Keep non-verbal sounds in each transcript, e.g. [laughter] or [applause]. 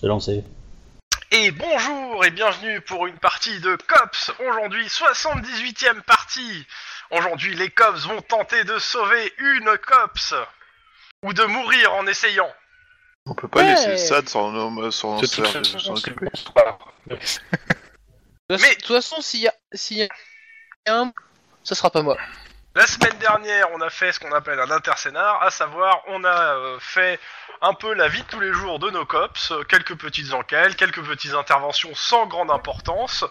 C'est lancé. Et bonjour et bienvenue pour une partie de Cops. Aujourd'hui, 78e partie. Aujourd'hui, les Cops vont tenter de sauver une Cops. Ou de mourir en essayant. On peut pas Ouais. laisser Sad s'en euh, s'en- De toute s'en- façon, s'en on s'en occuper. De toute Mais- façon- de toute façon, s'il y a, s'il y a un, ça sera pas moi. La semaine dernière, on a fait ce qu'on appelle un intercénar, à savoir, on a euh, fait un peu la vie de tous les jours de nos cops, euh, quelques petites enquêtes, quelques petites interventions sans grande importance,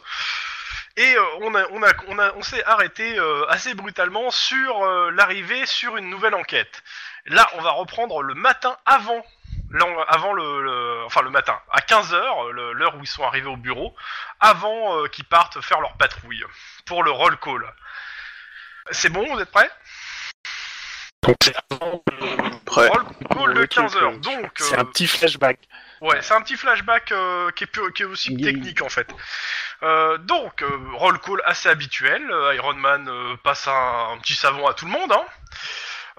et euh, on, a, on, a, on, a- on s'est arrêté euh, assez brutalement sur euh, l'arrivée sur une nouvelle enquête. Là, on va reprendre le matin avant. là, on- avant le, le- enfin le matin, à 15h, l'heure où ils sont arrivés au bureau, avant euh, qu'ils partent faire leur patrouille, pour le roll call. C'est bon, vous êtes prêts Prêt. Roll call de Le truc, 15h. euh, Donc, C'est euh, un petit flashback. ouais, c'est un petit flashback euh, qui, est peu- qui est aussi Game. technique en fait. Euh, donc, euh, roll call assez habituel. euh, Iron Man euh, passe un, un petit savon à tout le monde. Hein.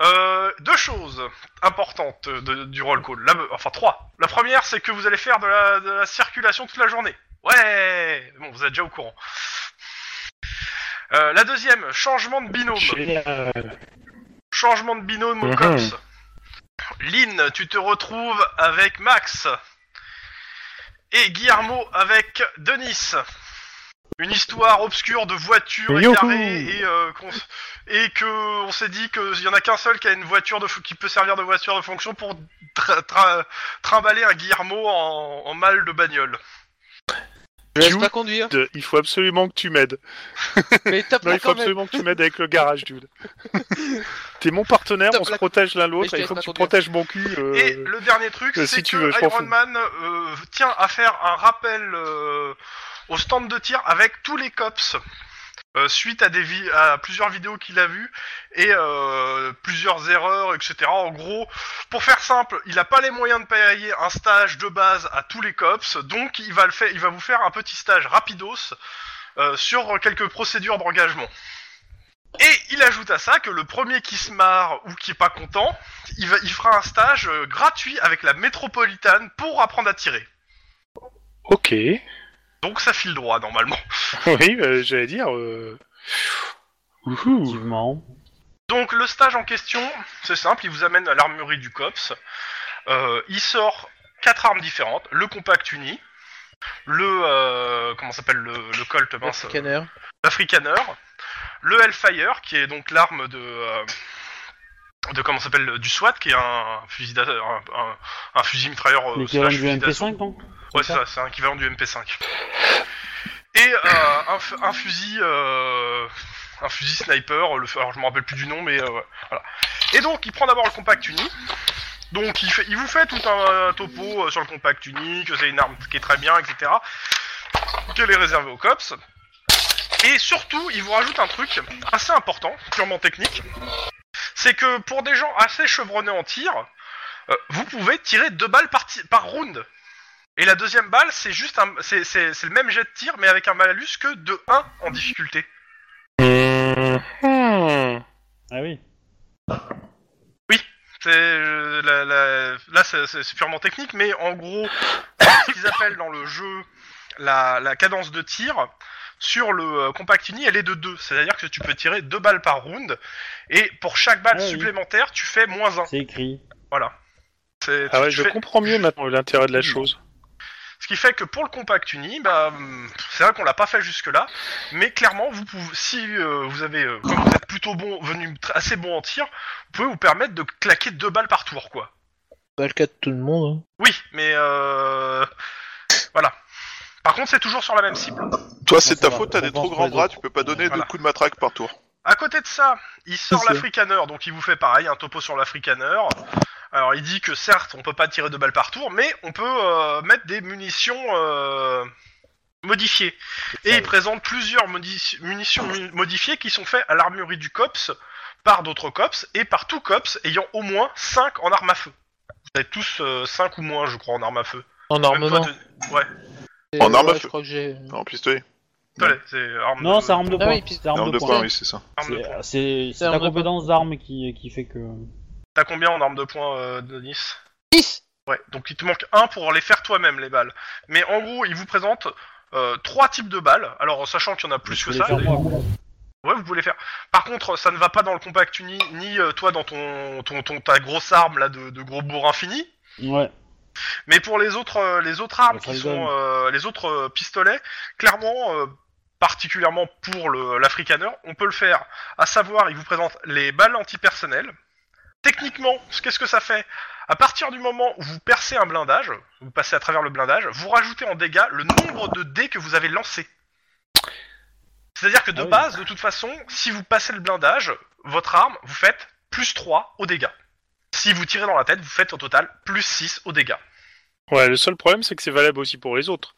Euh, deux choses importantes euh, de- du roll call. La- enfin, trois. La première, c'est que vous allez faire de la, de la circulation toute la journée. Ouais Bon, vous êtes déjà au courant. Euh, la deuxième, changement de binôme. Génial. Changement de binôme au Mhm. cops. Lynn, tu te retrouves avec Max. Et Guillermo avec Denis. Une histoire obscure de voiture Youhou égarée et, euh, qu'on s- et que on s'est dit qu'il y en a qu'un seul qui a une voiture de fo- qui peut servir de voiture de fonction pour tra- tra- trimballer un Guillermo en, en mal de bagnole. Je laisse Cute. pas [laughs] conduire, De- Il faut absolument que tu m'aides. mais tape Non, moi il quand faut même. absolument que tu m'aides avec le garage, dude. T'es mon partenaire, Top on se la- protège l'un Et je l'autre, te et il laisse faut que pas tu conduire. protèges mon cul. euh, Et le dernier truc, euh, c'est si que tu veux, je m'en Iron fous. Man euh, tient à faire un rappel euh, au stand de tir avec tous les cops. euh, suite à, des vi- à plusieurs vidéos qu'il a vues et euh, plusieurs erreurs, etc. En gros, pour faire simple, il n'a pas les moyens de payer un stage de base à tous les cops, donc il va, le faire, il va vous faire un petit stage rapidos euh, sur quelques procédures d'engagement. Et il ajoute à ça que le premier qui se marre ou qui est pas content, il, va- il fera un stage euh, gratuit avec la métropolitane pour apprendre à tirer. Ok. [laughs] Oui, Donc ça file droit normalement. euh, j'allais dire. euh, Ouhou. Effectivement. Donc le stage en question, c'est simple, il vous amène à l'armurerie du COPS. Euh, il sort quatre armes différentes, le compact uni, le euh, comment s'appelle le, le Colt mince, euh, Canard. l'Afrikaner, le Hellfire qui est donc l'arme de euh, de comment s'appelle le- du SWAT qui est un fusil d'a- un, un- un fusil mitrailleur euh, L'équivalent slash du fusil d'assaut. MP5, donc Ouais, c'est ça, c'est un équivalent du MP5. Et euh, un, f- un fusil. euh, un fusil sniper, le, f- alors je me rappelle plus du nom, mais euh, ouais, voilà. Et donc, il prend d'abord le compact uni. Donc, il, fait, il vous fait tout un, un topo euh, sur le compact uni, que c'est une arme qui est très bien, etc. Qu'elle est réservée aux cops. Et surtout, il vous rajoute un truc assez important, purement technique. C'est que pour des gens assez chevronnés en tir, euh, vous pouvez tirer deux balles par, ti- par round. Et la deuxième balle, c'est juste un, c'est, c'est, c'est le même jet de tir, mais avec un malus que de 1 en difficulté. Mhm. Ah oui. C'est euh, la- la- là, c'est, c'est- c'est purement technique, mais en gros, ce qu'ils appellent dans le jeu la, la cadence de tir sur le euh, compact uni, elle est de 2. C'est-à-dire que tu peux tirer deux balles par round, et pour chaque balle Ah oui. supplémentaire, tu fais moins 1. C'est écrit. Voilà. C'est, Ah ouais, tu je fais- Hmm. comprends mieux maintenant l'intérêt de la chose. Ce qui fait que pour le compact uni, bah, hum, c'est vrai qu'on l'a pas fait jusque-là, mais clairement, vous pouvez, si euh, vous avez, euh, comme vous êtes plutôt bon, venu tr- assez bon en tir, vous pouvez vous permettre de claquer deux balles par tour, quoi. Pas le cas de tout le monde. hein. Oui, mais euh, voilà. Par contre, c'est toujours sur la même cible. Toi, c'est ça ta va, faute, t'as on des pense trop pas grands aux bras, autres. tu peux pas donner Voilà. deux coups de matraque par tour. À côté de ça, il sort C'est ça. l'Africaner, donc il vous fait pareil, un topo sur l'Africaner. Alors il dit que certes, on peut pas tirer deux balles par tour, mais on peut euh, mettre des munitions euh, modifiées. Et il présente plusieurs modi- munitions mu- modifiées qui sont faites à l'armurerie du COPS, par d'autres COPS, et par tout COPS ayant au moins 5 en armes à feu. Vous avez tous 5 ou moins, je crois, en armes à feu. En Même toi, armement. t'es- Et, En Bah, arme à ouais, feu. Je crois que j'ai. En pistolet. Toi, c'est arme Non, de- c'est arme de Ah poing. oui, puis- C'est arme Arme de poing, poing. oui, c'est ça. arme de C'est- poing. C'est c'est arme la de poing. compétence d'arme qui, qui fait que. T'as combien en arme de poing, euh, Denis Dix Ouais, donc il te manque un pour les faire toi-même, les balles. Mais en gros, il vous présente euh, trois types de balles. Alors, sachant qu'il y en a plus Je que voulais ça. faire des- moi. Ouais, vous pouvez les faire. Par contre, ça ne va pas dans le compact uni, ni euh, toi dans ton, ton, ton- ta grosse arme là de, de gros bourrin fini. Ouais. Mais pour les autres, euh, les autres armes La qui Freedom. sont euh, les autres euh, pistolets, clairement, euh, particulièrement pour le- l'Africaner, on peut le faire. À savoir, il vous présente les balles antipersonnelles. Techniquement, qu'est-ce que ça fait À partir du moment où vous percez un blindage, vous passez à travers le blindage, vous rajoutez en dégâts le nombre de dés que vous avez lancés. C'est-à-dire que de Ah oui. base, de toute façon, si vous passez le blindage, votre arme, vous faites plus 3 au dégâts. Si vous tirez dans la tête, vous faites au total plus 6 au dégâts. Ouais, le seul problème, c'est que c'est valable aussi pour les autres.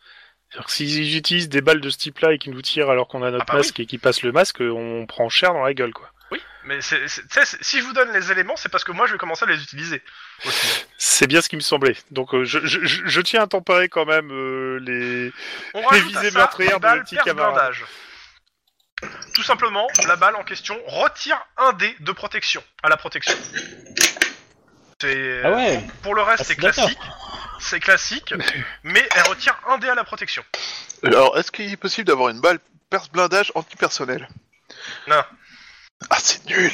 C'est-à-dire que s'ils utilisent des balles de ce type-là et qu'ils nous tirent alors qu'on a notre Ah bah masque et qu'ils passent le masque, on prend cher dans la gueule, quoi. Oui, mais c'est, c'est- tu sais, c'est- si je vous donne les éléments, c'est parce que moi je vais commencer à les utiliser. Aussi. C'est bien ce qui me semblait. Donc, euh, je, je- je- je tiens à tempérer quand même euh, les. On [laughs] Les rajoute visées à ça meurtrières les de balles petits perce camarades. blindage. Tout simplement, la balle en question retire un dé de protection à la protection. C'est- Ah ouais Pour le reste, Ah, c'est c'est d'accord. classique. C'est classique, mais elle retire un dé à la protection. Alors, est-ce qu'il est possible d'avoir une balle perce blindage antipersonnel Non. Ah, c'est [laughs] nul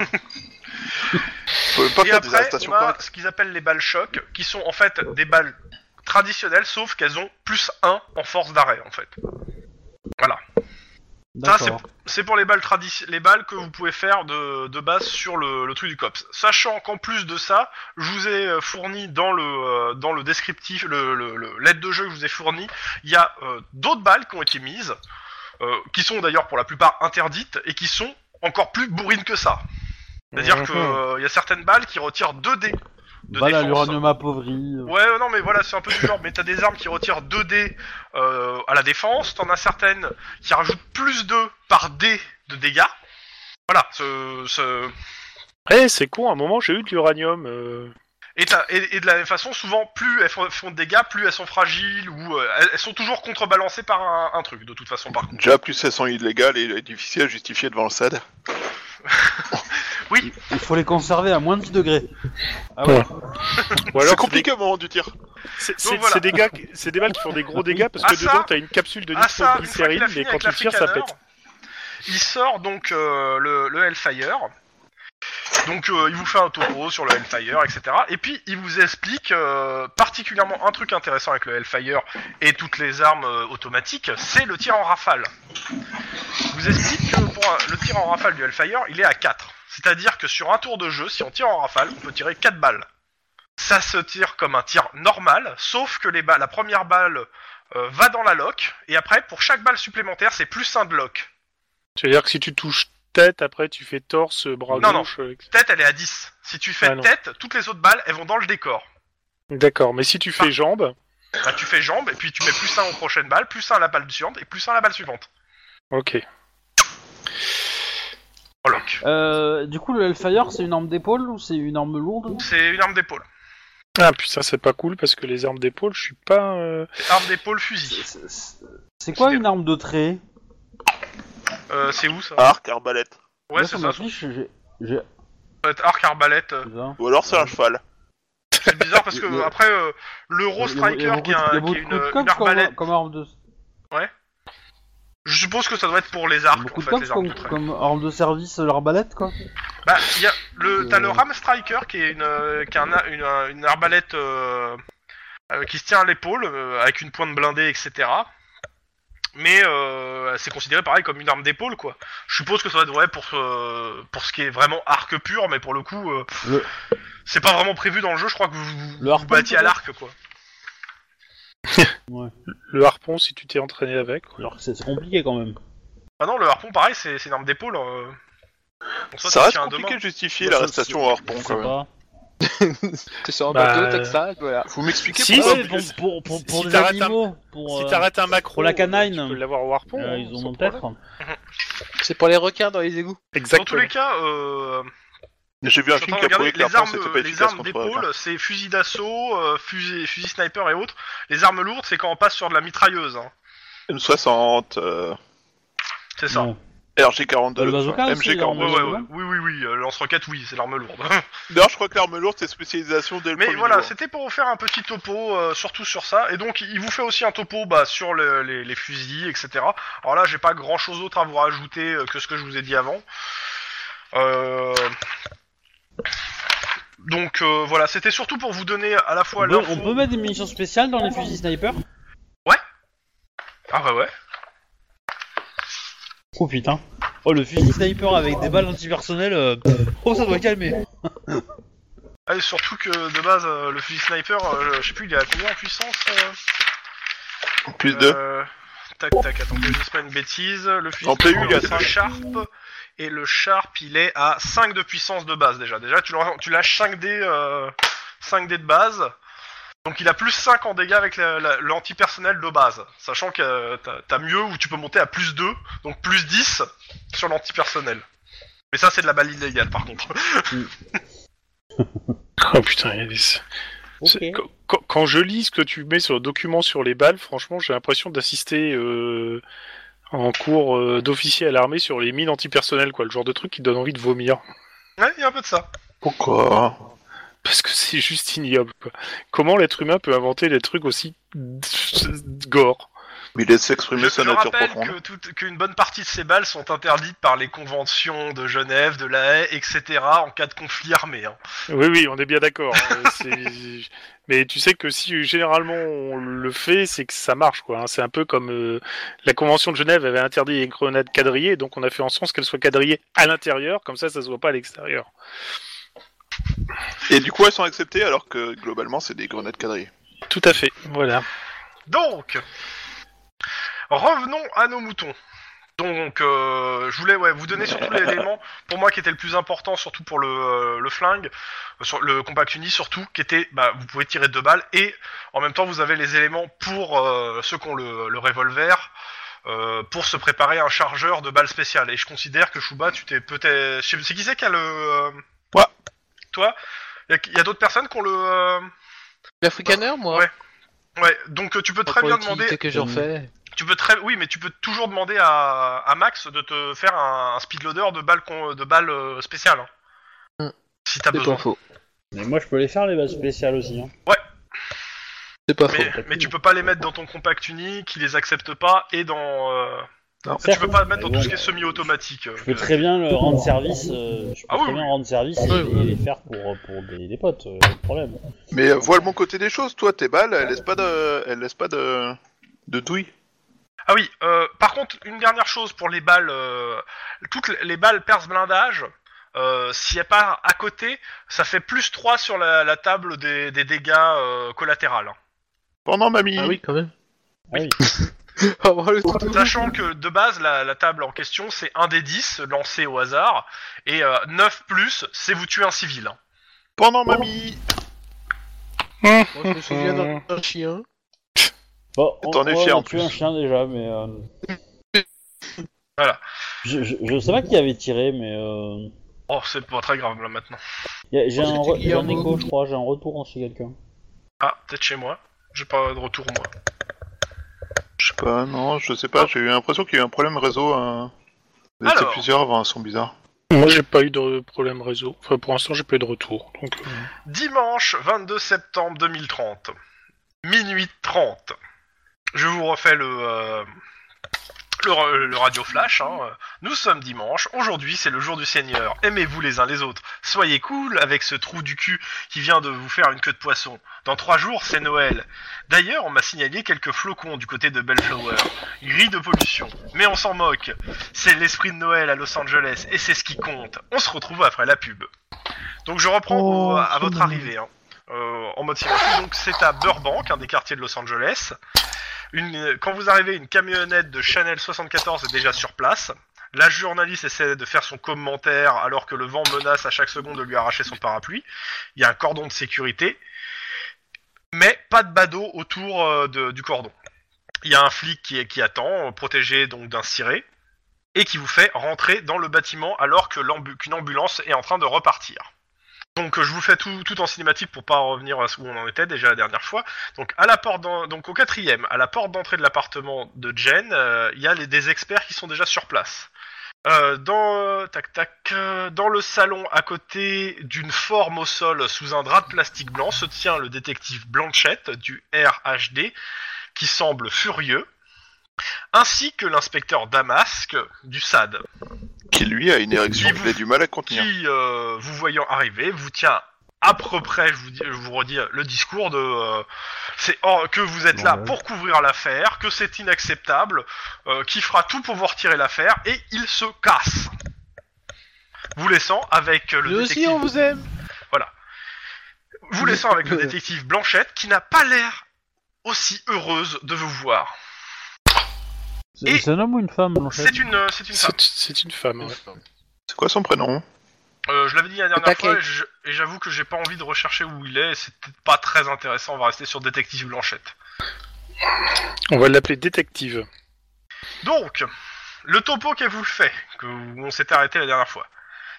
Faut même pas Et faire des après, arrestations on a correctes. ce qu'ils appellent les balles choc, qui sont en fait des balles traditionnelles, sauf qu'elles ont plus 1 en force d'arrêt, en fait. Voilà. Ça, D'accord. C'est pour les balles tradi- les balles que vous pouvez faire de, de base sur le, le truc du cops. Sachant qu'en plus de ça, je vous ai euh, fourni dans le euh, dans le descriptif, le le- le- l'aide de jeu que je vous ai fourni, il y a euh, d'autres balles qui ont été mises, euh, qui sont d'ailleurs pour la plupart interdites et qui sont encore plus bourrines que ça. C'est-à-dire que euh, il y a certaines balles qui retirent 2 dés. De Voilà, défense. l'uranium appauvri. Ouais, euh, non, mais voilà, c'est un peu du genre. Mais t'as des armes qui retirent 2 dés euh, à la défense, t'en as certaines qui rajoutent plus 2 par dé de dégâts. Voilà, ce. ce- Eh, c'est con, à un moment, j'ai eu de l'uranium. euh. Et, t'as- et- et de la même façon, souvent, plus elles font, font de dégâts, plus elles sont fragiles ou euh, elles, elles sont toujours contrebalancées par un, un truc, de toute façon, par contre. Déjà, plus elles sont illégales et difficiles à justifier devant le SAD. Il faut les conserver à moins de 10 degrés. Ah Ouais. ouais. Ou alors, C'est c'est des- compliqué au moment du tir. c'est- c'est- voilà. c'est des, gars qui- c'est des balles qui font des gros dégâts parce Ah, que ça- dedans, t'as une capsule de Ah, ça, une fois qu'il nitroglycérine a et fini quand avec tu tires, ça l'Africaner, pète. il sort donc euh, le, le Hellfire. Donc euh, il vous fait un topo sur le Hellfire, etc. Et puis il vous explique euh, particulièrement un truc intéressant avec le Hellfire et toutes les armes euh, automatiques, c'est le tir en rafale. Il vous explique que pour un- le tir en rafale du Hellfire, il est à 4. C'est-à-dire que sur un tour de jeu, si on tire en rafale, on peut tirer 4 balles. Ça se tire comme un tir normal, sauf que les balles, la première balle euh, va dans la lock, et après, pour chaque balle supplémentaire, c'est plus un de lock. C'est-à-dire que si tu touches tête, après, tu fais torse, bras Non, non. gauche. euh, etc. Tête, elle est à 10. Si tu fais Ah, non. tête, toutes les autres balles, elles vont dans le décor. D'accord, mais si tu fais Ah. jambe. Là, tu fais jambe, et puis tu mets plus un aux prochaines balles, plus un à la balle suivante, et plus un à la balle suivante. Ok. En lock. Euh, du coup, le Hellfire, c'est une arme d'épaule ou c'est une arme lourde C'est une arme d'épaule. Ah putain, c'est pas cool parce que les armes d'épaule, je suis pas. euh, Arme d'épaule, fusil. C'est- c'est- C'est quoi une arme de trait Euh, c'est où Ah, ça Arc, arbalète. Ouais, Là, c'est sur ça. ma Ça fiche, j'ai- j'ai. doit être arc, arbalète. euh. putain. Ou alors c'est un cheval. C'est bizarre parce que, [laughs] Il y a- après, euh, Il y l'Euro a- il y a Striker, beaucoup qui est, de- un- il y a qui beaucoup est de une, euh, coups de une cops comme- arbalète, Comme arme de. je suppose que ça doit être pour les arcs, en Beaucoup de fait, cops les armes de comme, trait. comme arme de service, l'arbalète quoi. Bah, y a le, t'as le Euh. Ram Striker qui est une, euh, qui a un- une, euh, une arbalète euh, euh, qui se tient à l'épaule euh, avec une pointe blindée, etc. Mais euh, c'est considéré pareil comme une arme d'épaule, quoi. Je suppose que ça va être vrai pour, euh, pour ce qui est vraiment arc pur, mais pour le coup, euh, Le- c'est pas vraiment prévu dans le jeu. Je crois que vous Le vous, harpon, Bah, battiez à peut-être l'arc, quoi. Le harpon, si tu t'es entraîné avec. ouais. Alors que c'est c'est compliqué quand même. Ah non, le harpon, pareil, c'est c'est une arme d'épaule. euh. Bon, ça, Ça tu reste tiens un deux compliqué mains. Bah, de justifier l'arrestation au harpon Je sais quand même. pas. T'es sur un Bah, bateau, euh, t'as que ça, voilà. Faut m'expliquer Si, pourquoi. si, Ouais, pour- pour- pour- si Pour des t'arrêtes un- animaux. Pour. Si euh, t'arrêtes un macro, pour Oh, la canine. tu peux l'avoir au harpon. euh, hein, Ils en sans ont problème. peut-être. C'est pour les requins dans les égouts. Dans tous Exactement. les cas, euh, J'ai vu un Je suis film en qui train a de prouvé regarder que la les armes, euh, c'était pas les efficace armes contre euh, eux. d'épaule, c'est fusil d'assaut, euh, fusil, fusil sniper et autres. Les armes lourdes, c'est quand on passe sur de la mitrailleuse. hein. M60, euh, C'est ça. Non. RG42. Le bazooka aussi, l'arme MG42. Ouais, ouais, ouais. lourde. Oui, oui, oui, euh, lance-roquette, oui, c'est l'arme [laughs] lourde. D'ailleurs, je crois que l'arme lourde, c'est spécialisation dès le Mais premier voilà, jour. c'était pour vous faire un petit topo, euh, surtout sur ça. Et donc, il vous fait aussi un topo bah, sur le- les, les fusils, etc. Alors là, j'ai pas grand chose d'autre à vous rajouter euh, que ce que je vous ai dit avant. Euh, Donc euh, voilà, c'était surtout pour vous donner à la fois On peut- l'info- on peut mettre des munitions spéciales dans les fusils sniper Ah bah ouais. Oh putain. Oh le fusil sniper avec des balles antipersonnelles. euh, Oh ça doit calmer. Ah, et surtout que de base, euh, le fusil sniper, euh, je sais plus, il est à combien en puissance euh Plus 2. Euh, Tac, tac, attends que je dise pas une bêtise. Le fusil En PU, sniper, il y a c'est cinq. un Sharp. Et le Sharp, il est à 5 de puissance de base déjà. Déjà, tu, le- tu lâches 5 dés, euh, 5 dés de base. Donc il a plus 5 en dégâts avec la- la- l'antipersonnel de base. Sachant que euh, t'as- t'as mieux où tu peux monter à plus 2, donc plus 10 sur l'antipersonnel. Mais ça, c'est de la balle illégale par contre. [laughs] Oh putain, il y a des... C'est- quand- quand- Quand je lis ce que tu mets sur le document sur les balles, franchement, j'ai l'impression d'assister euh, en cours euh, d'officier à l'armée sur les mines antipersonnelles, quoi. Le genre de truc qui donne envie de vomir. [laughs] Ouais, il y a un peu de ça. Pourquoi Parce que c'est juste ignoble, quoi. Comment l'être humain peut inventer des trucs aussi [laughs] gore Il laisse s'exprimer Je, sa je nature rappelle profonde. que toute- qu'une bonne partie de ces balles sont interdites par les conventions de Genève, de la Haye, etc. en cas de conflit armé. hein. Oui, oui, on est bien d'accord. Euh, c'est- Mais tu sais que si euh, généralement on le fait, c'est que ça marche, quoi. hein. C'est un peu comme euh, la Convention de Genève avait interdit les grenades quadrillées, donc on a fait en sorte qu'elles soient quadrillées à l'intérieur, comme ça, ça se voit pas à l'extérieur. Et du coup, elles sont acceptées alors que globalement, c'est des grenades quadrillées. Tout à fait, voilà. Donc, revenons à nos moutons. Donc, euh, je voulais ouais, vous donner surtout l'élément, pour moi, qui était le plus important, surtout pour le, euh, le flingue, euh, sur le compact uni, surtout, qui était, bah, vous pouvez tirer deux balles, et en même temps, vous avez les éléments pour euh, ceux qui ont le, le revolver, euh, pour se préparer à un chargeur de balles spéciales. Et je considère que Chouba, tu t'es peut-être... je sais- C'est qui c'est qui a le... euh, Moi. Toi Il y a, il y a d'autres personnes qui ont le... euh, L'Africaner, moi Ouais, Ouais, donc euh, tu peux très bien demander... que j'en fais. Tu peux très, oui, mais tu peux toujours demander à, à Max de te faire un, un speedloader de balles con- de balles euh, spéciales. hein. Hmm. Si t'as C'est besoin. pas faux. Mais moi je peux les faire les balles spéciales aussi. Hein. C'est pas faux. Mais, mais tu peux pas les mettre dans ton compact unique, qui les accepte pas, et dans. euh, Non. tu peux pas mettre dans Mais tout bon, ce qui est semi-automatique. euh, Je peux très bien le rendre service. euh, je peux Ah oui, très bien rendre service et, Oui, les- oui. les faire pour pour des, des potes. euh, pas de problème. Mais euh, vois le bon côté des choses, toi, tes balles, elles laissent pas de. Elles laissent pas de. de douille. Ah oui, euh, par contre, une dernière chose pour les balles. euh, toutes les balles perce blindage, euh, s'il n'y a pas à côté, ça fait plus 3 sur la, la table des, des dégâts euh, collatéraux. hein. Pendant, mamie Ah oui, quand même. Ah oui. [laughs] Oh, le toutou. Sachant que de base, la, la table en question, c'est un des 10 lancé au hasard, et euh, 9 plus, c'est vous tuer un civil. hein. Pendant, mamie Moi, je me souviens d'un d'un chien. Bon, on, T'en es ouais, fier, on a en tué plus. un chien déjà, mais. euh, Voilà. Je, je, je sais pas qui avait tiré, mais. euh, Oh, c'est pas très grave là maintenant. y a- J'ai Oh, un, c'était re- j'ai un Guillermo. écho, je crois, j'ai un retour chez quelqu'un. Ah, peut-être chez moi. J'ai pas de retour moi. Je sais pas, non, je sais pas, j'ai eu l'impression qu'il y a eu un problème réseau. Euh... Il y en a Ah. Alors. plusieurs avant, ils sont bizarres. Moi, j'ai pas eu de problème réseau. Enfin, pour l'instant, j'ai pas eu de retour. Donc, euh, Dimanche 22 septembre 2030. Minuit 30. Je vous refais le, euh, le, ra- le radio flash. hein. Nous sommes dimanche. Aujourd'hui, c'est le jour du Seigneur. Aimez-vous les uns les autres. Soyez cool avec ce trou du cul qui vient de vous faire une queue de poisson. Dans trois jours, c'est Noël. D'ailleurs, on m'a signalé quelques flocons du côté de Bellflower. Gris de pollution. Mais on s'en moque. C'est l'esprit de Noël à Los Angeles et c'est ce qui compte. On se retrouve après la pub. Donc je reprends Oh, au- à c'est votre mignon. arrivée. hein. Euh, en mode simulation. Donc c'est à Burbank, un des quartiers de Los Angeles. Une, euh, quand vous arrivez, une camionnette de Chanel 74 est déjà sur place. La journaliste essaie de faire son commentaire alors que le vent menace à chaque seconde de lui arracher son parapluie. Il y a un cordon de sécurité, mais pas de badaud autour euh, de- du cordon. Il y a un flic qui, qui attend, euh, protégé donc d'un ciré, et qui vous fait rentrer dans le bâtiment alors que l'ambu- qu'une ambulance est en train de repartir. Donc euh, je vous fais tout, tout en cinématique pour pas revenir à ce où on en était déjà la dernière fois. Donc à la porte d'en- donc au quatrième, à la porte d'entrée de l'appartement de Jen, euh, il y a les- des experts qui sont déjà sur place. Euh, dans euh, tac tac euh, dans le salon à côté d'une forme au sol sous un drap de plastique blanc se tient le détective Blanchette du RHD qui semble furieux ainsi que l'inspecteur Damasque du SAD Qui lui a une érection qu'il a du mal à contenir. qui euh, vous voyant arriver vous tient à peu près je vous, dis- je vous redis le discours de euh, c'est oh, que vous êtes là Normal. pour couvrir l'affaire que c'est inacceptable euh, qui fera tout pour vous retirer l'affaire et il se casse vous laissant avec euh, le Nous aussi, détective on vous aime. vous laissant avec le détective Blanchette qui n'a pas l'air aussi heureuse de vous voir. Et- C'est c'est un homme ou une femme, Blanchette C'est une, euh, c'est une femme. C'est- C'est une femme. ouais. C'est quoi son prénom Euh, je l'avais dit la pas dernière fois et je- et j'avoue que j'ai pas envie de rechercher où il est. et C'est peut-être pas très intéressant. On va rester sur détective Blanchette. On va l'appeler détective. Donc, le topo qu'elle vous fait, que où on s'est arrêté la dernière fois,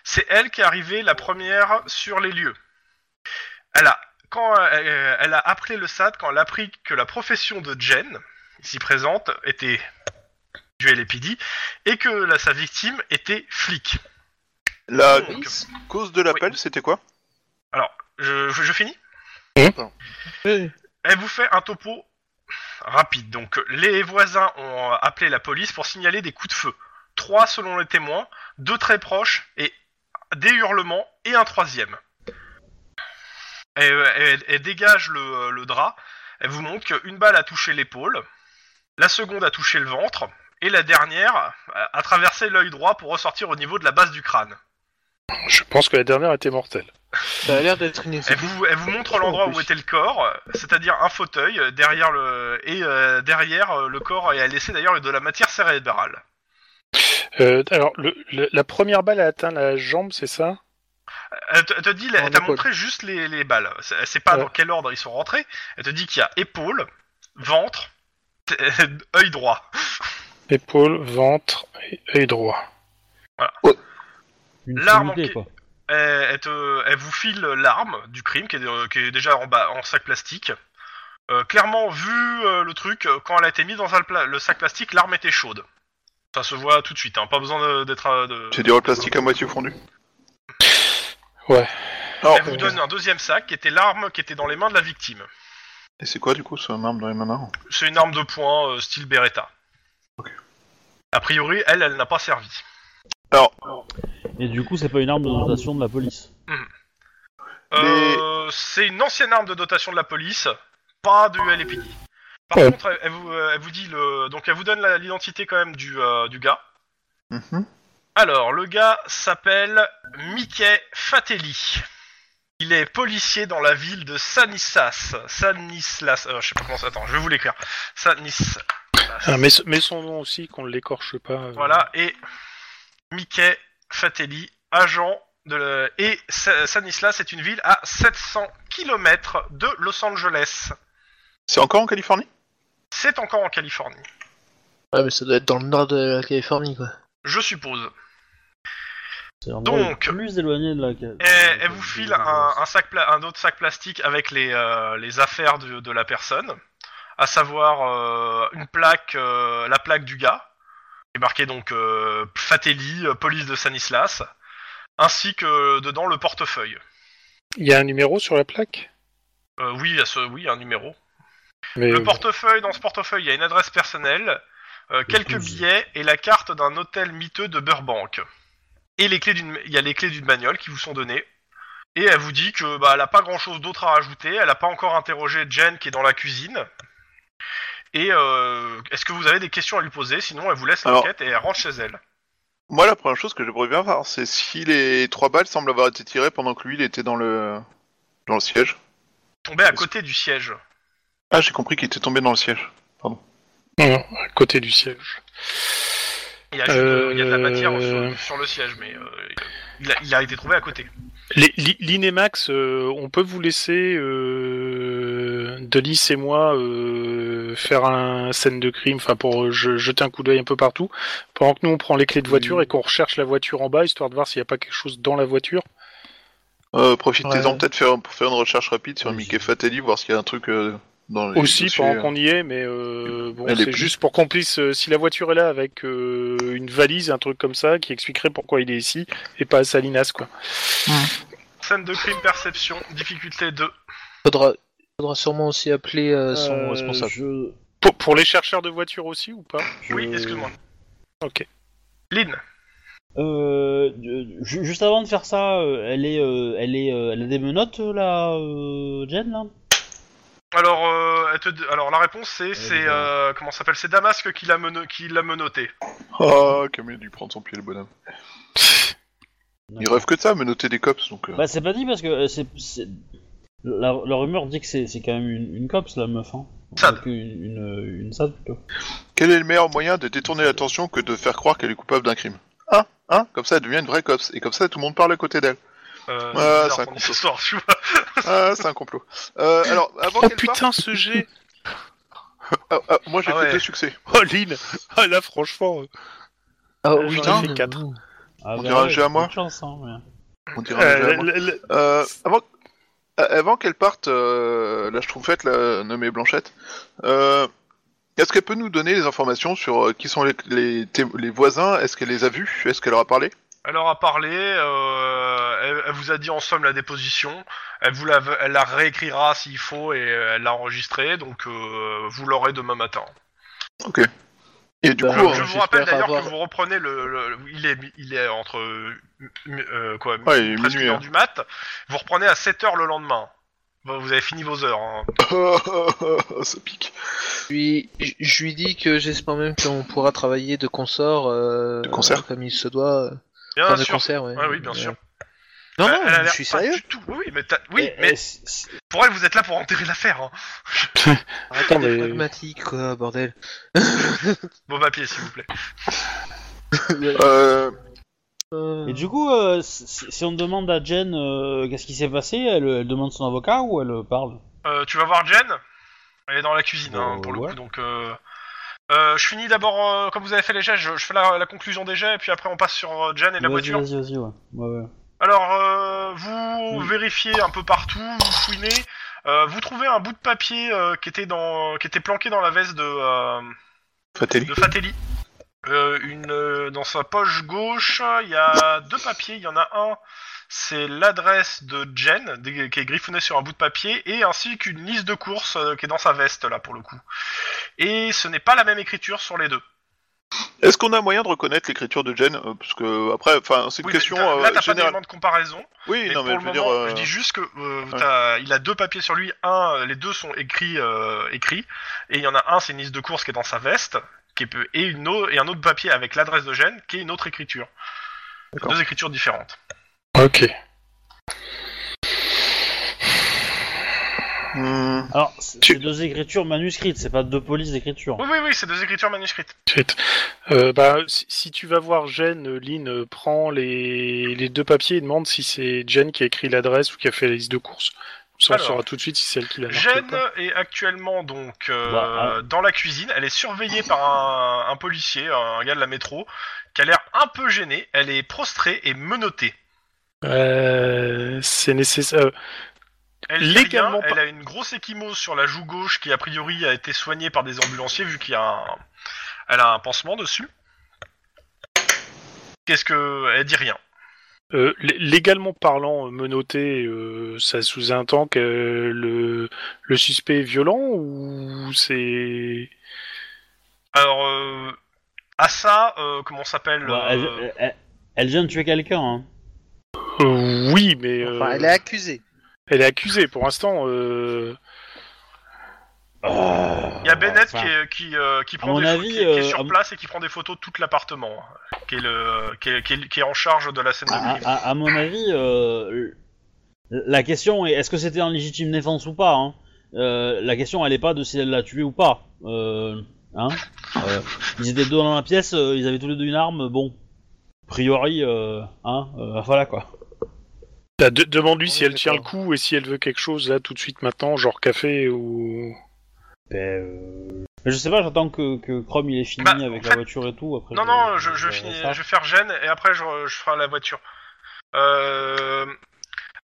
c'est elle qui est arrivée la première sur les lieux. Elle a, quand euh, elle, elle a appelé le SAD quand elle a appris que la profession de Jen, ici présente, était du LPD et que la- sa victime était flic. La Donc, cause de l'appel, c'était quoi je, je- je finis Oui. Elle vous fait un topo rapide. Donc, les voisins ont euh, appelé la police pour signaler des coups de feu. Trois selon les témoins, deux très proches et des hurlements et un troisième. Elle, elle- elle dégage le, euh, le drap. Elle vous montre qu'une balle a touché l'épaule, la seconde a touché le ventre et la dernière a- a traversé l'œil droit pour ressortir au niveau de la base du crâne. Je pense que la dernière était mortelle. Ça a l'air d'être une Elle vous, elle vous montre l'endroit où était le corps, euh, c'est-à-dire un fauteuil euh, derrière le et euh, derrière euh, le corps et elle laissé d'ailleurs de la matière cérébrale. Euh, alors, le- le- la première balle a atteint la jambe, c'est ça Elle te, elle te dit, elle En t'a épaule. montré juste les, les balles. C'est- Elle sait pas Ouais. dans quel ordre ils sont rentrés. Elle te dit qu'il y a épaule, ventre, t- [laughs] œil droit. Épaule, ventre et œil droit. Une l'arme idée, qui- quoi. Elle, elle te- elle vous file l'arme du crime qui est, euh, qui est déjà en, bas, en sac plastique. Euh, clairement, vu euh, le truc, euh, quand elle a été mise dans un pla- le sac plastique, l'arme était chaude. Ça se voit tout de suite. hein, Pas besoin de- d'être. euh, de- C'est du plastique à moitié fondu. Ouais. Alors, Elle vous donne un deuxième sac qui était l'arme qui était dans les mains de la victime. et c'est quoi du coup son arme dans les mains d'armes C'est une arme de poing euh, style Beretta. A priori, elle, elle n'a pas servi. Et du coup, c'est pas une arme de notation de la police. Euh, C'est une ancienne arme de dotation de la police, pas du LAPD. Par Ouais. contre, elle, elle vous, euh, elle vous dit le, donc elle vous donne la- l'identité quand même du, euh, du gars. Mhm. Alors, le gars s'appelle Mickey Fatelli. Il est policier dans la ville de Sanissas. Sanislas. euh, je sais pas comment ça. Attends, je vais vous l'écrire. Sanislas. Ah, mais, mais son nom aussi, qu'on ne l'écorche pas. euh. Voilà, et Mickey Fatelli, agent de la- et Sa- Sanislas est une ville à 700 km de Los Angeles. C'est encore en Californie C'est encore en Californie, Ouais, mais ça doit être dans le nord de la Californie, quoi. je suppose. C'est un Donc, endroit plus éloigné de la. Et elle vous file un, un sac pla- un autre sac plastique avec les, euh, les affaires de, de la personne, à savoir euh, une plaque, euh, la plaque du gars, qui est marquée donc euh, Fatelli, euh, police de Sanislas, ainsi que dedans le portefeuille. Il y a un numéro sur la plaque Euh, oui, il y a ce, oui, il y a un numéro. mais, euh, Le portefeuille, dans ce portefeuille, il y a une adresse personnelle, euh, quelques Toulouse. billets et la carte d'un hôtel miteux de Burbank. Et les clés d'une, il y a les clés d'une bagnole qui vous sont données. Et elle vous dit que bah elle a pas grand chose d'autre à rajouter. Elle a pas encore interrogé Jen qui est dans la cuisine. Et euh, est-ce que vous avez des questions à lui poser Sinon, elle vous laisse Alors- l'enquête et elle rentre chez elle. Moi, la première chose que j'aimerais bien voir, c'est si les trois balles semblent avoir été tirées pendant que lui, il était dans le dans le siège. Tombée à côté du siège. Ah, j'ai compris qu'il était tombé dans le siège. Non, à côté du siège. Il y a, juste de, il y a de la matière Euh. sur, sur le siège, mais euh, il, a, il a été trouvé à côté. Les- li- L'Inemax, euh, on peut vous laisser, euh, Delis et moi, euh, faire un scène de crime, enfin pour euh, je- jeter un coup d'œil un peu partout, pendant que nous on prend les clés de voiture et qu'on recherche la voiture en bas, histoire de voir s'il n'y a pas quelque chose dans la voiture. Euh, Profitez-en Ouais. peut-être faire- pour faire une recherche rapide sur Oui. Mickey Fatelli, voir s'il y a un truc euh, dans les Aussi, dossiers, pendant euh. qu'on y est, mais euh, bon, Elle est c'est plus- juste pour qu'on puisse. euh, si la voiture est là avec euh, une valise, un truc comme ça, qui expliquerait pourquoi il est ici et pas à Salinas, quoi. Scène de crime perception, difficulté 2. Faudra, faudra sûrement aussi appeler euh, son Euh, responsable. Je... Pour, pour les chercheurs de voitures aussi ou pas je- Oui, excuse-moi. Ok. Lynn, Euh, ju- juste avant de faire ça, euh, elle est, euh, elle est, euh, elle a des menottes euh, là, euh, Jen là. alors, euh, elle te- alors la réponse c'est c'est bien. euh, comment ça s'appelle C'est Damasque qui l'a meno- qui l'a menotté. Ah, Camille a dû prendre son pied, le bonhomme. Oh, Oh, Il rêve que de ça, mais noter des cops, donc... euh, Bah c'est pas dit parce que euh, c'est, c'est- La, la rumeur dit que c'est, c'est quand même une, une copse la meuf. Hein. Sad. Euh, que Une, une, euh, une sad plutôt. Quel est le meilleur moyen de détourner l'attention que de faire croire qu'elle est coupable d'un crime Hein Hein Comme ça, elle devient une vraie cops, et comme ça, tout le monde parle à côté d'elle. Euh, c'est Ouais, c'est un bizarre, ton complot. histoire, tu [laughs] vois. Ah, c'est un complot. Euh, alors, avant Oh qu'elle parte... putain, ce jet Ah, ah, moi, j'ai Ah fait ouais. deux succès. [laughs] Oh Lynn Ah là, franchement. euh, Ah j'en ai putain. fait quatre. Ah, On dirait un ouais, jeu à bonne moi. Chance, hein, mais- On dirait un jeu à Euh, moi. la- la- la- Euh, avant euh, avant qu'elle parte, euh, la schtroumpfette, la nommée Blanchette, euh, est-ce qu'elle peut nous donner des informations sur euh, qui sont les, les, té- les voisins Est-ce qu'elle les a vus Est-ce qu'elle leur a parlé Elle leur a parlé, euh, elle, elle vous a dit en somme la déposition, elle vous la, elle la réécrira s'il faut et euh, elle l'a enregistrée, donc euh, vous l'aurez demain matin. Et du Bah, coup, euh, je euh, vous rappelle j'espère d'ailleurs avoir- que vous reprenez le, le- le- il est il est entre euh, mi- euh, quoi ouais, il est presque minuit. hein. une heure du mat, vous reprenez à 7h le lendemain. Bon, vous avez fini vos heures. hein. [laughs] hein. Ça pique. Je lui, je- je lui dis que j'espère même qu'on pourra travailler de consort, euh, De concert. comme il se doit. euh, Bien enfin, de sûr. concert, ouais. Ouais, oui, bien sûr. Non, Elle- non, elle a je l'air suis pas sérieux. du tout. Oui, oui, mais, t'as- oui, Eh, mais eh, c'est- c'est- pour elle, vous êtes là pour enterrer l'affaire. Hein. Attends, T'es mais. pragmatique, quoi, bordel. Bon papier, s'il vous plaît. Euh, Euh, Et du coup, euh, si, si on demande à Jen euh, qu'est-ce qui s'est passé, elle, elle demande son avocat ou elle euh, parle Euh, tu vas voir Jen Elle est dans la cuisine, hein, Euh, pour le ouais. coup. Donc, euh, euh, je finis d'abord, euh, comme vous avez fait les jets, je, je fais la, la conclusion des jets, et puis après on passe sur euh, Jen et la Vas-y, voiture. Vas-y, vas-y, ouais. Ouais, ouais. Alors, euh, vous Oui. vérifiez un peu partout, vous fouinez, euh, vous trouvez un bout de papier euh, qui était dans, qui était planqué dans la veste de. euh, Fratelli. de Fratelli. Euh, une, euh, dans sa poche gauche, il y a deux papiers. Il y en a un, c'est l'adresse de Jen, dé- qui est griffonnée sur un bout de papier, et ainsi qu'une liste de courses euh, qui est dans sa veste, là, pour le coup. Et ce n'est pas la même écriture sur les deux. Est-ce qu'on a moyen de reconnaître l'écriture de Jen Euh, Parce que, après, enfin, c'est une Oui, question mais t'as- là, euh, t'as pas générale. d'élément de comparaison. Oui, Mais non, pour mais le je veux moment, dire. euh, je dis juste que euh, t'as- il a deux papiers sur lui. Un, euh, les deux sont écrits, euh, écrits, et il y en a un, c'est une liste de courses qui est dans sa veste, qui est, peu- et une au- et un autre papier avec l'adresse de Gênes, qui est une autre écriture. D'accord. Deux écritures différentes. euh. Ok. hmm. Alors, c'est Tu- c'est deux écritures manuscrites, c'est pas deux polices d'écriture. Oui, oui, oui, c'est deux écritures manuscrites. Shit. Euh, bah, si, si tu vas voir Jen, euh, Lynn euh, prend les, les deux papiers et demande si c'est Jen qui a écrit l'adresse ou qui a fait la liste de courses. Comme Ça, on Alors, saura tout de suite si c'est elle qui l'a marqué. ou Gênes pas. est actuellement donc euh, Bah, dans la cuisine. Elle est surveillée par un, un policier, un gars de la métro, qui a l'air un peu gêné. Elle est prostrée et menottée. Euh, c'est nécessaire. euh, Elle dit rien, Légalement pas- elle a une grosse échymose sur la joue gauche qui a priori a été soignée par des ambulanciers vu qu'il y a un... elle a un pansement dessus. Qu'est-ce que elle dit rien euh, lé- légalement parlant, euh, menotté, euh, ça sous-entend que euh, le, le suspect est violent ou c'est. Alors euh, à ça euh, comment s'appelle Ouais, Bah, elle, euh, elle- elle vient de tuer quelqu'un. Hein. Euh, oui, mais euh, enfin, elle est accusée. elle est accusée pour l'instant. euh, il y a Bennett enfin, qui, est- qui, euh, qui prend mon des avis, qui, qui est euh, à sur mon- place et qui prend des photos de tout l'appartement hein, qui est le qui est, qui est- qui est en charge de la scène de À, crime. à- à- à mon avis, euh, la question est est-ce que c'était en légitime défense ou pas hein Euh, La question elle est pas de si elle l'a tué ou pas. Euh, hein Euh, ils étaient deux dans la pièce, euh, ils avaient tous les deux une arme, bon. A priori, euh, hein, euh, voilà quoi. Bah, de- Demande-lui Oui, si elle tient le d'accord. coup et si elle veut quelque chose là tout de suite maintenant, genre café ou. Ben, euh, Je sais pas, j'attends que, que Chrome il est fini Bah, en avec fait- la voiture et tout. Après, Non, non, je, je, verrai Euh, finis, ça. je vais faire gêne et après je, je ferai la voiture. Euh,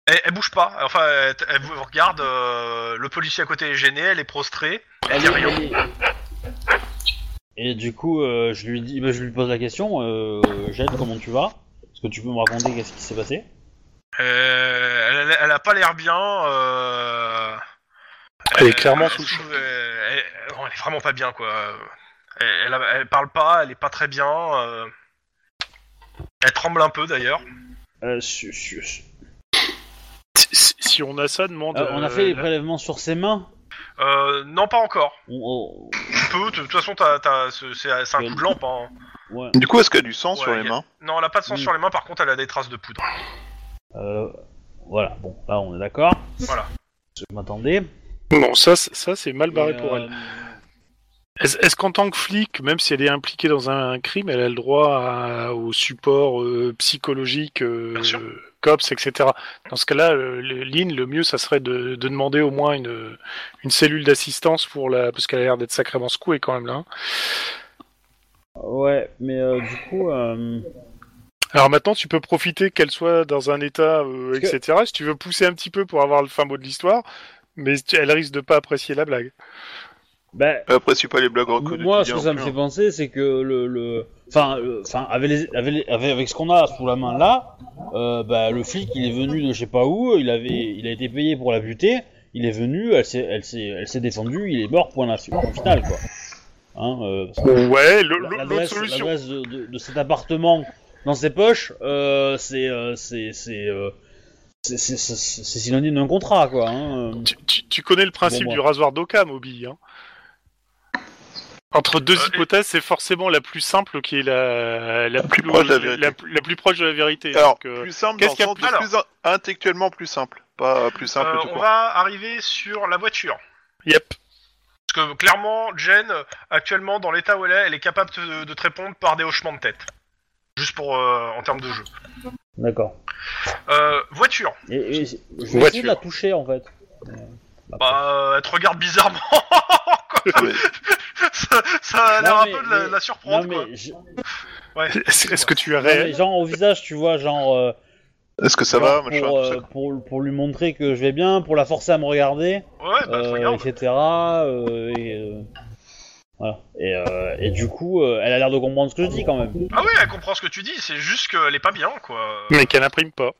elle, elle bouge pas. Enfin, elle, elle vous regarde. euh, le policier à côté est gêné, elle est prostrée. Elle y a est- rien. elle est- Et du coup, euh, je, lui dis, bah, je lui pose la question euh, Jade, comment tu vas Est-ce que tu peux me raconter qu'est-ce qui s'est passé Euh, elle, elle- elle a pas l'air bien. euh, Elle est clairement elle- sous le choc. Elle, elle- non, elle est vraiment pas bien, quoi. Elle, elle, a- elle parle pas, elle est pas très bien. euh, Elle tremble un peu d'ailleurs. Euh, su- su- su- Si, si- si on a ça, demande. Euh, On a euh, fait les prélèvements sur ses mains. Euh, non, pas encore. On- Tu peux, de toute façon, t'as- t'as- c'est c'est- c'est un coup de lampe. hein. on- ouais. Du coup, est-ce qu'il y a du sang sur Ouais, les y a- mains Non, elle a pas de sang Mm. sur les mains, par contre, elle a des traces de poudre. Euh, voilà, bon, là on est d'accord. Voilà. Je m'attendais. Bon, ça, c'est- ça c'est mal barré Et, pour euh, elle. Est-ce est-ce qu'en tant que flic, même si elle est impliquée dans un, crime, elle a le droit à- au support euh, psychologique, euh, Bien sûr. COPS, etc. Dans ce cas-là, euh, le- Lynn, le mieux, ça serait de, de demander au moins une, une cellule d'assistance pour la, parce qu'elle a l'air d'être sacrément secouée quand même là. hein. Ouais, mais euh, du coup, euh, Alors maintenant, tu peux profiter qu'elle soit dans un état, euh, Parce que- etc. Si tu veux pousser un petit peu pour avoir le fin mot de l'histoire, mais tu- elle risque de pas apprécier la blague. bah, Après, c'est pas les blagues M- recrues de Moi, ce Didier que non ça me plus, fait hein. penser, c'est que le, le... enfin, le- enfin, avec, les- avec, les- avec, avec ce qu'on a sous la main là, euh, bah, le flic, il est venu de je sais pas où, il avait, il a été payé pour la buter, il est venu, elle s'est, elle s'est, elle s'est défendue, il est mort, point la au final, quoi. Hein, euh, parce que Ouais, le- la- le- l'autre l'adresse, solution. l'adresse de, de, de cet appartement dans ses poches, euh, c'est, euh, c'est, c'est, euh, c'est, c'est, c'est- c'est synonyme d'un contrat, quoi. Hein. Tu, tu- tu connais le principe Bon, moi. du rasoir d'Occam, Obi. Hein Entre deux Euh, et- hypothèses, c'est forcément la plus simple qui est la, la, plus, proche de la vérité. la plus- la plus proche de la vérité. Alors, Donc, euh, plus simple, qu'est-ce dans le qu'il y a sens plus- de plus in- intellectuellement plus simple, pas plus simple Euh, tout on court. va arriver sur la voiture. Yep. Parce que clairement, Jen, actuellement, dans l'état où elle est, elle est capable de, de te répondre par des hochements de tête. Juste pour, euh, en termes de jeu. D'accord. Euh, voiture. Et, et- je vais essayer Voiture. de la toucher, en fait. Bah, euh, elle te regarde bizarrement. [laughs] quoi. [laughs] Mais- ça, ça a Non, l'air un mais- peu de la, mais- la Non surprendre. quoi. mais, je- [laughs] Ouais. Est-ce est-ce que tu es non, mais réel genre au visage, tu vois, genre, euh, Est-ce que ça genre va, pour, machin tout ça, euh, pour, pour lui montrer que je vais bien, pour la forcer à me regarder, Ouais, bah, elle te euh, regarde. etc. euh, et, euh, voilà. Et, euh, et du coup, euh, elle a l'air de comprendre ce que je dis quand même. Ah oui, elle comprend ce que tu dis, c'est juste qu'elle est pas bien, quoi. Mm. Mais qu'elle n'imprime pas.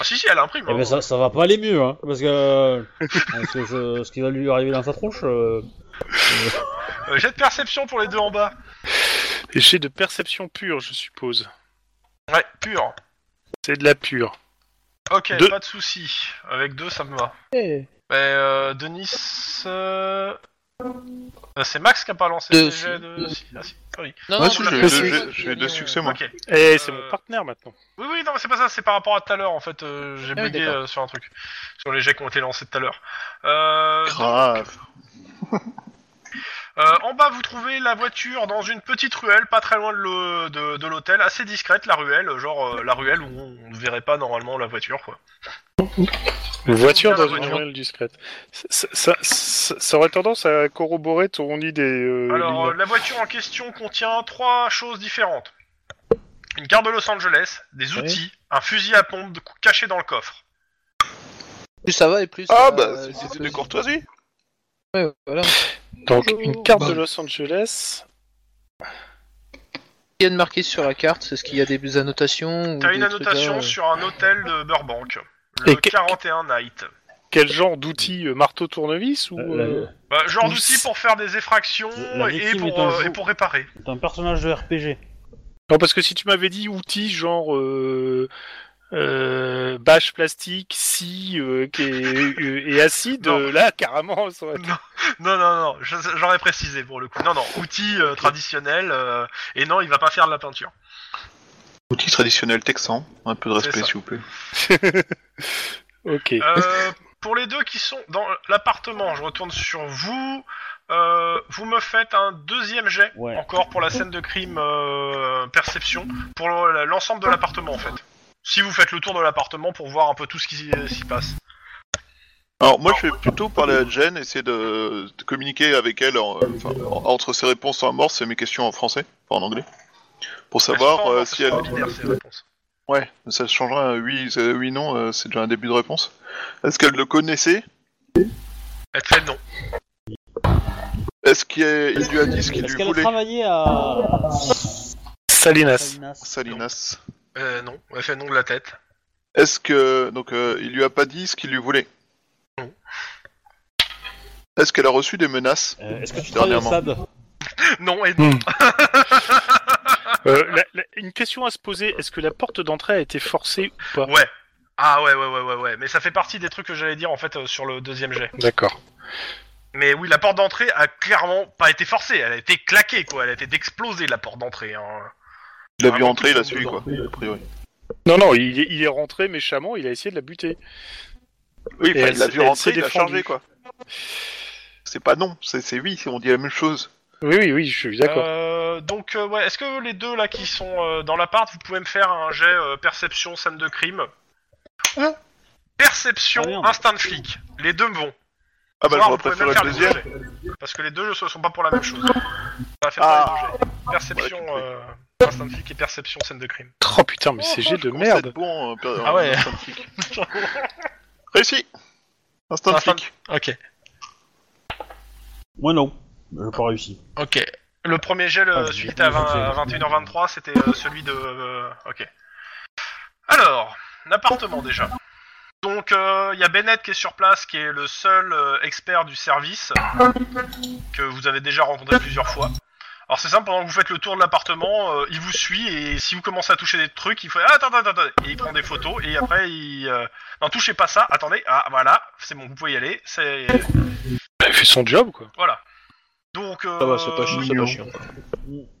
Ah si, si, elle imprime. Et hein. ben ça, ça va pas aller mieux, hein, parce que, euh, [laughs] parce que ce, ce qui va lui arriver dans sa tronche. euh, Euh, jet de perception pour les deux en bas. J'ai de perception pure, je suppose. Ouais, pur. C'est de la pure. Ok, Deux. pas de souci. Avec deux, ça me va. Mais euh, Denis, euh, euh, c'est Max qui a pas lancé Deux le aussi. jet de. si, ah, si, ah oui. Non, Ouais, non, si, on l'a j'ai eu fait, deux- euh, j'ai- j'ai eu deux euh, succès, moi. Ok. Eh, c'est Euh, mon partenaire maintenant. Oui, oui, non, mais c'est pas ça. C'est par rapport à tout à l'heure, en fait. euh, J'ai Ah oui, bugué d'accord. euh, sur un truc, sur les jets qui ont été lancés tout à l'heure. Euh, Grave. Euh, en bas, vous trouvez la voiture dans une petite ruelle, pas très loin de le- de de l'hôtel, assez discrète la ruelle, genre euh, la ruelle où on ne verrait pas normalement la voiture, quoi. Une voiture dans la une voiture. ruelle discrète. Ça, ça- ça- ça aurait tendance à corroborer ton idée. euh, Alors, Lina. euh, la voiture en question contient trois choses différentes. Une carte de Los Angeles, des outils, un fusil à pompe de- caché dans le coffre. Plus ça va et plus. Ah euh, bah, c'est- c'était de courtoisie. Ouais, voilà. Donc, une carte Bah. de Los Angeles. Ce qu'il y a de marqué sur la carte, c'est ce qu'il y a des annotations. ou T'as des une trucs, annotation euh, sur un hôtel de Burbank, le Et que- 41 Night. Quel genre d'outil euh, Marteau tournevis ou la- euh, Bah, genre Ouh, d'outils c'est- pour faire des effractions La et victime pour, est un euh, et jour- pour réparer. C'est un personnage de RPG. Non, parce que si tu m'avais dit outil genre euh, euh, bâche plastique, scie euh, qui est- euh, et acide, Non. euh, là carrément, ça [laughs] aurait été- Non, non, non, je- j'aurais précisé pour le coup. Non, non, outil euh, traditionnel, euh, et non, il va pas faire de la peinture. Outil traditionnel texan. Un peu de C'est respect, ça. s'il vous plaît. [laughs] ok. Euh, pour les deux qui sont dans l'appartement, je retourne sur vous. Euh, vous me faites un deuxième jet, Ouais. encore pour la scène de crime euh, perception, pour le- l'ensemble de l'appartement en fait. Si vous faites le tour de l'appartement pour voir un peu tout ce qui s'y passe. Alors moi je vais plutôt parler à Jen, essayer de, de communiquer avec elle en- enfin, en- entre ses réponses en morse et mes questions en français, enfin en anglais, pour Elles sont savoir pas en euh, ordre, si elles elle... sont en binaire, ces réponses. Ouais, ça changera. euh, Oui, euh, oui non, euh, c'est déjà un début de réponse. Est-ce qu'elle le connaissait Elle te fait non. Est-ce qu'il il lui a dit ce qu'il Est-ce lui qu'elle a voulait travaillé à Salinas. Salinas Salinas. Euh, non, elle fait non de la tête. [laughs] Est-ce que donc euh, il lui a pas dit ce qu'il lui voulait Non. Est-ce qu'elle a reçu des menaces Euh, Est-ce que tu travailles au SAD Non et non. Hmm. [laughs] Euh, la- la- une question à se poser est-ce que la porte d'entrée a été forcée ou pas Ouais. Ah ouais, ouais, ouais, ouais, ouais. Mais ça fait partie des trucs que j'allais dire en fait euh, sur le deuxième jet. D'accord. Mais oui, la porte d'entrée a clairement pas été forcée. Elle a été claquée, quoi. Elle a été explosée, la porte d'entrée. hein. Il l'a vu Ah, entrer, il a non, suivi non. quoi, a priori. Non, non, il est, il est rentré méchamment, il a essayé de la buter. Oui, Et enfin, elle il l'a s'est- vu elle rentrer, s'est il l'a défendue. chargé quoi. C'est pas non, c'est c'est oui, on dit la même chose. Oui, oui, oui, je suis d'accord. Euh, donc, euh, ouais, est-ce que les deux là qui sont euh, dans l'appart, vous pouvez me faire un jet euh, perception scène de crime ou perception Ah, merde. instinct de flic Les deux me vont. Ah bah Voire, j'aurais vous pouvez même préféré la faire les deux deuxième. jets. Parce que les deux ne sont pas pour la même chose. Ça va faire Ah. pas les deux jets. Perception Ouais, tu le fais. euh, instinct de flic et perception scène de crime. Oh putain, mais c'est jet de Comment ça va être merde. Bon, euh, per- Ah ouais. instinct de flic. [laughs] Réussi Instinct de Instinct de- flic. Ok, Moi non, j'ai pas réussi. ok. Le premier jet, le Ah, celui j'ai- qui était à, j'ai- 20 à 21h23, c'était euh, celui de. euh, ok. Alors, l'appartement déjà. Donc, euh, il y a Bennett qui est sur place, qui est le seul euh, expert du service que vous avez déjà rencontré plusieurs fois. Alors, c'est simple, pendant que vous faites le tour de l'appartement, euh, il vous suit et si vous commencez à toucher des trucs, il fait ah, attends, attends, attends, et il prend des photos et après il. euh, non, touchez pas ça, attendez, ah voilà, c'est bon, vous pouvez y aller, c'est. Il fait son job, quoi. Voilà. Donc, euh, Ça va, c'est pas, chi- c'est pas chiant.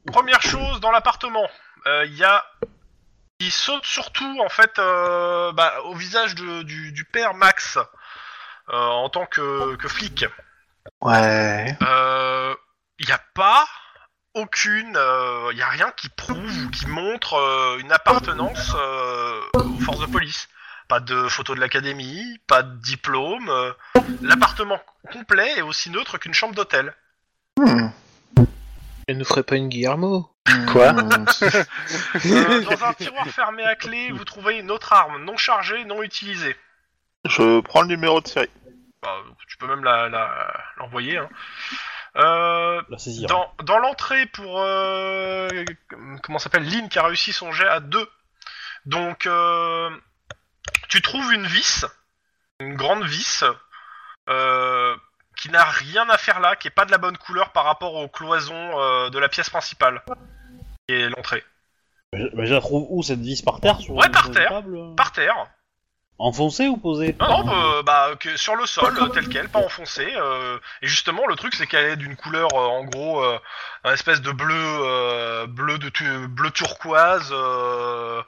première chose dans l'appartement, euh, il y a. Il saute surtout, en fait, euh, bah, au visage de- du, du père Max euh, en tant que, que flic. Ouais. Euh, Il n'y a pas aucune. euh, Il n'y a rien qui prouve ou qui montre euh, une appartenance euh, aux forces de police. Pas de photo de l'académie, pas de diplôme. euh, L'appartement complet est aussi neutre qu'une chambre d'hôtel. Elle nous ferait pas une Guillermo Quoi Ah. Hmm. Euh, dans un tiroir fermé à clé, vous trouvez une autre arme non chargée, non utilisée. Je prends le numéro de série. Bah, tu peux même la- la- l'envoyer. hein. Euh, La saisir. dans dans l'entrée pour euh, comment ça s'appelle Lynn qui a réussi son jet à 2. Donc euh, tu trouves une vis, une grande vis euh, qui n'a rien à faire là, qui est pas de la bonne couleur par rapport aux cloisons euh, de la pièce principale. Qui est l'entrée. Mais je- mais je la trouve où cette vis par terre sur Ouais, une- par sur une terre. table hein. Par terre. Enfoncée ou posée Non, non, bah, bah, que sur le sol, euh, tel quel, pas enfoncé. euh, et justement, le truc, c'est qu'elle est d'une couleur, euh, en gros, euh, un espèce de bleu, euh, bleu de tu- bleu turquoise, euh,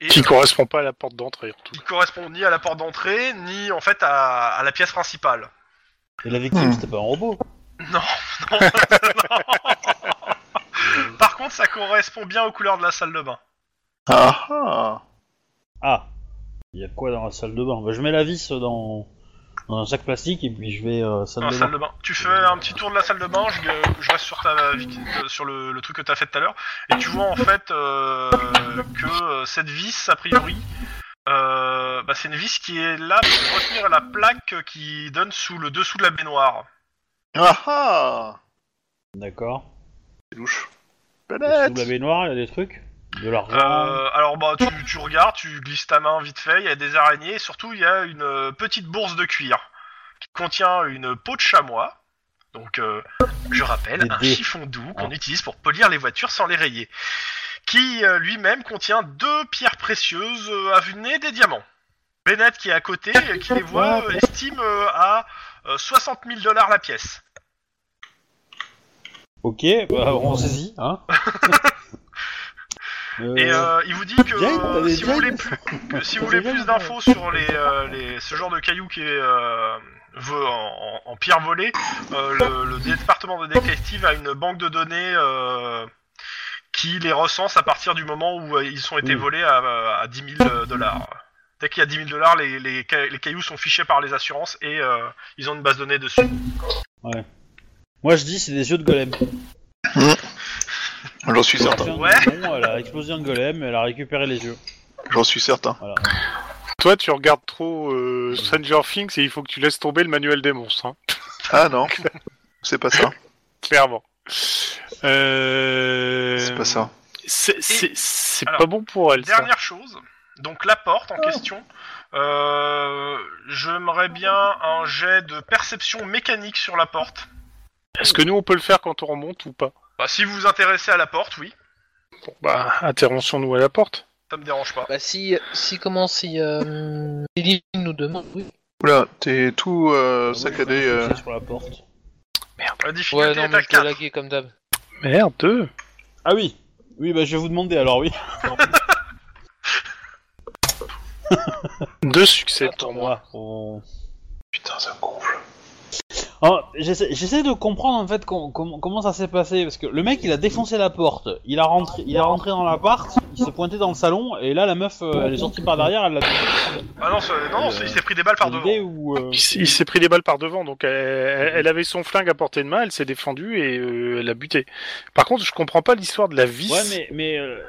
et Qui euh, correspond pas à la porte d'entrée, en tout qui correspond ni à la porte d'entrée, ni en fait à, à la pièce principale. Et la victime, Hmm. c'était pas un robot Non, non, non. Par contre, ça correspond bien aux couleurs de la salle de bain. Ah ah Ah Il y a quoi dans la salle de bain bah, Je mets la vis dans... dans un sac plastique et puis je vais euh, salle Dans la de salle bain. de bain. Tu fais un petit tour de la salle de bain, je, je reste sur, ta, vit- euh, sur le, le truc que t'as fait tout à l'heure, et tu vois en fait euh, que euh, cette vis, a priori, euh, bah, c'est une vis qui est là pour retenir la plaque qui donne sous le dessous de la baignoire. Ah ah D'accord. C'est louche. Et Sous Planète la baignoire, il y a des trucs De l'argent Euh, alors bah tu, tu regardes, tu glisses ta main vite fait, il y a des araignées, et surtout il y a une euh, petite bourse de cuir qui contient une peau de chamois. Donc euh, je rappelle, Des un dés. chiffon doux qu'on utilise pour polir les voitures sans les rayer, qui euh, lui-même contient deux pierres précieuses euh, à vue de nez des diamants. Bennett qui est à côté, euh, qui les voit, euh, estime euh, à euh, 60 000 dollars la pièce. Ok, bah, on saisit, [laughs] hein Et Euh, euh, il vous dit que Bien, euh, t'avais si vous voulez bien. plus, que Euh, si vous voulez T'avais plus bien. d'infos sur les, euh, les- ce genre de cailloux qui est euh, vo- en, en- en pierre volée, euh, le, le département de détective a une banque de données euh, qui les recense à partir du moment où euh, ils ont été Oui. volés à, à 10 000 dollars. Dès qu'il y a 10 000 dollars, les, les ca- les cailloux sont fichés par les assurances et euh, ils ont une base de données dessus. Moi je dis c'est des yeux de golem. J'en suis Elle a certain. fait un Ouais. bonbon, elle a explosé un golem, elle a récupéré les yeux. J'en suis certain. Voilà. Toi, tu regardes trop euh, Stranger Things et il faut que tu laisses tomber le manuel des monstres, hein, Ah non, c'est pas ça. clairement. Euh, C'est pas ça. C'est c'est- c'est Alors, pas bon pour elle. ça. Dernière chose, donc la porte en question. Euh, J'aimerais bien un jet de perception mécanique sur la porte. Est-ce que nous, on peut le faire quand on remonte ou pas Bah, si vous vous intéressez à la porte, oui, Bon, bah, intervention-nous à la porte. ça me dérange pas. Bah si, si comment si euh, Ellie nous demande, oui. Oula, t'es tout euh, saccadé. euh. Sur la porte. La difficulté Ouais, non, est à mais je dois 4. laguer comme d'hab. Merde Ah oui Oui, bah je vais vous demander alors, oui. Deux succès. [laughs] Attends, Moi, on- Putain, ça me gonfle. Alors, j'essaie j'essaie de comprendre en fait com- com- comment ça s'est passé parce que le mec il a défoncé la porte, il a rentré, il est rentré dans l'appart, il s'est pointé dans le salon et là la meuf euh, elle est sortie par derrière, elle l'a Ah non, ça- non, non, Euh, il s'est pris des balles par devant. Ah, idée ou euh, Il s- il s'est pris des balles par devant, donc elle, elle- elle avait son flingue à portée de main, elle s'est défendue et euh, elle a buté. Par contre, je comprends pas l'histoire de la vis. Ouais, mais mais euh,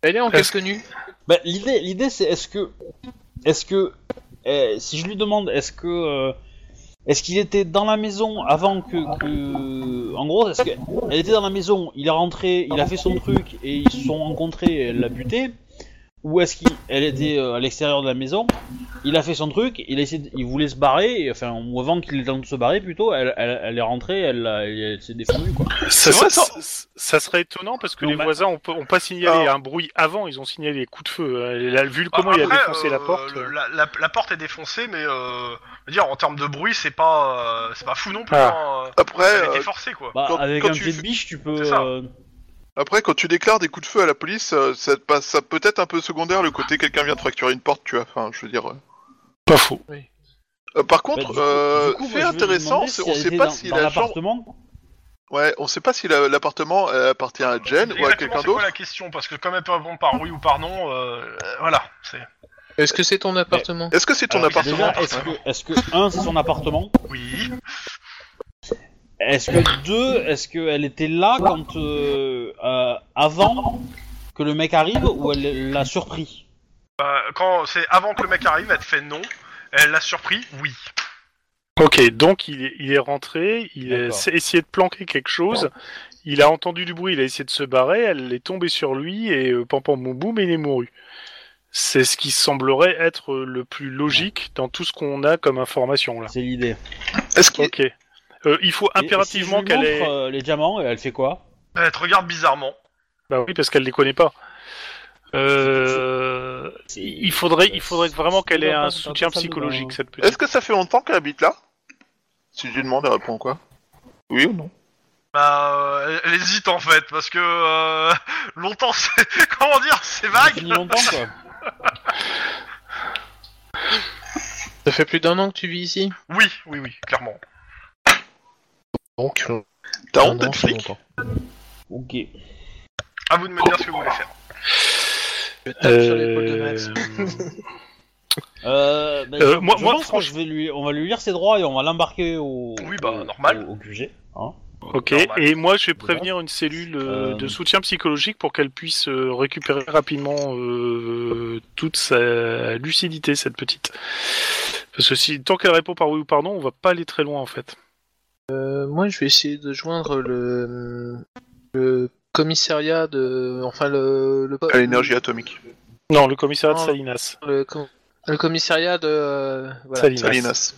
Elle est en Est-ce- quelques nues. bah, l'idée l'idée c'est est-ce que est-ce que eh, si je lui demande est-ce que euh, est-ce qu'il était dans la maison avant que, que- en gros est-ce qu'elle était dans la maison, il est rentré, il a fait son truc et ils se sont rencontrés et elle l'a buté ou est-ce qu'elle était euh, à l'extérieur de la maison, il a fait son truc, il, a essayé de- il voulait se barrer, et, enfin, ou avant qu'il ait le temps de se barrer plutôt, elle, elle- elle est rentrée, elle, l'a- elle, s'est défendue quoi. ça, vrai, ça- ça- ça- ça serait étonnant parce que Non, les bah- voisins ont, pas- ont pas signalé Ah. un bruit avant, ils ont signalé les coups de feu. Euh, la- vu Bah, comment il a après, défoncé la euh, porte. le- la, la- la porte est défoncée, mais euh, je veux dire, en termes de bruit, c'est pas, euh, c'est pas fou non plus. Ah. hein. Après, Elle a été euh, forcée, quoi. Bah, Quand- avec quand un tu pied de fais- biche, tu peux. C'est ça. euh, après, quand tu déclares des coups de feu à la police, euh, ça, te passe, ça peut être un peu secondaire le côté quelqu'un vient de fracturer une porte, tu vois. Enfin, je veux dire. euh. Pas faux. Euh, par Bah, contre, du coup- euh, du coup, moi, fait je vais lui intéressant, demander c'est si on elle sait était pas dans- si dans la jambe- l'appartement. Ouais, on sait pas si la- l'appartement euh, appartient à Jen ou à Exactement, quelqu'un c'est quoi d'autre. la question Parce que comme elle peut répondre par oui ou par non, euh, euh, voilà. c'est... Est-ce que c'est ton appartement Est-ce que c'est ton Alors, appartement Ah Déjà, est-ce que, est-ce que un, c'est son appartement Oui. Est-ce que deux, est-ce qu'elle était là quand euh, euh, avant que le mec arrive ou elle l'a surpris Bah, quand c'est avant que le mec arrive, elle te fait non. Elle l'a surpris, oui. Ok, donc il est, il est rentré, il a D'accord. s- essayé de planquer quelque chose, il a entendu du bruit, il a essayé de se barrer, elle est tombée sur lui et euh, pam pam boum boum, il est mouru. C'est ce qui semblerait être euh, le plus logique dans tout ce qu'on a comme information là. C'est l'idée. Est-ce qu'il Ok. Euh, il faut Et- et impérativement si je lui qu'elle montre, ait... euh, les diamants, elle fait quoi Elle te regarde bizarrement. Bah oui, parce qu'elle les connaît pas. Euh, il faudrait, il faudrait vraiment qu'elle ait un soutien psychologique cette Est-ce petite. que ça fait longtemps qu'elle habite là Si je lui demande, elle répond quoi Oui ou non Bah, euh, elle, elle hésite en fait, parce que euh, [laughs] longtemps, c'est... [laughs] comment dire, c'est Ça vague. finit longtemps quoi. Ça fait plus d'un an que tu vis ici. Oui, oui, oui, clairement. Donc. euh, T'as un Ah honte an, d'être c'est flic longtemps. Ok. À vous de me dire ce que vous voulez faire. Je tape sur l'épaule de Max. Euh, Euh, bah, Euh, je, moi- je moi, pense franch- que je vais lui, on va lui lire ses droits et on va l'embarquer au, Oui, bah, au- normal. au, au QG. hein. [laughs] Ok, Normal. et moi je vais prévenir une cellule euh, Euh. de soutien psychologique pour qu'elle puisse euh, récupérer rapidement euh, toute sa lucidité, cette petite. Parce que si, tant qu'elle répond par oui ou par non, on va pas aller très loin en fait. Euh, moi, je vais essayer de joindre le, le commissariat de, enfin le le, à l'énergie atomique. Non, le commissariat de Non. Salinas. le, com- le commissariat de euh, voilà, Salinas. Salinas.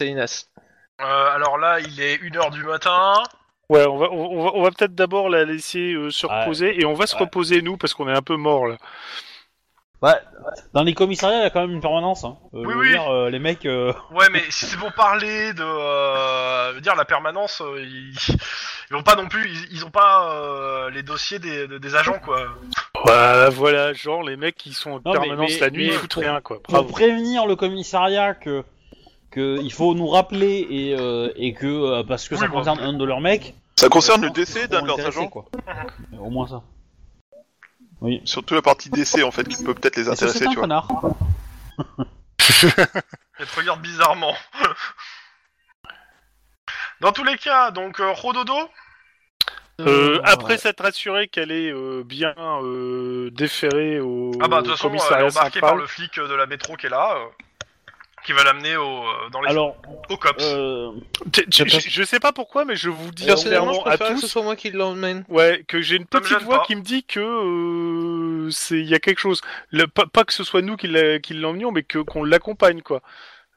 Salinas. Euh, alors là, il est 1h du matin. Ouais, on va, on va, on va peut-être d'abord la laisser euh, se Ouais. reposer et on va se Ouais. reposer nous parce qu'on est un peu mort là. Ouais, dans les commissariats, il y a quand même une permanence. Hein. Euh, Oui, je veux oui. dire, euh, les mecs. [laughs] euh, Ouais, mais si c'est pour parler de, euh, je veux dire la permanence, euh, ils, ils ont pas non plus, ils, ils ont pas euh, les dossiers des, de- des agents quoi. Voilà, Bah, voilà, genre les mecs qui sont en mais- permanence mais- la nuit, mais- ils foutent rien quoi. pour Bravo. prévenir le commissariat que, que il faut nous rappeler et, euh, et que euh, parce que ça Oui, bah. concerne un de leurs mecs. Ça concerne euh, le décès d'un de leurs intéressés, agents. quoi. Euh, Au moins ça. Surtout la partie décès en fait qui peut peut-être les Est-ce que intéresser, c'est un tu vois. connard Elle te regarde bizarrement. [laughs] Dans tous les cas, donc euh, Rododo, [laughs] Euh, après s'être assuré qu'elle est euh, bien euh, déférée au Ah bah de toute façon, elle est commissariat embarquée central. par le flic de la métro qui est là, euh, qui va l'amener au, euh, dans les Alors, au cops. euh, Tu- tu- Attends. je, je sais pas pourquoi, mais je vous dis Personnellement, je clairement à préfère que ce tous soit moi qui l'emmène. Ouais, que j'ai une Ça me petite gêne voix pas. qui me dit que euh, c'est il y a quelque chose. Le, pas, pas que ce soit nous qui l'a- qui l'emmenions, mais que qu'on l'accompagne quoi.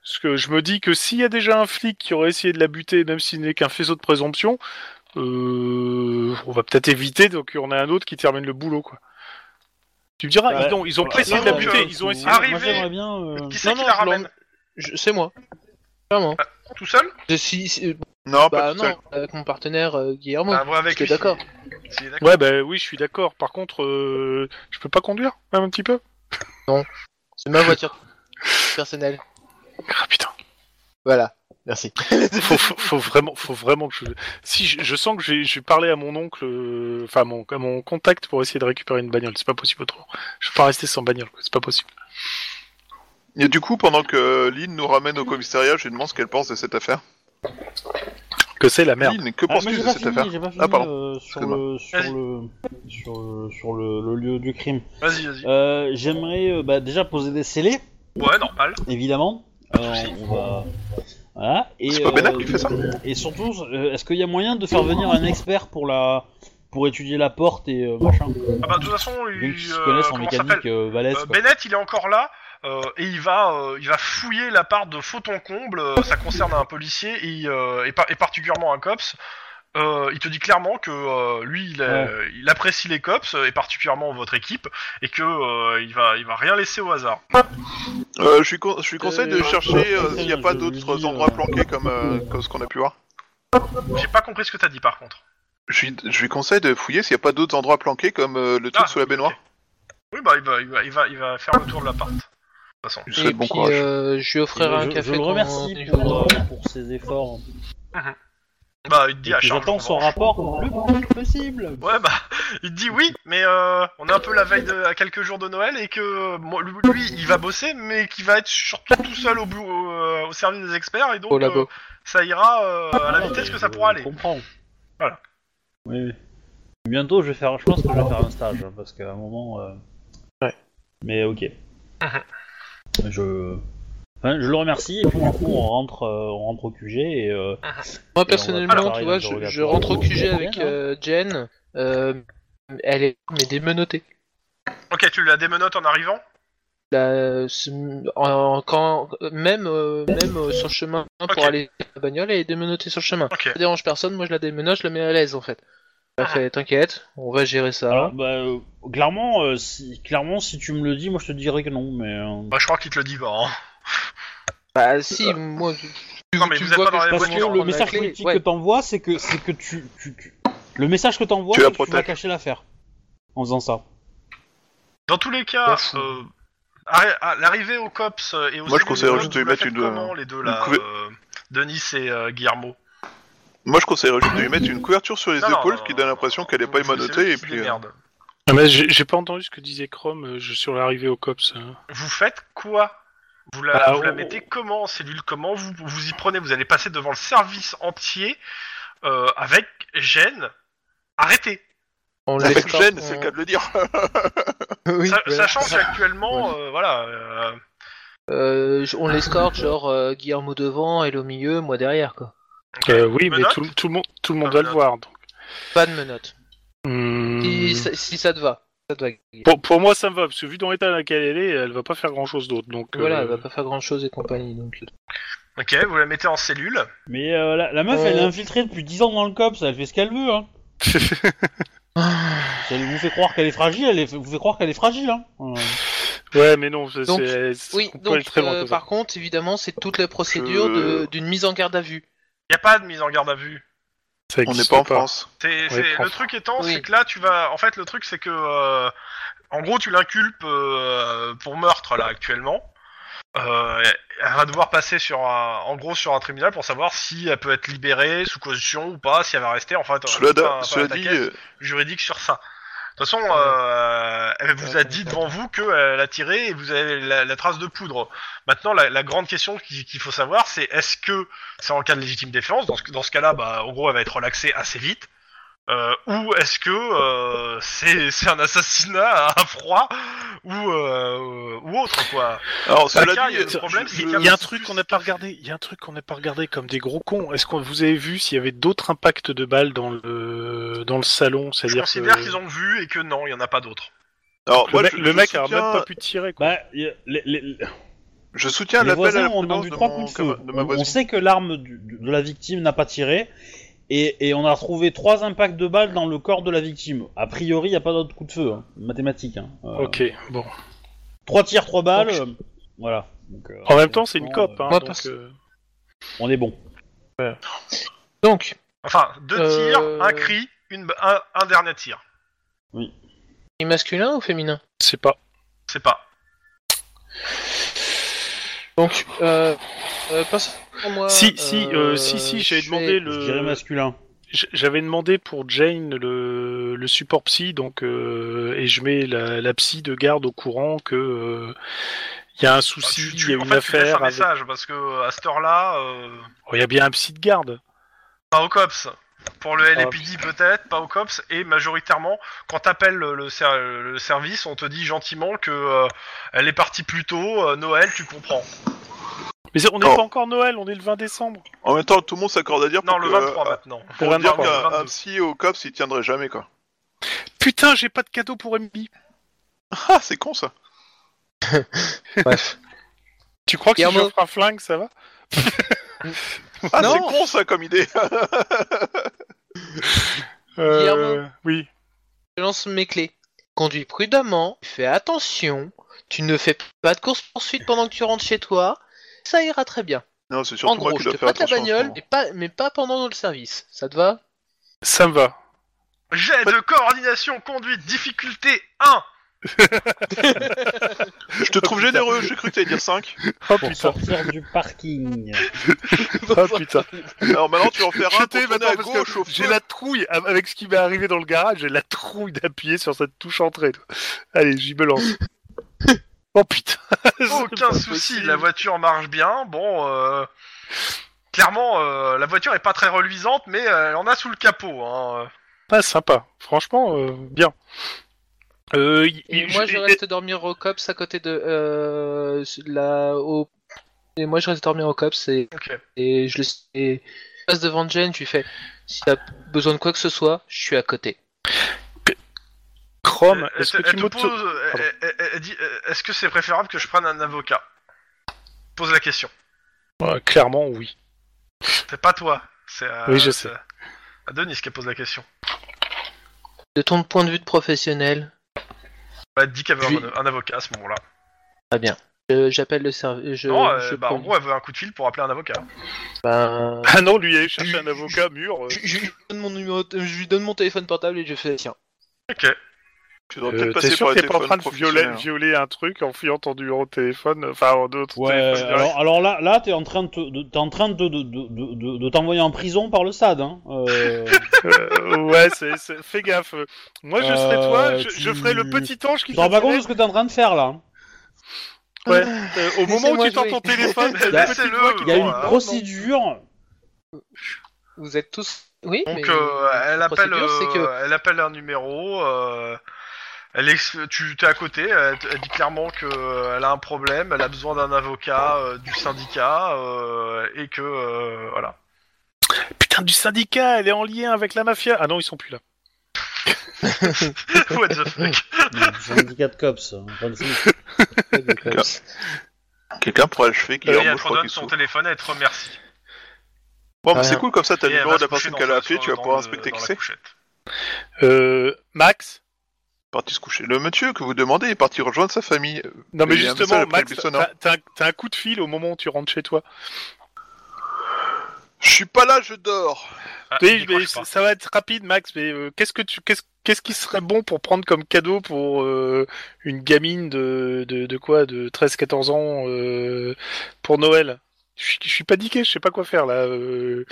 Parce que je me dis que s'il y a déjà un flic qui aurait essayé de la buter, même s'il n'est qu'un faisceau de présomption, euh, on va peut-être éviter. Donc on a un autre qui termine le boulot quoi. Tu me diras, Ouais. ils ont ils ont pas Ouais, essayé de Bah, non, la mais, buter, euh, ils ont moi, essayé. arrivé- Moi j'aimerais bien. euh, qui c'est qui la je ramène Ah. l'emmène. Je- C'est moi. Clairement. Tout seul Je- si- si- Non, pas bah tout seul. non, avec mon partenaire euh, Guillermo. Bah, vois avec J'étais lui. d'accord. s'il est d'accord. Ouais, bah oui, je suis d'accord. Par contre, euh, je peux pas conduire même un petit peu. C'est ma voiture [laughs] personnelle. Ah putain. Voilà. Merci. faut, faut, faut vraiment, faut vraiment que je. Si je, je sens que j'ai, j'ai parlé à mon oncle, euh, enfin à mon, à mon contact pour essayer de récupérer une bagnole. C'est pas possible autrement. Je peux pas rester sans bagnole. quoi. C'est pas possible. Et du coup, pendant que Lynn nous ramène au commissariat, je lui demande ce qu'elle pense de cette affaire. Que c'est la merde. Lynn, que Ah, mais penses-tu j'ai de pas cette fini, affaire j'ai pas fini Ah, pardon. euh, sur, Excuse-moi. le, sur, Vas-y. le, sur, le, sur le- le lieu du crime. Vas-y, vas-y. Euh, J'aimerais euh, bah, déjà poser des scellés, Ouais, normal. évidemment. Euh, on va... Voilà. Et, euh, C'est pas Ben Affleck qui fait ça Et surtout, euh, est-ce qu'il y a moyen de faire venir un expert pour la pour étudier la porte et euh, machin Ah bah de toute façon, Donc ils il, se euh, connaissent en comment ça mécanique s'appelle euh, Euh, balèze. quoi. Bennett, il est encore là. euh, et il va, euh, il va fouiller l'appart de faux en comble. euh, ça concerne un policier et, euh, et, par- et particulièrement un cops. Euh, il te dit clairement que euh, lui, il, a- il apprécie les cops euh, et particulièrement votre équipe et que euh, il va, il va rien laisser au hasard. Euh, Je lui con- je lui conseille de Euh, chercher euh, je- s'il n'y a pas je lui d'autres dis, endroits euh, planqués comme, euh, comme ce qu'on a pu voir. J'ai pas compris ce que t'as dit par contre. Je lui, je lui conseille de fouiller s'il n'y a pas d'autres endroits planqués comme euh, le truc Ah, sous la baignoire. Oui, bah il va, il va, il va, il va faire le tour de l'appart. De toute façon. Je lui Et souhaite bon puis courage. euh, je lui Et offrirai un je, café. je le quand- remercie pour, euh, pour ses efforts. Bah il te dit Et à puis charge. J'attends son revanche. rapport le plus vite possible. Ouais bah [laughs] il te dit oui mais euh, on est un peu la veille de, à quelques jours de Noël et que euh, moi, lui lui, il va bosser mais qu'il va être surtout tout seul au, bou- au, euh, au service des experts et donc Au labo. euh, ça ira euh, à la Non, vitesse mais que ça je- pourra aller. Je comprends. Voilà. Oui. oui. Bientôt, je vais faire. Je pense que je vais faire un stage hein, parce qu'à un moment. euh, Ouais. Mais ok. je. enfin, je le remercie et puis du coup on rentre, euh, on rentre au QG et euh, Moi va pas personnellement, parler tu vois, je, d'interrogatoire. je rentre au QG Jen, avec hein. euh, Jen. euh, elle est mais démenottée. Ok tu la démenottes en arrivant La- ce- en- quand, même euh, même euh, sur le chemin pour Ok. aller à la bagnole, elle est démenottée sur le chemin. Ok. Ça dérange personne, moi je la démenote, je la mets à l'aise en fait. Elle fait t'inquiète, on va gérer ça. Alors, bah, euh, clairement, euh, si, clairement, si tu me le dis, moi je te dirais que non, mais. euh, Bah je crois qu'il te le dit pas. hein. Bah si, moi tu, tu- Non, mais tu vous êtes vois pas que dans je les pense Parce bonnes que gens, qu'on le a message clé. politique Ouais. que t'envoies, c'est que, c'est que tu, tu- tu- Le message que t'envoies, Tu la c'est que tu vas protèges. cacher l'affaire. En faisant ça. Dans tous les cas Merci. euh, arri- à l'arrivée au cops euh, et au Moi, je service conseille des juste cops, de lui vous la mettre faites une, comment, les deux là couver- euh, Denis et euh, Guillermo. Moi, je conseillerais juste de lui mettre une couverture sur les Non, non, épaules, non, ce qui non, donne non, l'impression non, qu'elle n'est non, pas parce que c'est immonnotée. eux Et qui puis, euh, démerdent. Ah, mais j'ai, j'ai pas entendu ce que disait Chrome euh, je- sur l'arrivée au cops. euh. Vous faites quoi vous la, Ah, vous la on- mettez comment en cellule Comment vous, vous y prenez Vous allez passer devant le service entier euh, avec gêne. Arrêtez On avec l'escorte, gêne, on- c'est le cas de le dire. Oui, Sa- voilà. Sachant qu'actuellement, euh, voilà, euh, Euh, je- on l'escorte, genre euh, Guillermo devant, elle au milieu, moi derrière quoi. Euh, oui, mais Menottes tout, tout le monde, tout le monde Ah, va le voir. Donc. Pas de menottes. Hmm. Si, ça- si ça te va. Ça te va. Guy. Pour, pour moi, ça me va parce que vu dans l'état dans lequel elle est, elle va pas faire grand chose d'autre. Donc Voilà, euh, elle va pas faire grand chose et compagnie. Donc. euh. ok, vous la mettez en cellule. Mais euh, la, la meuf, Euh. elle est infiltrée depuis 10 ans dans le COPS, elle fait ce qu'elle veut. Hein. Ah. Si elle vous fait croire qu'elle est fragile, elle est- vous fait croire qu'elle est fragile. Hein. Euh, [laughs] ouais, mais non, c'est, Donc, c'est- c'est- Oui, on peut aller donc très loin euh, comme ça. par contre, évidemment, c'est toute la procédure Je- de- d'une mise en garde à vue. Il a pas de mise en garde à vue. Ça On n'est existe pas en France. C'est- Oui, c'est- prends. le truc étant, Oui. c'est que là, tu vas. En fait, le truc, c'est que. euh, en gros, tu l'inculpes euh, pour meurtre, là, actuellement. Euh, elle va devoir passer sur un, en gros sur un tribunal pour savoir si elle peut être libérée sous caution ou pas, si elle va rester. En fait, Cela, da- pas- pas cela attaquer. dit, euh, juridique sur ça. De toute façon, euh, elle vous a Ouais, dit ouais. devant vous qu'elle a tiré et vous avez la, la trace de poudre. Maintenant, la, la grande question qui- qu'il faut savoir, c'est est-ce que c'est en cas de légitime défense Dans ce, dans ce cas-là, bah, en gros, elle va être relaxée assez vite. Euh, ou est-ce que euh, c'est c'est un assassinat à froid ou, euh, ou autre quoi Alors, Dans le cela cas, dit, il y a le problème, c'est je- qu'il Il y a un truc qu'on n'a pas regardé. Il y a un truc qu'on n'a pas regardé comme des gros cons. Est-ce qu'on vous avez vu s'il y avait d'autres impacts de balles dans le dans le salon Je C'est-à-dire considère que qu'ils ont vu et que non, il y en a pas d'autres. Alors, le, moi, mec- je- le je mec a soutiens- même pas pu tirer. Quoi. Bah, y a- les- les- Je soutiens les l'appel à voisins la ont prudence entendu de, trois mon- coups de feu. de on, ma on voisine. sait que l'arme du- du- de la victime n'a pas tiré, et, et on a retrouvé trois impacts de balles dans le corps de la victime. A priori, il n'y a pas d'autre coup de feu, hein, mathématique. Hein. Euh, Ok, bon. Trois tirs, trois balles, Donc- euh, voilà. Donc, euh, En même temps, c'est une cop. Hein, moi, donc, parce- euh, On est bon. Donc, Enfin, deux Euh, tirs, un cri, une, un, un dernier tir. il est masculin ou féminin c'est pas. C'est pas. Donc, euh, euh, passe pour moi. Si, si, euh, euh, si, si, j'avais je demandé fais- Le- Je dirais masculin. J- J'avais demandé pour Jane le, le support psy, donc euh, et je mets la, la psy de garde au courant que euh, il y a un Bah, souci, tu- il tu- y a en une fait, tu laisses affaire. un avec- Oh, Il message parce que à cette heure-là, euh, y a bien un psy de garde. pas au cops. Pour Ah, le LAPD peut-être, pas au cops. Et majoritairement, quand t'appelles le, le ser- le service, on te dit gentiment que euh, elle est partie plus tôt. euh, Noël, tu comprends. Mais c'est- on n'est Oh. pas encore Noël, on est le 20 décembre. En même temps, tout le monde s'accorde à dire Non, pour le que, 23 euh, maintenant. Le pour dire 23. le qu'un 22. un psy au cops, il tiendrait jamais, quoi. Putain, j'ai pas de cadeau pour Emily. Ah, c'est con, ça. euh, Bref. Tu crois que si Guillermo. je lui offre un flingue, ça va Ah, Non. c'est con, ça, comme idée. Guillermo. Euh, Oui. Je lance mes clés. Conduis prudemment, fais attention, tu ne fais pas de course poursuite pendant que tu rentres chez toi, ça ira très bien. [laughs] non, c'est En surtout moi gros, qui je dois te faire prête la attention. en ce bagnole, moment. mais pas, mais pas pendant le service, ça te va Ça me va. Jet de coordination conduite difficulté [laughs] 1. Je te trouve généreux, j'ai cru que t'allais dire 5. Oh Pour putain. sortir du parking. Oh [laughs] putain. Alors maintenant, tu vas en faire un pour tourner J'étais maintenant à parce que gauche au j'ai feu. la trouille avec ce qui m'est arrivé dans le garage, j'ai la trouille d'appuyer sur cette touche entrée. toi. Allez, j'y me lance. [laughs] oh putain. C'est Aucun pas souci, possible. la voiture marche bien. Bon, euh, clairement, euh, la voiture est pas très reluisante, mais euh, elle en a sous le capot. Hein. Ah, sympa. Franchement, euh, bien. Euh, y- Et y- moi je- je reste dormir au COPS à côté de... euh, là, au... Et moi je reste dormir au COPS et, Ok. et je le et je passe devant Jen, je lui fais si t'as besoin de quoi que ce soit, je suis à côté. Chrome, Elle- est-ce que elle- tu elle te m'auto- pose- elle- Pardon. elle- elle- elle dit, euh, Est-ce que c'est préférable que je prenne un avocat Pose la question. Ouais, Clairement, oui. C'est pas toi. C'est euh, Oui, je c'est sais. à Denis qui pose la question. De ton point de vue de professionnel, Bah, elle dit qu'elle veut Puis- un, un avocat à ce moment-là. très bien. Euh, J'appelle le service. Je, Non, euh, je bah, en prends- gros, elle veut un coup de fil pour appeler un avocat. Ben, Ah non, lui, il allait chercher un avocat mûr. euh. je, je lui donne mon numéro, de- je lui donne mon téléphone portable et je fais tiens. Ok. Tu dois Euh, peut-être T'es passer sûr par que les t'es pas en train téléphones de violer, professionnels. violer un truc en fuyant ton numéro de téléphone, euh, enfin, en hein. d'autres Ouais, euh, téléphones alors, alors là, là t'es en train de, te- de- t'es en train de, de, de, de, de- de t'envoyer en prison par le SAD. Hein. Euh, [laughs] Euh, ouais, c'est, c'est- fais gaffe. Moi, je serais toi, Euh, je, tu- je ferais le petit ange qui tu te rends pas compte de t'attendait ce que t'es en train de faire là. hein. euh, au moment où Laissez-moi tu jouer. t'entends ton téléphone. t'as une Bah, petite laissez-le. voix qui- Il y a Bon, une alors, procédure. Vous êtes tous. Oui. Donc, mais- euh, elle la appelle, procédure, euh, c'est que elle appelle un numéro. euh, elle ex- tu t'es à côté. Elle, elle dit clairement que euh, elle a un problème. Elle a besoin d'un avocat euh, du syndicat euh, et que euh, voilà. [laughs] Putain, du syndicat, elle est en lien avec la mafia. Ah non, ils sont plus là. What the fuck syndicat de cops. hein, pas de flics. Quelqu'un pourrait achever Et Guillermo, elle je te crois donne qu'il son souffre. téléphone et elle te remercie. Bon, mais Ouais. c'est cool, comme ça, t'as Et le elle numéro va de la se personne coucher qu'elle a dans- appelée, tu vas dans pouvoir le- inspecter dans qui la c'est. couchette. Euh, Max Parti se coucher. Le monsieur que vous demandez est parti rejoindre sa famille. Non, mais Il y a un justement, message après Max, le sonore. t'as- t'as un- t'as un coup de fil au moment où tu rentres chez toi. Je suis pas là, je dors. Ah, Oui, n'y mais crois ça pas. ça va être rapide, Max. Mais euh, qu'est-ce que tu qu'est-ce qu'est-ce qui serait bon pour prendre comme cadeau pour euh, une gamine de, de, de quoi de 13-14 ans euh, pour Noël je suis, je suis paniqué, je sais pas quoi faire là. euh,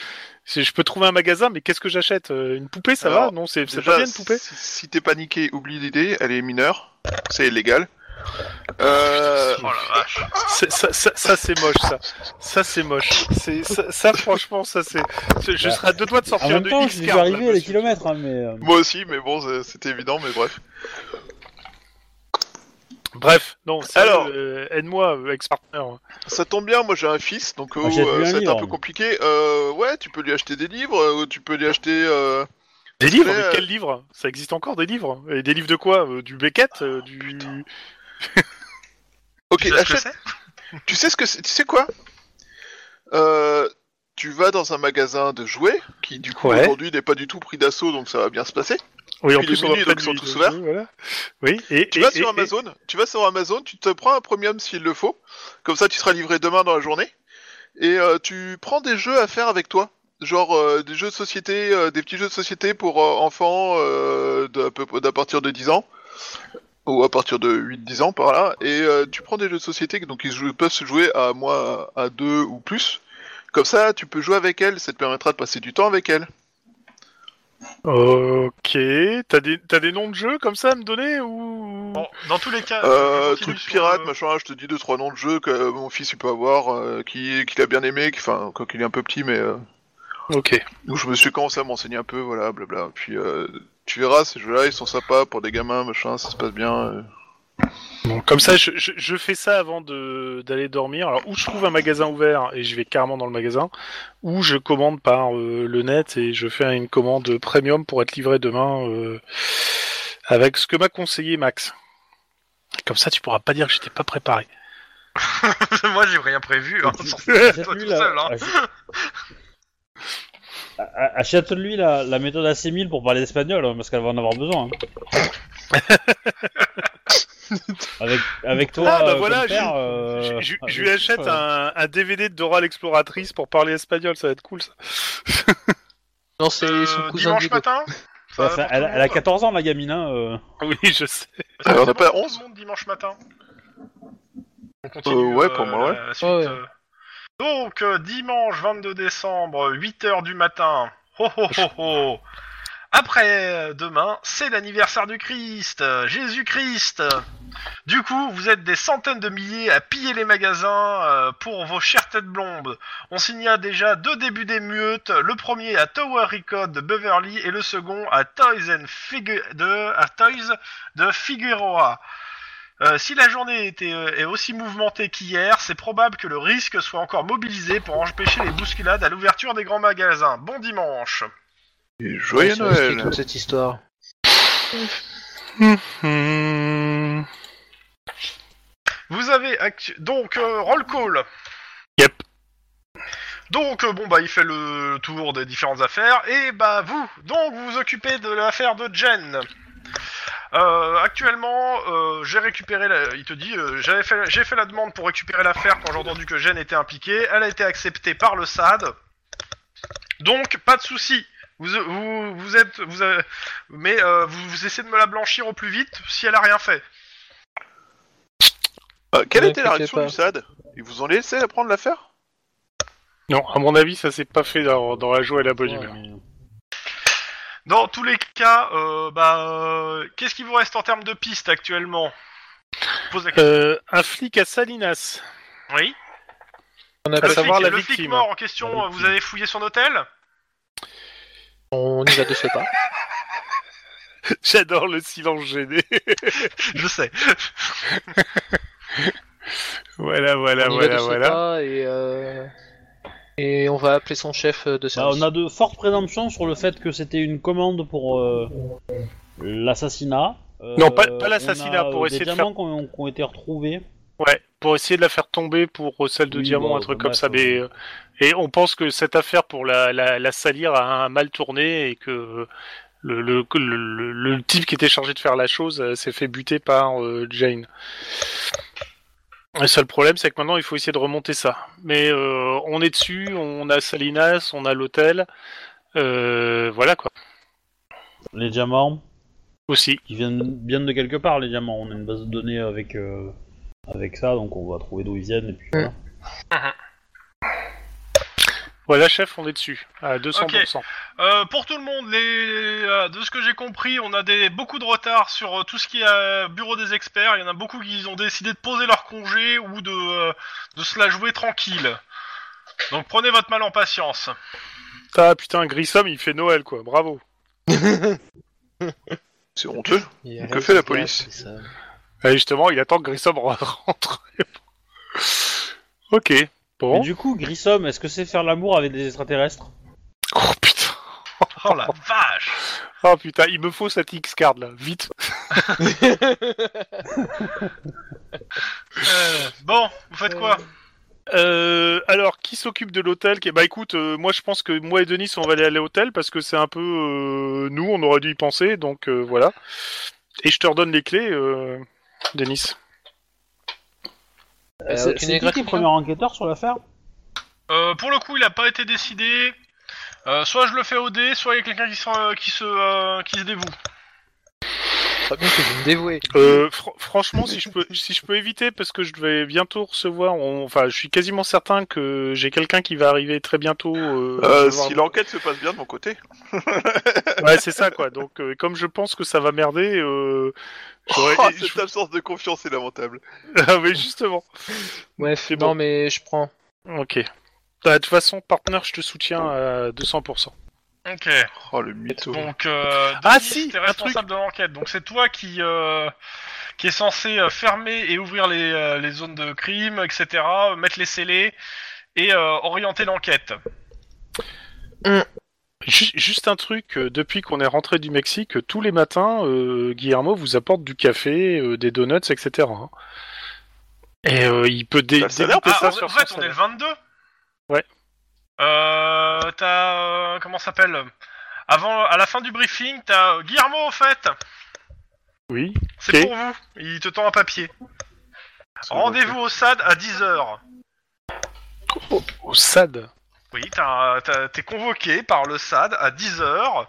c'est- je peux trouver un magasin, mais qu'est-ce que j'achète Euh, Une poupée, ça Alors, va Non, c'est c'est Déjà, pas bien une poupée. Si, si t'es paniqué, oublie l'idée, elle est mineure, c'est illégal. Euh, Oh la vache. C'est- Ça, ça- ça, c'est moche, ça. Ça, c'est moche. C'est- Ça, ça, franchement, ça, c'est. Je je serais à deux doigts de En sortir même de temps, je X suis card, là, arrivé à des dessus. kilomètres, hein, mais. [laughs] euh, moi aussi, mais bon, c'est- c'était évident, mais bref. Bref, non, Alors. alors, aide-moi, euh, ex-partner. Ça tombe bien, moi j'ai un fils, donc euh, Achète-lui euh, Ah, un ça va être un livre. peu compliqué. Euh, ouais, tu peux lui acheter des livres, euh, tu peux lui acheter... euh, Des livres Mais, Mais euh, quels livres Ça existe encore des livres Et des livres de quoi Euh, Du Beckett euh, Ah, Du. Ok, Tu sais ce que achète... c'est Tu sais ce que c'est Tu sais quoi Euh, Tu vas dans un magasin de jouets, qui du coup Ouais. aujourd'hui n'est pas du tout pris d'assaut, donc ça va bien se passer. Oui, en Puis les plus, on va menus, pas donc, sont de- tous ouverts. oui, voilà. Oui, et. Tu et- vas et- sur Amazon, tu vas sur Amazon, tu te prends un premium s'il le faut, comme ça tu seras livré demain dans la journée, et euh, tu prends des jeux à faire avec toi, genre euh, des jeux de société, euh, des petits jeux de société pour euh, enfants euh, d'à peu- d'à partir de 10 ans, ou à partir de 8-10 ans par là, et euh, tu prends des jeux de société, donc ils se jouent- peuvent se jouer à moi à deux ou plus, comme ça tu peux jouer avec elle, ça te permettra de passer du temps avec elle. Ok, t'as des, t'as des noms de jeux comme ça à me donner ou Bon, dans tous les cas, Euh, [laughs] je continue truc sur, pirate, euh, machin, je te dis deux trois noms de jeux que euh, mon fils il peut avoir, euh, qui qu'il a bien aimé, qui- enfin quand il est un peu petit, mais euh, Ok. où je me suis commencé à m'enseigner un peu, voilà, blabla. Puis euh, tu verras, ces jeux-là ils sont sympas pour des gamins, machin, ça se passe bien. euh. Bon, comme ça, je, je, je fais ça avant de d'aller dormir. Alors, ou je trouve un magasin ouvert et je vais carrément dans le magasin, ou je commande par euh, le net et je fais une commande premium pour être livré demain euh, avec ce que m'a conseillé Max. Comme ça, tu pourras pas dire que j'étais pas préparé. [laughs] Moi, j'ai rien [laughs] prévu. Hein, tu- sur- toi Achète-lui tout la... seul, hein. ach- A- a- Achète-lui la, la méthode AC1000 pour parler espagnol, hein, parce qu'elle va en avoir [laughs] besoin. hein. avec, avec toi, Ah, bah euh, voilà, comme père, Je, euh, je- ah, je je- lui achète ouais. un, un DVD de Dora l'exploratrice pour parler espagnol, ça va être cool ça. [laughs] Non, c'est Euh, son cousin dimanche Guido. matin Euh, Ça Ouais, va enfin, pour tout elle, le elle a monde 14 ans, la gamine. hein, euh. oui, je sais. Ça Alors, Euh, va on n'a pas pour tout le 11? monde dimanche matin On continue. Euh, ouais, pour moi, la suite, Ouais, ouais. euh. Donc, euh, dimanche 22 décembre, 8h du matin. Ho ho ho ho Après euh, demain, c'est l'anniversaire du Christ, euh, Jésus-Christ. Du coup, vous êtes des centaines de milliers à piller les magasins euh, pour vos chères têtes blondes. On signa déjà deux débuts des muettes, le premier à Tower Record de Beverly et le second à Toys and Figu- de, à Toys de Figueroa. Euh, si la journée était, euh, est aussi mouvementée qu'hier, c'est probable que le risque soit encore mobilisé pour empêcher les bousculades à l'ouverture des grands magasins. Bon dimanche Et joyeux Je sais Noël. toute cette histoire. Hmm. Vous avez actu- donc euh, roll call. Yep. Donc euh, bon bah il fait le tour des différentes affaires et bah vous donc vous vous occupez de l'affaire de Jen. Euh, actuellement, euh, j'ai récupéré. La... Il te dit, euh, j'avais fait, j'ai fait la demande pour récupérer l'affaire quand j'ai entendu que Jen était impliquée. Elle a été acceptée par le SAD. Donc pas de souci. Vous, vous, vous êtes, vous avez- mais euh, vous, vous essayez de me la blanchir au plus vite si elle a rien fait. Euh, quelle Ne était la l'inquiétez réaction pas. du SAD Ils vous ont laissé prendre l'affaire Non, à mon avis, ça s'est pas fait dans, dans la joie et la bonne Ouais, humeur. mais- Dans tous les cas, euh, bah, euh, qu'est-ce qui vous reste en termes de pistes actuellement Je Pose la question. Euh, un flic à Salinas. oui. On a à le pas... savoir flic, la le flic victime. mort en question, La euh, vous avez fouillé son [laughs] hôtel On y va de ce pas. [laughs] J'adore le silence gêné. Je sais. voilà, voilà, on y va Ben voilà, de ce voilà. pas et, euh, et on va appeler son chef de Bah, service. on a de fortes présomptions sur le fait que c'était une commande pour euh, l'assassinat. Euh, Non, pas- pas l'assassinat, on a, pour euh, essayer des de diamants qui ont, qui ont été retrouvés. Ouais, pour essayer de la faire tomber pour euh, celle de Oui, diamant, bah, un truc dommage, comme ça. ouais. Mais, euh, et on pense que cette affaire pour la, la, la salir a un mal tourné et que euh, le, le, que le, le- le type qui était chargé de faire la chose euh, s'est fait buter par euh, Jane. Le seul problème, c'est que maintenant, il faut essayer de remonter ça. Mais euh, on est dessus, on a Salinas, on a l'hôtel. euh, voilà quoi. Les diamants, Aussi. qui viennent, viennent de quelque part, les diamants. On a une base de données avec, euh, avec ça, donc on va trouver d'où ils viennent. Et puis, voilà. Ouais, la chef, on est dessus, à 200%. Euh, pour tout le monde, les... euh, de ce que j'ai compris, on a des... beaucoup de retard sur euh, tout ce qui est euh, bureau des experts. Il y en a beaucoup qui ont décidé de poser leur congé ou de, euh, de se la jouer tranquille. Donc prenez votre mal en patience. Ah putain, Grissom, il fait Noël, quoi, bravo. C'est [laughs] honteux. Que fait la police Et Ah, justement, il attend que Grissom re- [laughs] rentre. ok, Mais bon. du coup, Grissom, est-ce que c'est faire l'amour avec des extraterrestres Oh putain, Oh [laughs] la vache oh putain, il me faut cette X-card, là, vite. Euh, Bon, vous faites quoi Euh, alors, qui s'occupe de l'hôtel Bah écoute, euh, moi je pense que moi et Denis, on va aller à l'hôtel parce que c'est un peu euh, nous, on aurait dû y penser, donc euh, voilà. Et je te redonne les clés, euh, Denis. Euh, C'est c'est aucune qui qui est égratignure. premier enquêteur sur l'affaire Euh, Pour le coup, il n'a pas été décidé. Euh, soit je le fais au dé, soit il y a quelqu'un qui se, euh, qui, se, euh, qui se dévoue. Pas bien que vous me dévouez. Euh, fr- franchement, si [laughs] je peux, si je peux éviter, parce que je vais bientôt recevoir, on- enfin, je suis quasiment certain que j'ai quelqu'un qui va arriver très bientôt. euh, Euh, recevoir- Si l'enquête se passe bien de mon [laughs] côté. Ouais, c'est ça, quoi. Donc, euh, comme je pense que ça va merder, euh, [laughs] j'aurais- Oh, je- cette absence de confiance est lamentable. ah, mais justement. Bref, C'est non, bon. mais je prends. Ok. Bah, De toute façon, partner, je te soutiens à 200%. Ok. Oh le mytho. Donc, euh, Denis, Ah, si, t'es un responsable de l'enquête. Donc, c'est toi qui, euh, qui est censé euh, fermer et ouvrir les, euh, les zones de crime, etc., euh, mettre les scellés et euh, orienter l'enquête. Ju- Juste un truc, euh, depuis qu'on est rentré du Mexique, euh, tous les matins, euh, Guillermo vous apporte du café, euh, des donuts, etc. hein. Et euh, il peut dé Bah, ça a l'air dégoûter Ah, ça en, sur en son fait, on salaire. est le 22. Ouais. Euh, t'as. euh, comment ça s'appelle Avant, à la fin du briefing, t'as euh, Guillermo, en fait. Oui. C'est Ok. pour vous. Il te tend un papier. Ah, bah, Rendez-vous au SAD à 10h. Au SAD. Oui, t'as- t'as- t'es convoqué par le SAD à 10h.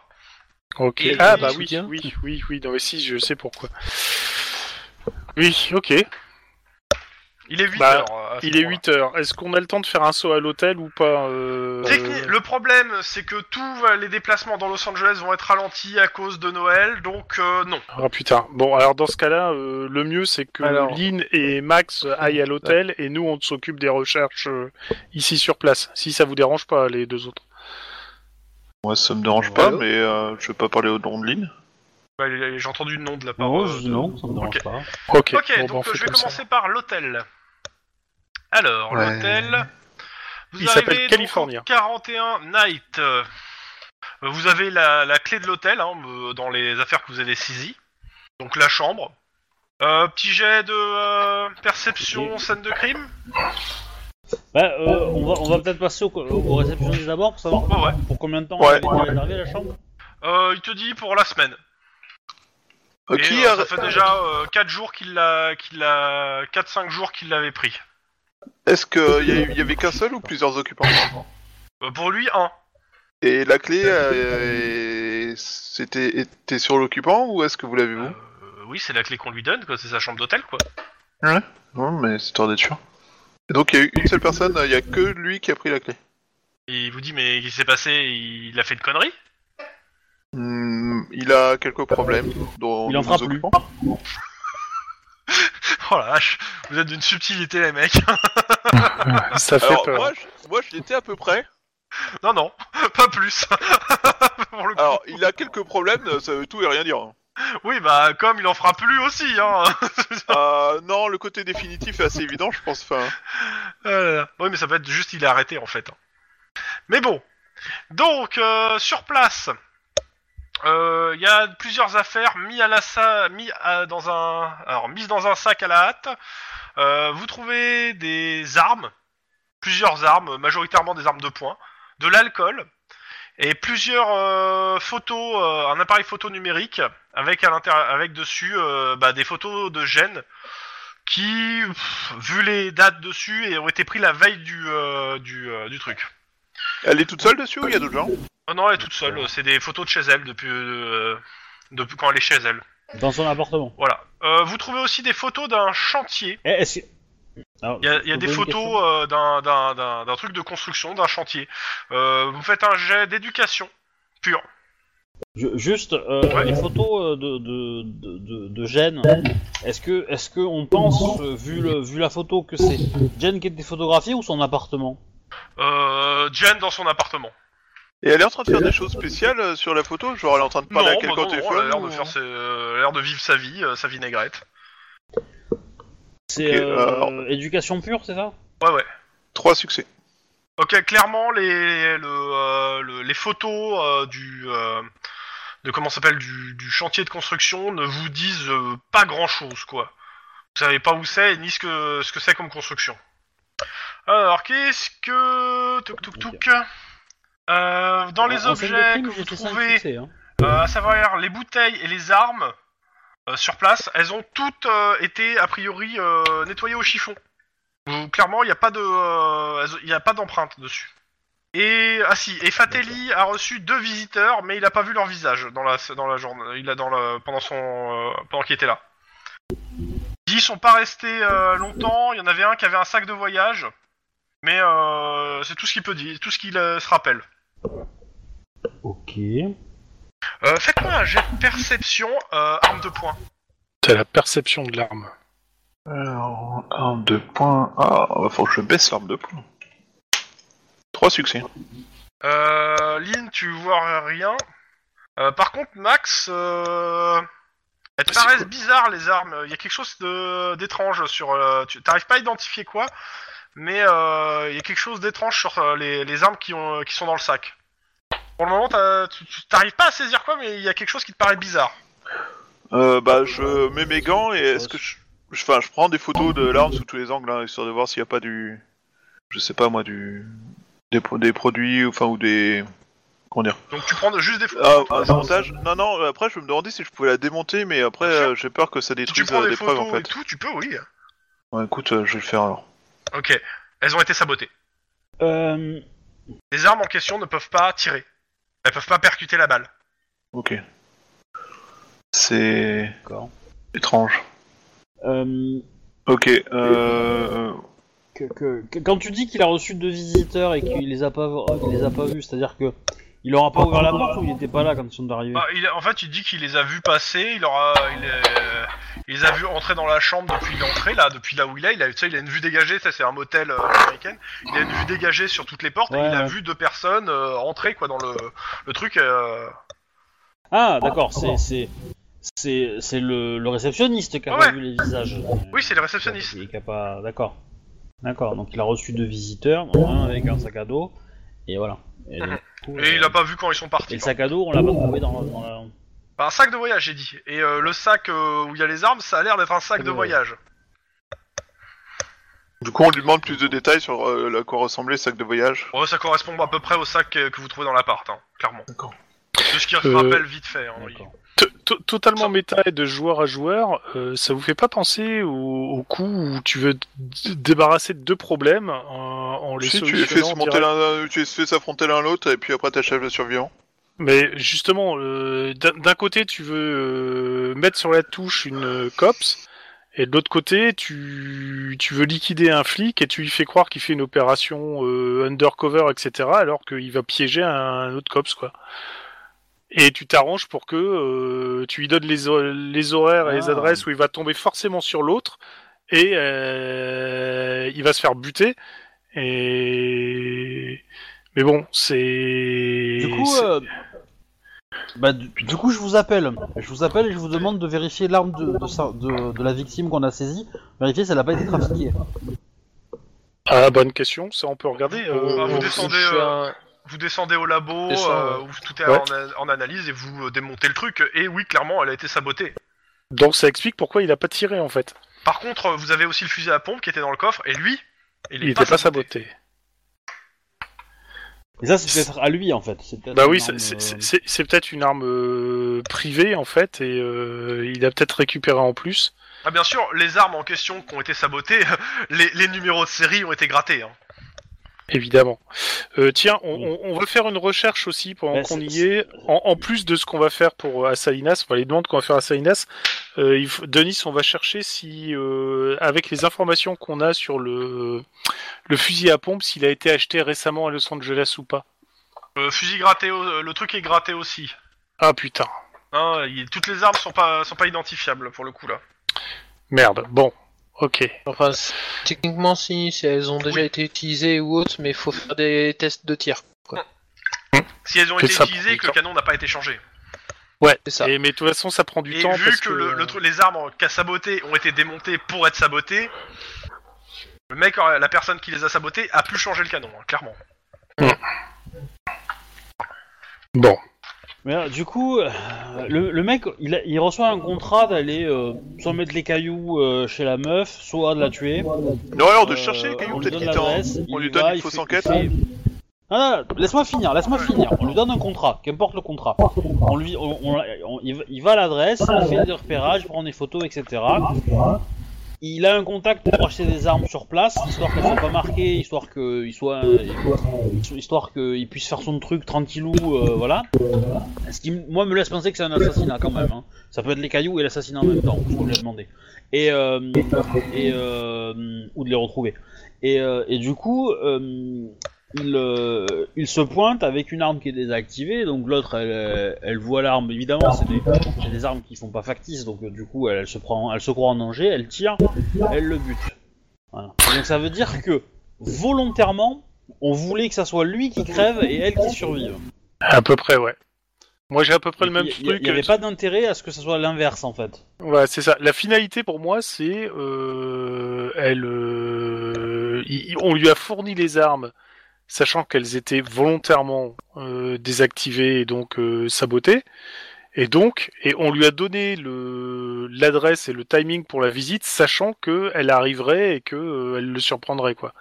Ok. Et- ah et bah je oui, soutiens. oui, oui, oui. Non mais si, je sais pourquoi. Oui, ok. Il est euh, 8h. Bah, Ah, Il est 8 heures. Est-ce qu'on a le temps de faire un saut à l'hôtel ou pas euh, Techni- Le problème, c'est que tous euh, les déplacements dans Los Angeles vont être ralentis à cause de Noël, donc euh, non. Ah putain. Bon, alors dans ce cas-là, euh, le mieux c'est que Alors- Lynn et Max aillent à l'hôtel et nous on s'occupe des recherches euh, ici sur place. Si ça vous dérange pas, les deux autres. Moi ça me dérange pas, Allô mais euh, je vais pas parler au nom de ligne. Bah, j'ai j'ai entendu le nom de la part. Non, euh, Bah, de- non, ça me dérange ok. pas. Ok. Ok, bon, bah, on donc euh, fait je vais comme ça. commencer par l'hôtel. Alors, Ouais. l'hôtel. Vous arrivez Il s'appelle donc California. au 41 Night. Euh, Vous avez la, la clé de l'hôtel hein, euh, dans les affaires que vous avez saisies. Donc la chambre. Euh, petit jet de euh, perception, scène de crime Bah, euh, on va, on va peut-être passer au, au réceptionniste d'abord pour savoir Ouais, ouais. pour combien de temps Ouais, elle est ouais. réservée la chambre. Euh, il te dit pour la semaine. Ok, Et, euh, arr- ça fait déjà 4 jours qu'il l'a, qu'il l'a, 4-5 jours qu'il l'avait pris. est-ce qu'il y, a eu- y avait qu'un seul ou plusieurs occupants Euh, pour lui, un. Et la clé, euh, est- c'était était sur l'occupant ou est-ce que vous l'avez vous Euh, oui, c'est la clé qu'on lui donne, quoi. C'est sa chambre d'hôtel, quoi. Non, mais c'est histoire d'être sûr. Et donc il y a eu une seule personne, il y a que lui qui a pris la clé. Et il vous dit, mais qu'est-ce qui s'est passé Il a fait de conneries Hmm, il a quelques problèmes. Dont Il en nous fera nous plus. occupons. [laughs] Oh la vache, vous êtes d'une subtilité, les mecs. [laughs] Ça fait Alors peur. moi, je, moi, je l'étais à peu près. non, non, [laughs] pas plus. Pour le coup. Alors il a quelques problèmes, ça veut tout et rien [laughs] dire. hein. Oui, bah, comme il en fera plus aussi, hein. Euh, non, le côté définitif est assez évident, je pense. Enfin, Oh là là. oui, mais ça peut être juste il est arrêté, en fait. hein. Mais bon. Donc, euh, sur place, euh, il y a plusieurs affaires mises à la sa- mis à- dans un, alors, mises dans un sac à la hâte. Euh, vous trouvez des armes, plusieurs armes, majoritairement des armes de poing, de l'alcool et plusieurs euh, photos, euh, un appareil photo numérique avec à l'intérieur, avec dessus euh, bah, des photos de gènes qui, pff, vu les dates dessus, et ont été pris la veille du euh, du, euh, du truc. elle est toute seule dessus ou il y a d'autres gens Oh non, elle est toute seule. C'est des photos de chez elle depuis, euh, depuis quand elle est chez elle. Dans son appartement. Voilà. Euh, vous trouvez aussi des photos d'un chantier. Eh, Est-ce que- Alors, Il y a, il y a je des pose une question. photos euh, d'un- d'un d'un- d'un truc de construction, d'un chantier. Euh, vous faites un jet d'éducation pure. Je- juste euh, Ouais. les photos euh, de de, de, de- de Gênes. Est-ce que est-ce que on pense euh, vu le, vu la photo que c'est Jen qui était photographiée ou son appartement Euh, Jen dans son appartement. Et elle est en train de faire des choses spéciales euh, sur la photo Genre elle est en train de parler à non, bah quelqu'un non, au non, téléphone elle a l'air ou- de, faire ses- euh, elle a l'air de vivre sa vie, euh, sa vinaigrette. C'est Ok, euh, alors- éducation pure, c'est ça Ouais, ouais. Trois succès. Ok, clairement, les, le, euh, le- les photos euh, du, euh, de comment ça s'appelle, du, du chantier de construction ne vous disent euh, pas grand chose, quoi. Vous savez pas où c'est et ni ce que ce que c'est comme construction. Alors, qu'est-ce que. Touk touk touk. Euh, dans les En- en scène de objets crime, que vous j'ai cinq trouvez, succès, hein. euh, à savoir les bouteilles et les armes euh, sur place, elles ont toutes euh, été a priori euh, nettoyées au chiffon. Vous- clairement, il n'y a pas de, euh, elles- il y a pas d'empreinte dessus. Et ah si, et Fatelli a reçu deux visiteurs, mais il n'a pas vu leur visage dans la dans la journée, il a dans le pendant son euh, pendant qu'il était là. Ils sont pas restés euh, longtemps. Il y en avait un qui avait un sac de voyage, mais euh, c'est tout ce qu'il peut dire, tout ce qu'il euh, se rappelle. Ok. Euh, Faites-moi un jet de perception, euh, arme de poing. T'as la perception de l'arme. Alors, arme de poing. Ah, va falloir que je baisse l'arme de poing. Trois succès. Euh, Lynn, tu vois rien. Euh, par contre, Max, euh, elles te Bah, C'est paraissent bizarres les armes. Il y a quelque chose de d'étrange sur. euh, tu t'arrives pas à identifier quoi, mais euh, il y a quelque chose d'étrange sur euh, les, les armes qui, ont, qui sont dans le sac. Pour le moment, t'as- tu tu- t'arrives pas à saisir quoi, mais il y a quelque chose qui te paraît bizarre. Euh, bah, je mets mes gants et est-ce que je. je- Enfin, je prends des photos de l'arme sous tous les angles, hein, histoire de voir s'il n'y a pas du. Je sais pas moi, du. Des, pro- des produits, enfin, ou des. Comment dire Donc tu prends juste des photos. Ah, un avantage Non, non, après, je me demandais si je pouvais la démonter, mais après, Bien sûr. euh, j'ai peur que ça Si tu détruise prends euh, des, des photos preuves en et fait. tout, tu peux, oui. Ouais, écoute, euh, je vais le faire alors. Ok, elles ont été sabotées. Euh, Les armes en question ne peuvent pas tirer. Elles peuvent pas percuter la balle. Ok. C'est. D'accord. étrange. euh, Ok, euh, euh. que- que- que- quand tu dis qu'il a reçu deux visiteurs et qu'il les a pas, euh, qu'il les a pas vus, c'est-à-dire que il aura pas ouvert la porte ou il était pas là quand ils sont arrivés. Bah, il- en fait, il dit qu'il les a vus passer, il, aura, il, euh, il les a vus entrer dans la chambre depuis l'entrée, là, depuis là où il est. Il a, tu sais, il a une vue dégagée, ça c'est un motel euh, américain. Il a une vue dégagée sur toutes les portes et Ouais, il a ouais. vu deux personnes euh, entrer quoi, dans le, le truc. euh. Ah, d'accord, c'est c'est c'est c'est le, le réceptionniste qui a Ouais. pas vu les visages. Euh, Oui, c'est le réceptionniste. Et qui a pas, d'accord, d'accord. Donc il a reçu deux visiteurs, dont un avec un sac à dos, et voilà. Et, [laughs] du coup, Et il euh, a pas vu quand ils sont et partis. le sac à dos, on l'a pas trouvé dans, dans la. Enfin, un sac de voyage, j'ai dit. Et euh, le sac euh, où il y a les armes, ça a l'air d'être un sac de voyage. Du coup, on lui demande plus de détails sur euh, à quoi ressemblait le sac de voyage. Oh, ça correspond à peu près au sac euh, que vous trouvez dans l'appart, hein, clairement. D'accord. C'est ce qui Euh, rappelle vite fait. hein, il- D'accord. To- to- Totalement méta et de joueur à joueur, euh, ça vous fait pas penser au, au coup où tu veux te d- débarrasser de deux problèmes euh, en les Si tu les fais solutionnant se monter direct- l'un, tu les fais s'affronter l'un l'autre, et puis après t'achèves le survivant. Mais justement, euh, d'un d'un côté tu veux euh, mettre sur la touche une euh, copse, et de l'autre côté tu, tu veux liquider un flic et tu lui fais croire qu'il fait une opération euh, undercover, etc. Alors qu'il va piéger un autre cops quoi. Et tu t'arranges pour que euh, tu lui donnes les, ho- les horaires et les Ah. adresses où il va tomber forcément sur l'autre et euh, il va se faire buter. Et mais bon, c'est Du coup, c'est- euh, bah, du, du coup, je vous appelle. Je vous appelle et je vous demande de vérifier l'arme de, de, sa- de- de la victime qu'on a saisie. Vérifier si elle a pas été trafiquée. Ah, bonne question, ça on peut regarder. euh, Ah, vous on- descendez, Je fais euh, un- vous descendez au labo, C'est ça, euh, ouais. où tout est Ouais. en, a- en analyse et vous euh, démontez le truc. Et oui, clairement, elle a été sabotée. Donc ça explique pourquoi il a pas tiré en fait. Par contre, euh, vous avez aussi le fusil à pompe qui était dans le coffre et lui, il, Il est était pas saboté. Et ça, c'est peut-être à lui en fait. C'est peut-être Bah oui, une arme, c'est- c'est euh, c'est- c'est peut-être une arme euh, privée en fait, et euh, il a peut-être récupéré en plus. Ah, bien sûr, les armes en question qui ont été sabotées, [laughs] les, les numéros de série ont été grattés. hein. Évidemment. Euh, tiens, on, Oui. on- on va faire une recherche aussi pendant Bah, qu'on c'est- y est. En, en plus de ce qu'on va faire pour euh, Assalinas, enfin les demandes qu'on va faire à Assalinas, euh, il faut- Denis, on va chercher si, euh, avec les informations qu'on a sur le, le fusil à pompe, s'il a été acheté récemment à Los Angeles ou pas. Le Euh, fusil gratté, au- le truc est gratté aussi. Ah putain, Hein, il- toutes les armes sont pas, sont pas identifiables pour le coup là. merde. Bon, ok. Enfin, c- techniquement, si, si elles ont déjà été utilisées ou autres, mais faut faire des tests de tir. Si elles ont Que été ça prend utilisées du et que temps. le canon n'a pas été changé. C'est ça. Et, mais de toute façon, ça prend du et temps. vu parce euh, que, le- le truc- les armes qu'a sabotées ont été démontées pour être sabotées, le mec, euh, la personne qui les a sabotées, a pu changer le canon, hein, clairement. Bon, Mais euh, du coup, euh, le, le mec, il, a- il reçoit un contrat d'aller euh, soit mettre les cailloux euh, chez la meuf, soit de la tuer. Non, alors de Euh, chercher les cailloux, on lui peut-être donne qu'il t'en- l'adresse, On il lui y donne va, une il fausse fait- il enquête. fait- Non, non, non, laisse-moi finir, laisse-moi finir. On lui donne un contrat, qu'importe le contrat. On lui, on, on- on- il va- il va à l'adresse, il fait des repérages, il prend des photos, etc. Il a un contact pour acheter des armes sur place, histoire qu'elles soient pas marquées, histoire qu'il soit, histoire qu'il puisse faire son truc tranquillou, euh, voilà. Ce qui, moi, me laisse penser que c'est un assassinat quand même. hein. Ça peut être les cailloux et l'assassinat en même temps, je vous l'ai demandé. Et, euh, et euh, ou de les retrouver. Et, euh, et du coup, euh, il, euh, il se pointe avec une arme qui est désactivée, donc l'autre, elle, euh, elle voit l'arme, évidemment, c'est des, c'est des armes qui sont pas factices, donc euh, du coup, elle, elle se prend, elle se croit en danger, elle tire, elle le bute. Voilà. Donc ça veut dire que, volontairement, on voulait que ça soit lui qui crève et elle qui survive. à peu près, ouais. Moi, j'ai à peu près le Il- même il- truc. euh, Il n'y avait pas d'intérêt à ce que ça soit l'inverse, en fait. Ouais, c'est ça. La finalité pour moi, c'est euh, elle. euh, il- il- on lui a fourni les armes, sachant qu'elles étaient volontairement euh, désactivées et donc euh, sabotées. Et donc, et on lui a donné le l'adresse et le timing pour la visite, sachant que elle arriverait et que euh, elle le surprendrait quoi.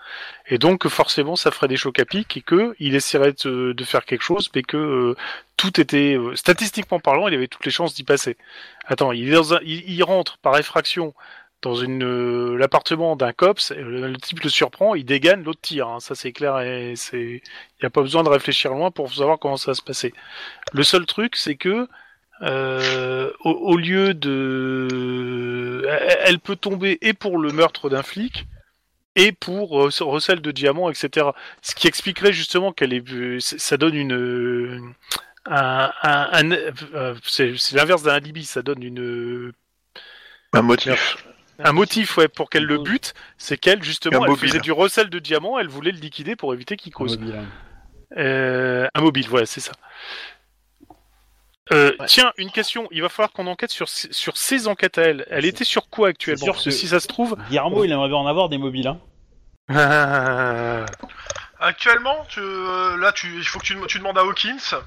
Et donc forcément, ça ferait des chocs à pic et que il essaierait de, de faire quelque chose, mais que euh, tout était euh, statistiquement parlant, il avait toutes les chances d'y passer. Attends, il, est dans un- il- il rentre par effraction dans une euh, l'appartement d'un copse, et le, le type le surprend, il dégaine, l'autre tire. hein. ça c'est clair et c'est il n'y a pas besoin de réfléchir loin pour savoir comment ça va se passer. Le seul truc c'est que euh, au, au lieu de elle- elle peut tomber et pour le meurtre d'un flic et pour euh, ce- recel de diamants etc. Ce qui expliquerait justement qu'elle est euh, c- ça donne une euh, un, un- un- euh, c'est c'est l'inverse d'un alibi, ça donne une, Un motif. un motif ouais, pour qu'elle le bute, c'est qu'elle justement Un elle mobile. faisait du recel de diamants, elle voulait le liquider pour éviter qu'il cause. Mobile, hein. Euh, un mobile, voilà, c'est ça. Euh, Ouais. Tiens, une question, il va falloir qu'on enquête sur, sur ses enquêtes à elle. Elle était sur quoi actuellement sûr Parce que que- si ça se trouve... [laughs] Guillermo, il aimerait bien en avoir des mobiles. Hein. bah Actuellement, tu, euh, là, tu, il faut que tu, dem- tu demandes à Hawkins.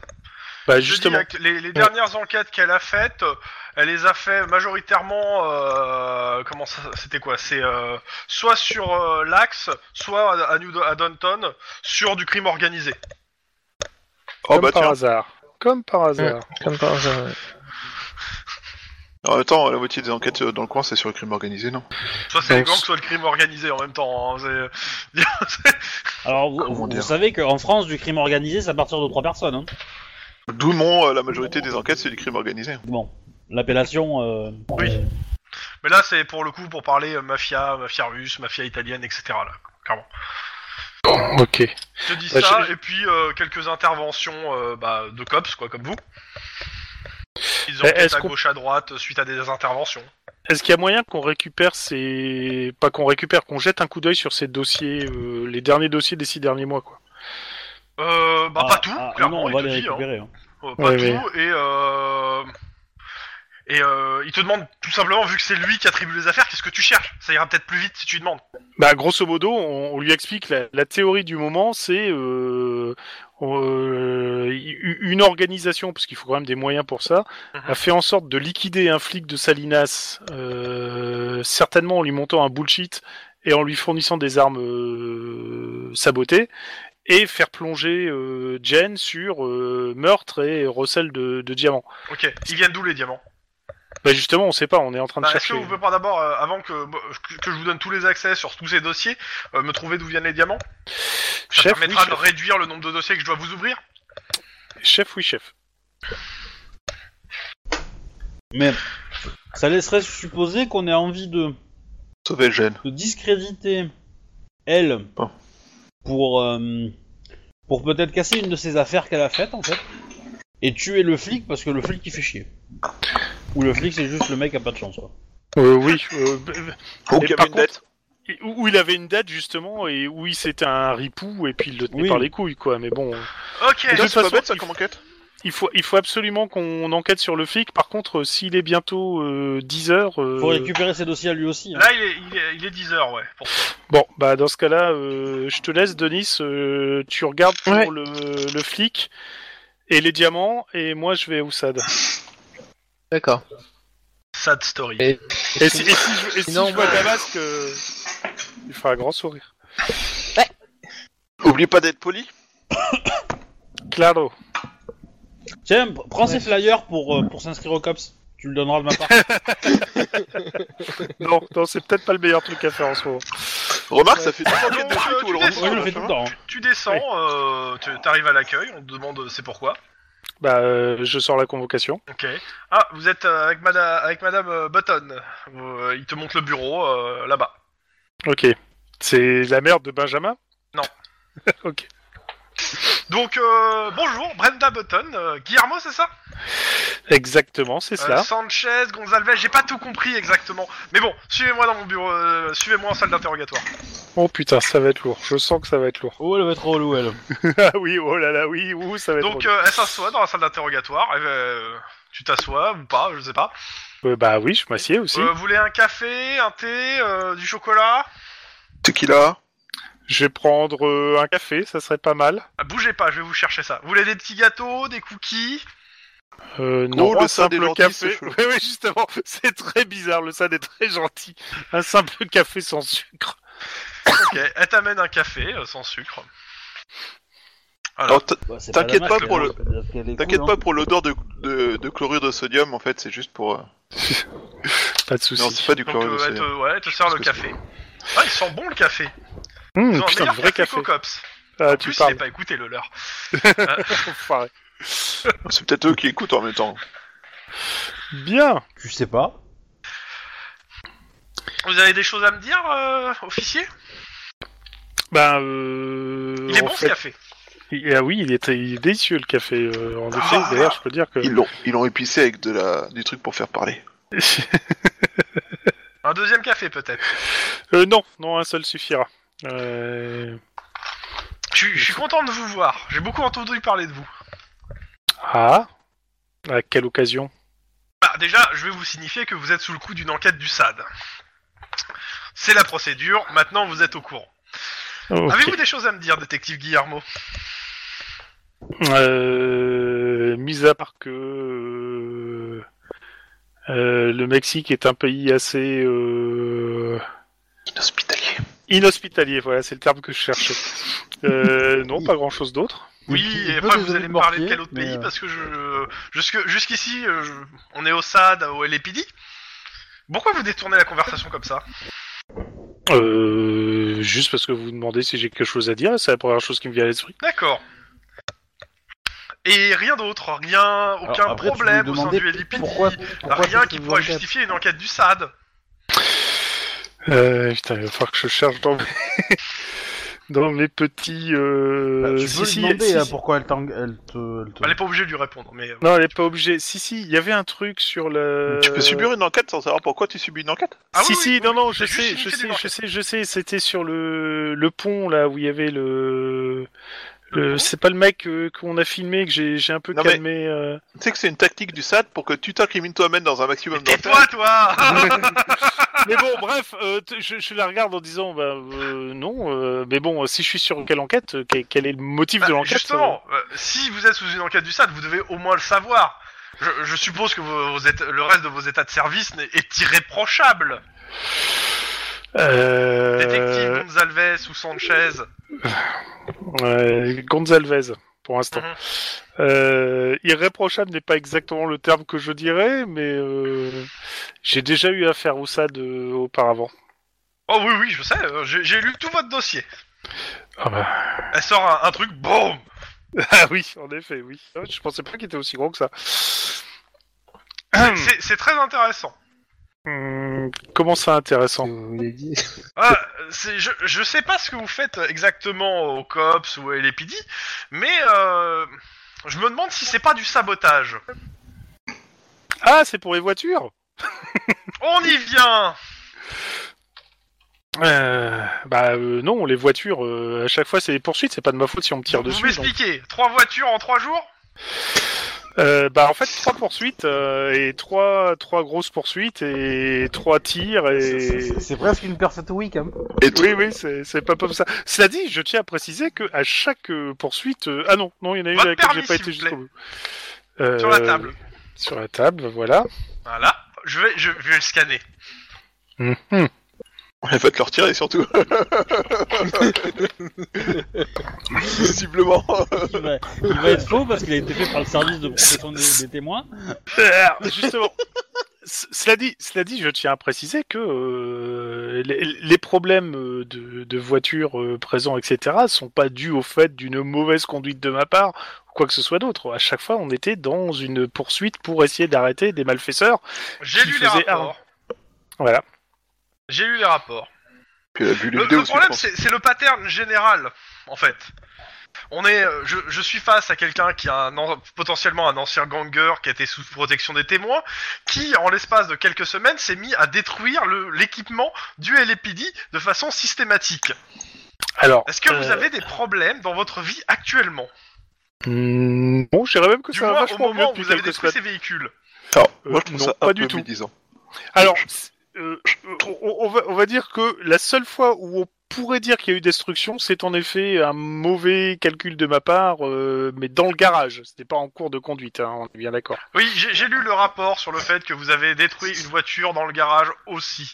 Je justement, dis, les, les dernières enquêtes qu'elle a faites, euh, elle les a fait majoritairement. euh, comment ça C'était quoi C'est euh, soit sur euh, l'axe, soit à, à New à Downton, sur du crime organisé. Oh comme bah par tiens, hasard. Comme par hasard. Comme par hasard, ouais. en même temps, la moitié des enquêtes euh, dans le coin, c'est sur le crime organisé, non Soit c'est Donc, les gangs, soit le crime organisé en même temps. hein, c'est- Alors, vous, vous- Comment vous dire savez qu'en France, du crime organisé, c'est à partir de trois personnes. hein. D'où mon, euh, la majorité des enquêtes, c'est du crime organisé. Bon, l'appellation. euh, oui. Mais là, c'est pour le coup pour parler euh, mafia, mafia russe, mafia italienne, etc. Là. Ok. Je te dis Bah, ça, je- et puis euh, quelques interventions euh, bah, de cops, quoi, comme vous. Ils Eh, enquêtent est-ce à qu'on- gauche, à droite, euh, suite à des interventions. Est-ce qu'il y a moyen qu'on récupère ces... Pas qu'on récupère, qu'on jette un coup d'œil sur ces dossiers, euh, les derniers dossiers des six derniers mois, quoi. Euh, bah ah, pas tout, ah, clairement, non, on il va te les dit, hein. récupérer. hein. Euh, pas Ouais, tout, ouais. et euh... Et euh, il te demande tout simplement, vu que c'est lui qui attribue les affaires, qu'est-ce que tu cherches Ça ira peut-être plus vite si tu lui demandes. Bah, grosso modo, on, on lui explique la, la théorie du moment, c'est euh, euh, une organisation, parce qu'il faut quand même des moyens pour ça, Mhm. a fait en sorte de liquider un flic de Salinas, euh, certainement en lui montant un bullshit et en lui fournissant des armes euh, sabotées, et faire plonger euh, Jen sur euh, meurtre et recel de, de diamants. Ok, ils viennent d'où les diamants Bah justement, on sait pas, on est en train de Bah, Est-ce que chercher. vous pouvez pas d'abord, euh, avant que, que je vous donne tous les accès sur tous ces dossiers, euh, me trouver d'où viennent les diamants Ça Chef, oui, permettra de chef. réduire le nombre de dossiers que je dois vous ouvrir Chef, oui, chef. Mais ça laisserait supposer qu'on ait envie de, Sauver le gène. de discréditer elle Oh. pour, euh, pour peut-être casser une de ses affaires qu'elle a faites en fait et tuer le flic parce que le flic il fait chier. Ou le flic c'est juste le mec qui a pas de chance. quoi. Euh, oui. [laughs] euh, b- b- Ou Et qu'il y par avait une dette. et où où il avait une date justement et où il c'était un ripou et puis il le tenait Oui. par les couilles quoi. Mais bon, Ok, de Putain, toute c'est pas façon, bête ça il- comme enquête il faut il faut absolument qu'on enquête sur le flic. Par contre, euh, s'il est bientôt euh, 10 heures, euh, Faut récupérer ses dossiers à lui aussi. hein. là il est, il est, 10h, ouais, pour toi. bon bah dans ce cas-là, euh, je te laisse Denis. euh, tu regardes pour Ouais. le, le flic et les diamants et moi je vais au SAD. D'accord. Sad story. Et, Et si, et si je, et si Sinon, je vois moi- Damasque, euh, il fera un grand sourire. Oublie pas d'être poli. Claro. Tiens, pr- prends ces Ouais. flyers pour, euh, pour s'inscrire au COPS. Tu le donneras de [laughs] ma part. Non, non c'est peut-être pas le meilleur truc à faire en ce moment. Remarque, ça fait deux enquêtes Donc, de euh, suite où tu le laisses- Moi je le remonte fais tout le temps. hein. Tu descends, euh, tu- t'arrives à l'accueil, on te demande euh, c'est pourquoi. Bah, euh, je sors la convocation. Ok. Ah, vous êtes euh, avec madame, avec madame euh, Button. Vous, euh, il te montre le bureau euh, là-bas. Ok. C'est la mère de Benjamin Non. ok. Donc, euh, bonjour, Brenda Button. euh, Guillermo, c'est ça Exactement, c'est Euh, cela. Sanchez, Gonzalez, j'ai pas tout compris exactement. Mais bon, suivez-moi dans mon bureau, euh, suivez-moi en salle d'interrogatoire. Oh putain, ça va être lourd. Je sens que ça va être lourd. Oh elle va être relou elle. ah oui, oh là là, oui, ouh, ça va être Donc, lourd. euh, elle s'assoit dans la salle d'interrogatoire. elle, euh, tu t'assois ou pas, je sais pas. Euh, bah oui, je m'assieds aussi. Euh, vous voulez un café, un thé, euh, du chocolat C'est qu'il a Je vais prendre euh, un café, ça serait pas mal. Ah, Bougez pas, je vais vous chercher ça. Vous voulez des petits gâteaux, des cookies Euh, Gros, non, le un sein des simple lentilles, café. c'est chelou. [laughs] Oui, oui, justement, c'est très bizarre. Le SAD est très gentil. Un simple café sans sucre. [laughs] Ok, elle t'amène un café euh, sans sucre. Alors, t- Bah, c'est T'inquiète la pas masse, pour hein, le- c'est peut-être qu'elle est t'inquiète cool, pas hein. pour l'odeur de, de, de chlorure de sodium en fait, c'est juste pour. euh, Pas Non, de soucis. c'est pas du donc chlorure de euh, elle, te, sodium. ouais, elle te sert le Parce que café. Ah, il sent bon le café. Hum, Ils ont un putain, meilleur vrai café. qu'au Cops. Ah, En tu plus, il parles. n'est pas écouté le leur. Enfoiré. C'est peut-être eux qui écoutent en même temps. Bien. Tu sais pas. Vous avez des choses à me dire, euh, officier Ben, euh, Il est en bon fait- ce café. il- Ah oui, il est, il est délicieux le café. euh, en effet, Ah. d'ailleurs, je peux dire que. Ils l'ont, ils l'ont épicé avec de la, du truc pour faire parler. Un deuxième café peut-être. [laughs] Euh, non, non, un seul suffira. Euh, Je suis- je suis content de vous voir. J'ai beaucoup entendu parler de vous. Ah. À quelle occasion Bah, déjà, je vais vous signifier que vous êtes sous le coup d'une enquête du SAD. C'est la procédure, maintenant vous êtes au courant. Ok. Avez-vous des choses à me dire, détective Guillermo Euh, mis à part que euh, euh, le Mexique est un pays assez euh, Inhospitalier. inhospitalier, voilà, c'est le terme que je cherchais. Euh, non, pas grand chose d'autre. Oui, il et peut après nous vous aider allez de me parler de mortier, quel autre mais, pays, euh, parce que je... jusque- jusqu'ici, euh, je- on est au SAD, au LAPD. Pourquoi vous détournez la conversation comme ça Euh, juste parce que vous vous demandez si j'ai quelque chose à dire, c'est la première chose qui me vient à l'esprit. D'accord. Et rien d'autre, rien, aucun Alors, après, tu problème lui au sein demandais du LAPD. pourquoi- pourquoi Rien tu qui fais pourrait une enquête. justifier une enquête du SAD. Euh, putain, il va falloir que je cherche dans mes, [laughs] dans mes petits. Euh... Bah, tu si, peux si, lui demander si, euh, si. pourquoi elle, t'en- elle te. elle te- Bah, Elle n'est pas obligée de lui répondre, mais... euh, Non, elle est pas obligée. Si, si, il y avait un truc sur le. Tu peux subir une enquête sans savoir pourquoi tu subis une enquête Ah si, oui, si, oui, non, oui, non, c'est je juste sais, une je clé sais, d'une je sais, je sais, c'était sur le, le pont, là, où il y avait le... Le le- pont c'est pas le mec euh, qu'on a filmé, que j'ai j'ai un peu Non, mais- calmé... euh. Tu sais que c'est une tactique du SAD pour que tu t'incrimines toi-même dans un maximum Et d'enfer. toi, toi [laughs] [laughs] Mais bon, bref, euh, t- je, je la regarde en disant, bah, euh, non, euh, mais bon, euh, si je suis sur quelle enquête, euh, quel, quel est le motif de Bah, l'enquête Justement, euh, si vous êtes sous une enquête du SAD, vous devez au moins le savoir. Je, je suppose que vos, vos états- le reste de vos états de service n'est- est irréprochable. euh, Détective Gonzalez ou Sanchez. euh, Gonzalez, pour l'instant. Mhm. Euh, irréprochable n'est pas exactement le terme que je dirais, mais euh, j'ai déjà eu affaire au SAD euh, auparavant. Oh oui, oui, je sais, euh, j'ai j'ai lu tout votre dossier. Ah [laughs] bah. Elle sort un, un truc, boum Ah oui, en effet, oui. Je pensais pas qu'il était aussi gros que ça. C'est- [clears throat] c'est- C'est très intéressant. Hum, comment ça intéressant Vous voulez dire Ah, c'est- je, je sais pas ce que vous faites exactement au COPS ou à LAPD, mais euh, je me demande si c'est pas du sabotage. Ah, c'est pour les voitures On y vient Euh, Bah euh, non, les voitures, euh, à chaque fois c'est des poursuites, c'est pas de ma faute si on me tire Vous dessus. donc. m'expliquez. Trois voitures en trois jours Euh, bah en fait trois poursuites euh, et trois trois grosses poursuites et trois tirs et C'est presque une perfect week. Hein. Et tout. oui oui c'est c'est pas comme ça. Cela dit, je tiens à préciser que à chaque euh, poursuite euh, ah non non il y en a une Votre à laquelle permis, j'ai s'il pas été vous jusqu'au plaît. bout. Euh, Sur la table. Sur la table voilà. Voilà. Je vais, je, je vais le scanner. Mhm. Elle va te le retirer [laughs] surtout. Visiblement. Il va, il va être faux parce qu'il a été fait par le service de protection des, des témoins. Alors, Ah, [laughs] justement. c- Cela dit, cela dit, je tiens à préciser que euh, les, les problèmes euh, de, de voitures euh, présents, etc., sont pas dus au fait d'une mauvaise conduite de ma part ou quoi que ce soit d'autre. À chaque fois, on était dans une poursuite pour essayer d'arrêter des malfaiteurs. J'ai Qui lu les faisait rapports. Voilà. J'ai lu les rapports. Puis elle a vu les Le, vidéos le aussi, problème, je pense. c'est c'est le pattern général, en fait. On est, euh, je, je suis face à quelqu'un qui a un an- potentiellement un ancien ganger qui a été sous protection des témoins, qui, en l'espace de quelques semaines, s'est mis à détruire le- l'équipement du LAPD de façon systématique. Alors, Est-ce que vous Euh. avez des problèmes dans votre vie actuellement hmm, bon, je dirais même que Du ça va moins, au vachement mieux moment où depuis vous avez quelques détruit semaines. ces véhicules. Alors, moi je Euh, trouve non, ça un pas peu du tout. médisant. Alors, c'est- euh, on, on va, on va dire que la seule fois où on pourrait dire qu'il y a eu destruction, c'est en effet un mauvais calcul de ma part, euh, mais dans le garage. Ce n'est pas en cours de conduite, hein, on est bien d'accord. Oui, j'ai j'ai lu le rapport sur le fait que vous avez détruit une voiture dans le garage aussi.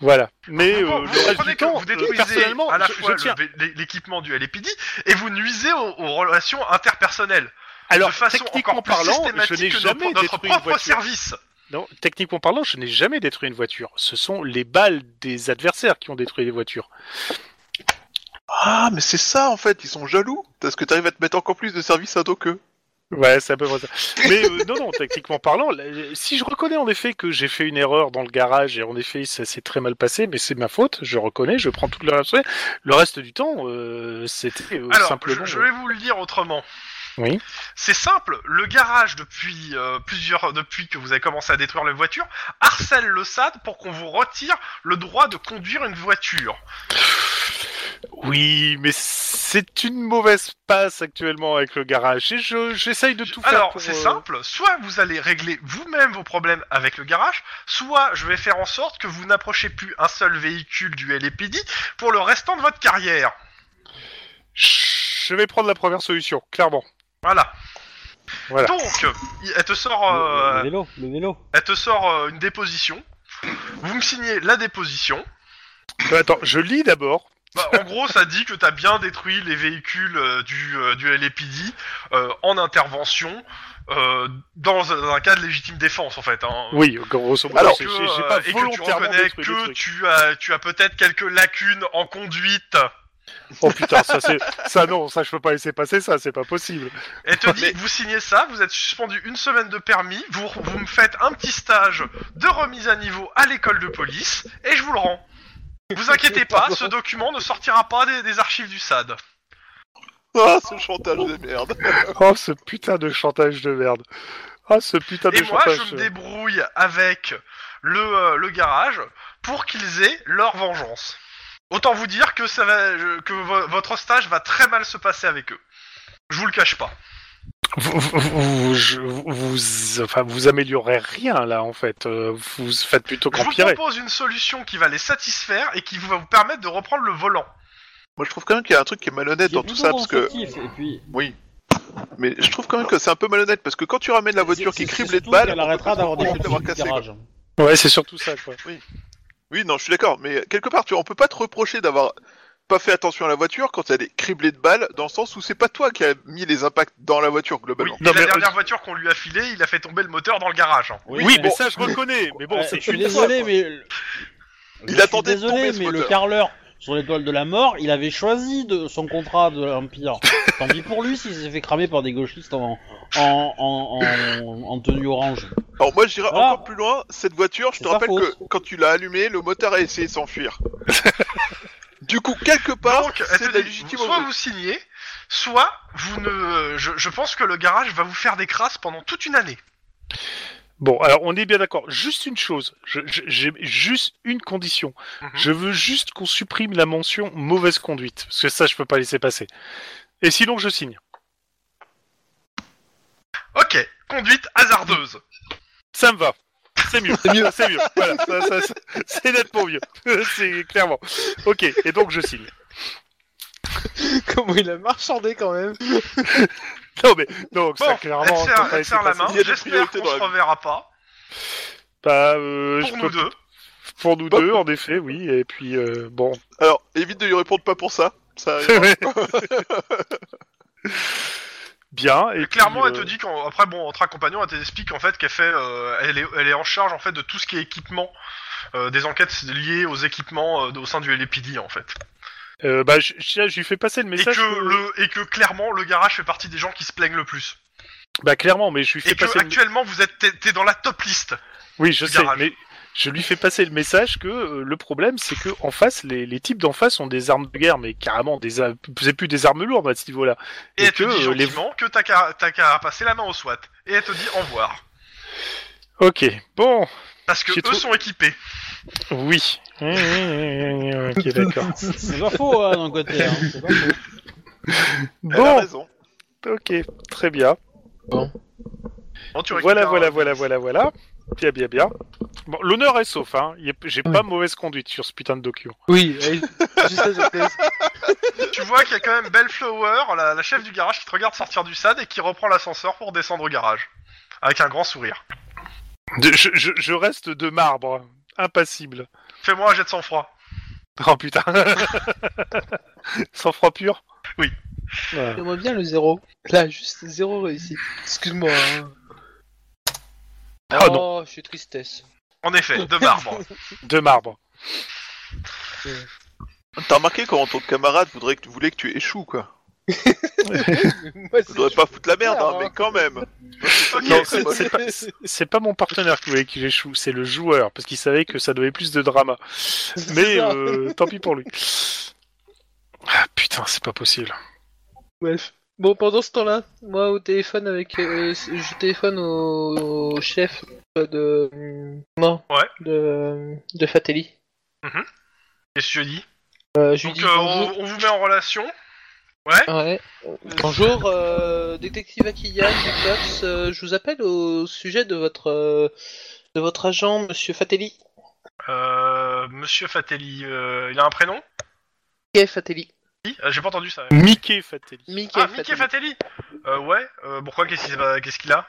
Voilà. Mais Ah, Bon, euh, vous le reste comprenez du que temps, vous euh, détruisez personnellement, à la je- fois je tiens. le- l'é- l'équipement du LAPD et vous nuisez aux, aux relations interpersonnelles. Alors, de façon techniquement encore plus parlant, je systématique n'ai que jamais notre, notre détruit une propre voiture. Euh, service. Non, techniquement parlant, je n'ai jamais détruit une voiture. Ce sont les balles des adversaires qui ont détruit les voitures. Ah, mais c'est ça en fait, ils sont jaloux parce que t'arrives à te mettre encore plus de services à dos qu'eux. Ouais, c'est à peu près ça. Mais euh, non, non, techniquement parlant, là, euh, si je reconnais en effet que j'ai fait une erreur dans le garage et en effet ça s'est très mal passé, mais c'est ma faute, je reconnais, je prends toute la responsabilité. Le reste du temps, euh, c'était euh, Alors, simplement. je, je vais vous le dire autrement. Oui. C'est simple, le garage, depuis euh, plusieurs, depuis que vous avez commencé à détruire les voitures, harcèle le SAD pour qu'on vous retire le droit de conduire une voiture. euh, Oui, mais c'est une mauvaise passe actuellement avec le garage et je j'essaye de tout faire. Alors, pour, c'est euh, simple, soit vous allez régler vous-même vos problèmes avec le garage, soit je vais faire en sorte que vous n'approchez plus un seul véhicule du LAPD pour le restant de votre carrière. Je vais prendre la première solution, clairement. Voilà. Voilà. Donc, elle te Oh, sort, Le, euh, le vélo, le vélo. elle te sort euh, une déposition. Vous me signez la déposition. Euh, Attends, je lis d'abord. Bah, en gros, ça dit que t'as bien détruit les véhicules euh, du, euh, du LAPD euh, en intervention euh, dans, un- dans un cas de légitime défense, en fait. Hein. Oui, grosso modo, Alors, c'est- Que, j'ai euh, j'ai pas et que tu volontairement reconnais détruit des que trucs. tu as, tu as peut-être quelques lacunes en conduite. Oh putain, ça c'est ça non, ça je peux pas laisser passer ça, c'est pas possible. Elle [laughs] te dit, vous signez ça, vous êtes suspendu une semaine de permis, vous, vous me faites un petit stage de remise à niveau à l'école de police, et je vous le rends. Vous inquiétez pas, [laughs] ce document ne sortira pas des, des archives du SAD. Ah, ce chantage de merde. Oh, ce putain de chantage de merde. Ah, ce putain de euh. Et moi, chantage. je me débrouille avec le, euh, le garage pour qu'ils aient leur vengeance. Autant vous dire que, ça va, je- que vo- votre stage va très mal se passer avec eux. Je vous le cache pas. Vous, vous, vous- je- vous- enfin, vous améliorez rien là en fait. Euh, Vous faites plutôt Je vous qu'empirer. propose une solution qui va les satisfaire et qui va vous permettre de reprendre le volant. Moi je trouve quand même qu'il y a un truc qui est malhonnête Qui est dans tout plutôt ça parce que. constructif, Et puis, Oui. Mais je trouve quand même que c'est un peu malhonnête parce que quand tu ramènes la voiture c'est- qui c'est- crible c'est les surtout balles, qu'elle on peut arrêtera pas d'avoir des te gens reprocher qui de l'avoir vivent du cassé, quoi. garage. Ouais, c'est surtout ça quoi. Oui, non, je suis d'accord, mais quelque part, tu vois, on peut pas te reprocher d'avoir pas fait attention à la voiture quand elle est criblée de balles, dans le sens où c'est pas toi qui as mis les impacts dans la voiture Oui, globalement. et Non, mais- euh, la dernière voiture qu'on lui a filée, il a fait tomber le moteur dans le garage. hein. Oui, mais [laughs] ça je reconnais. Mais bon, Euh, c'est je suis une fois. désolé, mais. Il je suis attendait de désolé, tomber, ce mais le moteur. carleur sur l'étoile de la mort, il avait choisi de, son contrat de l'Empire. Tant pis pour lui s'il s'est fait cramer par des gauchistes en, en, en, en- en tenue orange. Alors moi j'irai Ah. encore plus loin, cette voiture, je C'est te sa rappelle que faute. quand tu l'as allumée, le motard a essayé de s'enfuir. [laughs] du coup, quelque part, Donc, c'est de la attendez, légitime soit vous signez, soit vous ne. euh, Je, je pense que le garage va vous faire des crasses pendant toute une année. Bon, alors on est bien d'accord. Juste une chose, je- je- j'ai juste une condition. Mhm. Je veux juste qu'on supprime la mention mauvaise conduite, parce que ça, je peux pas laisser passer. Et sinon, je signe. Ok, conduite hasardeuse. Ça me va. C'est [laughs] mieux. C'est mieux. C'est mieux. Voilà, ça- ça- ça- c'est nettement mieux. [laughs] c'est clairement. Ok, et donc je signe. Comment il a marchandé quand même [laughs] Non mais donc Bon, ça elle te clairement. serre, faut pas elle te serre laisser la passer. main, Il y a des j'espère priorités qu'on dans se la vie. reverra pas. Bah, euh, Pour je nous peux- deux. pour nous deux, en effet, oui. Et puis euh, [laughs] bon. Alors, évite de lui répondre pas pour ça. ça [laughs] Bien. Et Et clairement, puis, elle te euh, dit qu'après, bon, entre accompagnants, elle t'explique en fait qu'elle fait, euh, elle, est, elle est en charge en fait de tout ce qui est équipement, euh, des enquêtes liées aux équipements euh, au sein du LPD en fait. euh, bah, je, je- je lui fais passer le et message. que le, et que clairement, le garage fait partie des gens qui se plaignent le plus. Bah clairement, mais je lui fais Et que passer. le- actuellement, vous êtes, t'es- t'es dans la top liste. Oui, je du sais, garage. mais je lui fais passer le message que euh, le problème, c'est que en face, les, les types d'en face ont des armes de guerre, mais carrément des, a- c'est plus des armes lourdes à ce niveau-là. Et, elle te que dit euh, les. gentiment que t'as qu'à t'as qu'à passer la main au SWAT. Et elle te dit au revoir. Ok, bon, Parce que J'ai eux trop- sont équipés. oui. [laughs] Hum, ok, [laughs] d'accord. C'est pas faux hein, d'un côté. Hein. C'est pas faux. Elle a Bon, raison. ok, très bien. Bon, tu récupères- Voilà, hein. voilà, voilà, voilà, voilà. Bien, bien, bien. Bon, l'honneur est sauf, hein. Y a- J'ai pas mauvaise conduite sur ce putain de document. Oui, juste ça, je plaise. hein. Tu vois qu'il y a quand même Bellflower, la, la chef du garage, qui te regarde sortir du SAD et qui reprend l'ascenseur pour descendre au garage. Avec un grand sourire. De- je, je- je reste de marbre, impassible. Fais-moi un jet de sang-froid. Oh putain. [laughs] Sans froid pur. Oui. Voilà. J'aimerais bien le zéro. Là, juste zéro réussi. Excuse-moi. hein. Ah, oh, je suis tristesse. [laughs] En effet, de marbre. De marbre. T'as remarqué comment ton camarade voudrait que tu voulais que tu échoues quoi. Moi, Je c'est- voudrais pas foutre la merde, hein, clair, hein. mais quand même. Ok, [laughs] Non, c'est c'est- c'est pas, c'est- c'est pas mon partenaire qui voulait qu'il échoue, c'est le joueur, parce qu'il savait que ça donnait plus de drama. Mais C'est ça. euh, tant pis pour lui. Ah putain, c'est pas possible. Bref. Bon, pendant ce temps-là, moi au téléphone avec, euh, je téléphone au, au chef de, euh, non, Ouais. de, de Fatelli. Qu'est-ce que je dis Euh, je lui Donc dis euh, bonjour. on, on vous met en relation. Ouais. Bonjour, euh, détective Akiyan du COPS. euh, je vous appelle au sujet de votre euh, de votre agent, Monsieur Fatelli. Euh, Monsieur Fatelli, euh, il a un prénom Mickey Fatelli. Oui, euh, J'ai pas entendu ça. Mickey Fatelli. Mickey Ah, Mickey Fatelli Euh, Ouais, euh, pourquoi Qu'est-ce qu'il va- qu'est-ce qu'il a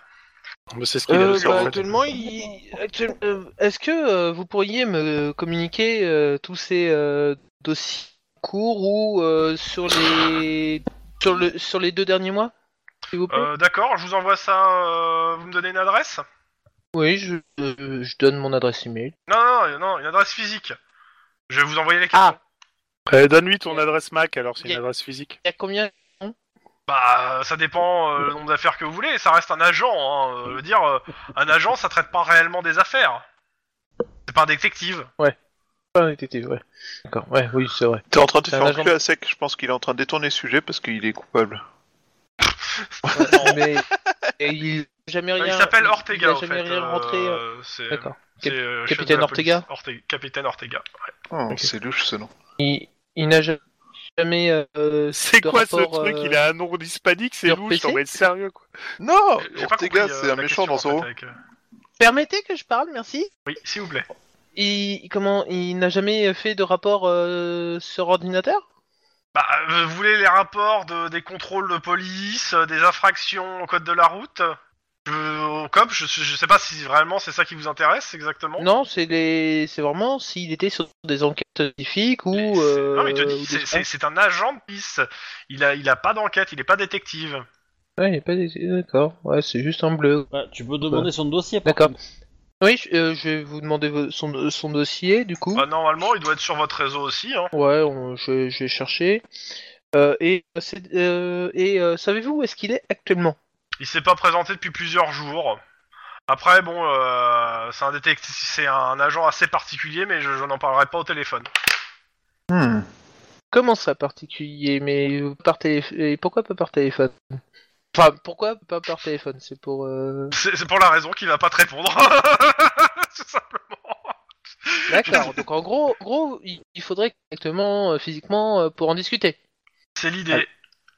Mais c'est ce qu'il a Euh, de bah, faire, en fait. actuellement, il... actuel- euh, est-ce que euh, vous pourriez me communiquer euh, tous ces euh, dossiers en cours ou euh, sur les sur le sur les deux derniers mois, s'il vous plaît Euh, D'accord, je vous envoie ça. euh, vous me donnez une adresse Oui, je, euh, je donne mon adresse email. non, non, non, non, une adresse physique. Je vais vous envoyer les questions. Euh, Donne-lui ton adresse Mac, alors c'est une Yeah. adresse physique. Il y a combien Bah, ça dépend euh, le nombre d'affaires que vous voulez. Ça reste un agent. Hein. Euh, Je veux dire, euh, un agent, ça traite pas réellement des affaires. C'est pas un détective. Ah, ouais. D'accord, ouais, oui, c'est vrai. T'es en train de te C'est faire un enculer à sec, je pense qu'il est en train de détourner le sujet parce qu'il est coupable. mais et il n'a jamais rien. il s'appelle a Ortega. en jamais fait. rien rentré. euh, Euh, c'est- D'accord. c'est, euh, chef Capitaine de la police. Ortega Orte- Capitaine Ortega. Oh, Ok. C'est louche ce nom. Il, il n'a ja- jamais. euh, C'est de quoi ce rapport, truc euh, Il a un nom hispanique, c'est sur louche, PC? non mais sérieux quoi. Non J'ai pas Oh, Ortega, compris, euh, c'est un la méchant question, dans en fait, Zorro. avec, euh, Permettez que je parle, merci. Oui, s'il vous plaît. Il comment il n'a jamais fait de rapport euh, sur ordinateur Bah, euh, vous voulez les rapports de, des contrôles de police, euh, des infractions au code de la route Je- Au COP, je, je sais pas si vraiment c'est ça qui vous intéresse exactement. Non, c'est les c'est vraiment s'il était sur des enquêtes scientifiques ou. euh, Non, mais il te ou des dit, c'est- c'est trucs. c'est un agent de police. Il a, il a pas d'enquête, il est pas détective. Ouais, il est pas des- d'accord. Ouais, c'est juste en bleu. Bah, tu peux demander son dossier. par D'accord. contre. Oui, je, euh, je vais vous demander vo- son, son dossier, du coup. Bah, normalement, il doit être sur votre réseau aussi. Hein. Ouais, on- je, je vais chercher. Euh, et euh, c'est- euh, et euh, savez-vous où est-ce qu'il est actuellement Il s'est pas présenté depuis plusieurs jours. Après, bon, euh, c'est un détective, c'est un agent assez particulier, mais je, je n'en parlerai pas au téléphone. Hmm. Comment ça, particulier Mais euh, par téléphone et pourquoi pas par téléphone Enfin, pourquoi pas par téléphone C'est pour. euh, C'est c'est pour la raison qu'il va pas te répondre. [laughs] C'est simplement. D'accord. Donc en gros, gros, il il faudrait exactement euh, physiquement euh, pour en discuter. C'est l'idée.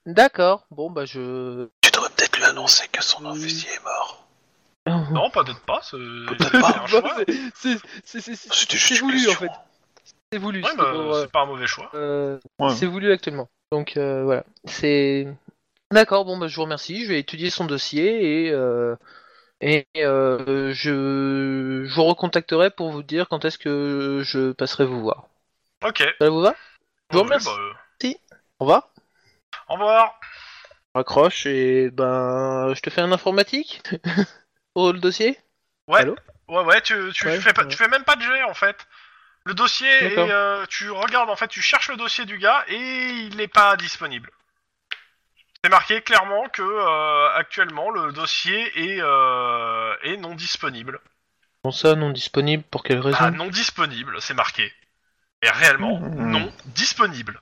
D'accord. Bon bah je. Tu devrais peut-être lui annoncer que son officier est mort. Mmh. [laughs] Non, peut-être pas. C'est Peut-être pas. c'est un choix. Bah, c'est- c'est- c'est- c'est- C'était juste c'est une voulu en question. fait. C'est voulu. Ouais, c'est bah, pour, euh, c'est pas un mauvais choix. Euh, Ouais. C'est voulu actuellement. Donc euh, voilà. C'est. D'accord, bon, bah, je vous remercie. Je vais étudier son dossier et. euh, Et euh, je... je vous recontacterai pour vous dire quand est-ce que je passerai vous voir. Ok. Ça vous va Je vous remercie. Oui, bah, euh, Au revoir. au revoir. Raccroche et ben. Je te fais un informatique [laughs] pour le dossier Ouais, ouais, tu, tu, Ouais, tu fais pas, ouais. tu fais même pas de jet en fait. Le dossier, est, D'accord. euh, tu regardes en fait, tu cherches le dossier du gars et il n'est pas disponible. C'est marqué clairement que euh, actuellement le dossier est, euh, est non disponible. Bon, ça, non disponible, pour quelle raison Ah, non disponible, c'est marqué. Et réellement, Mmh. non disponible.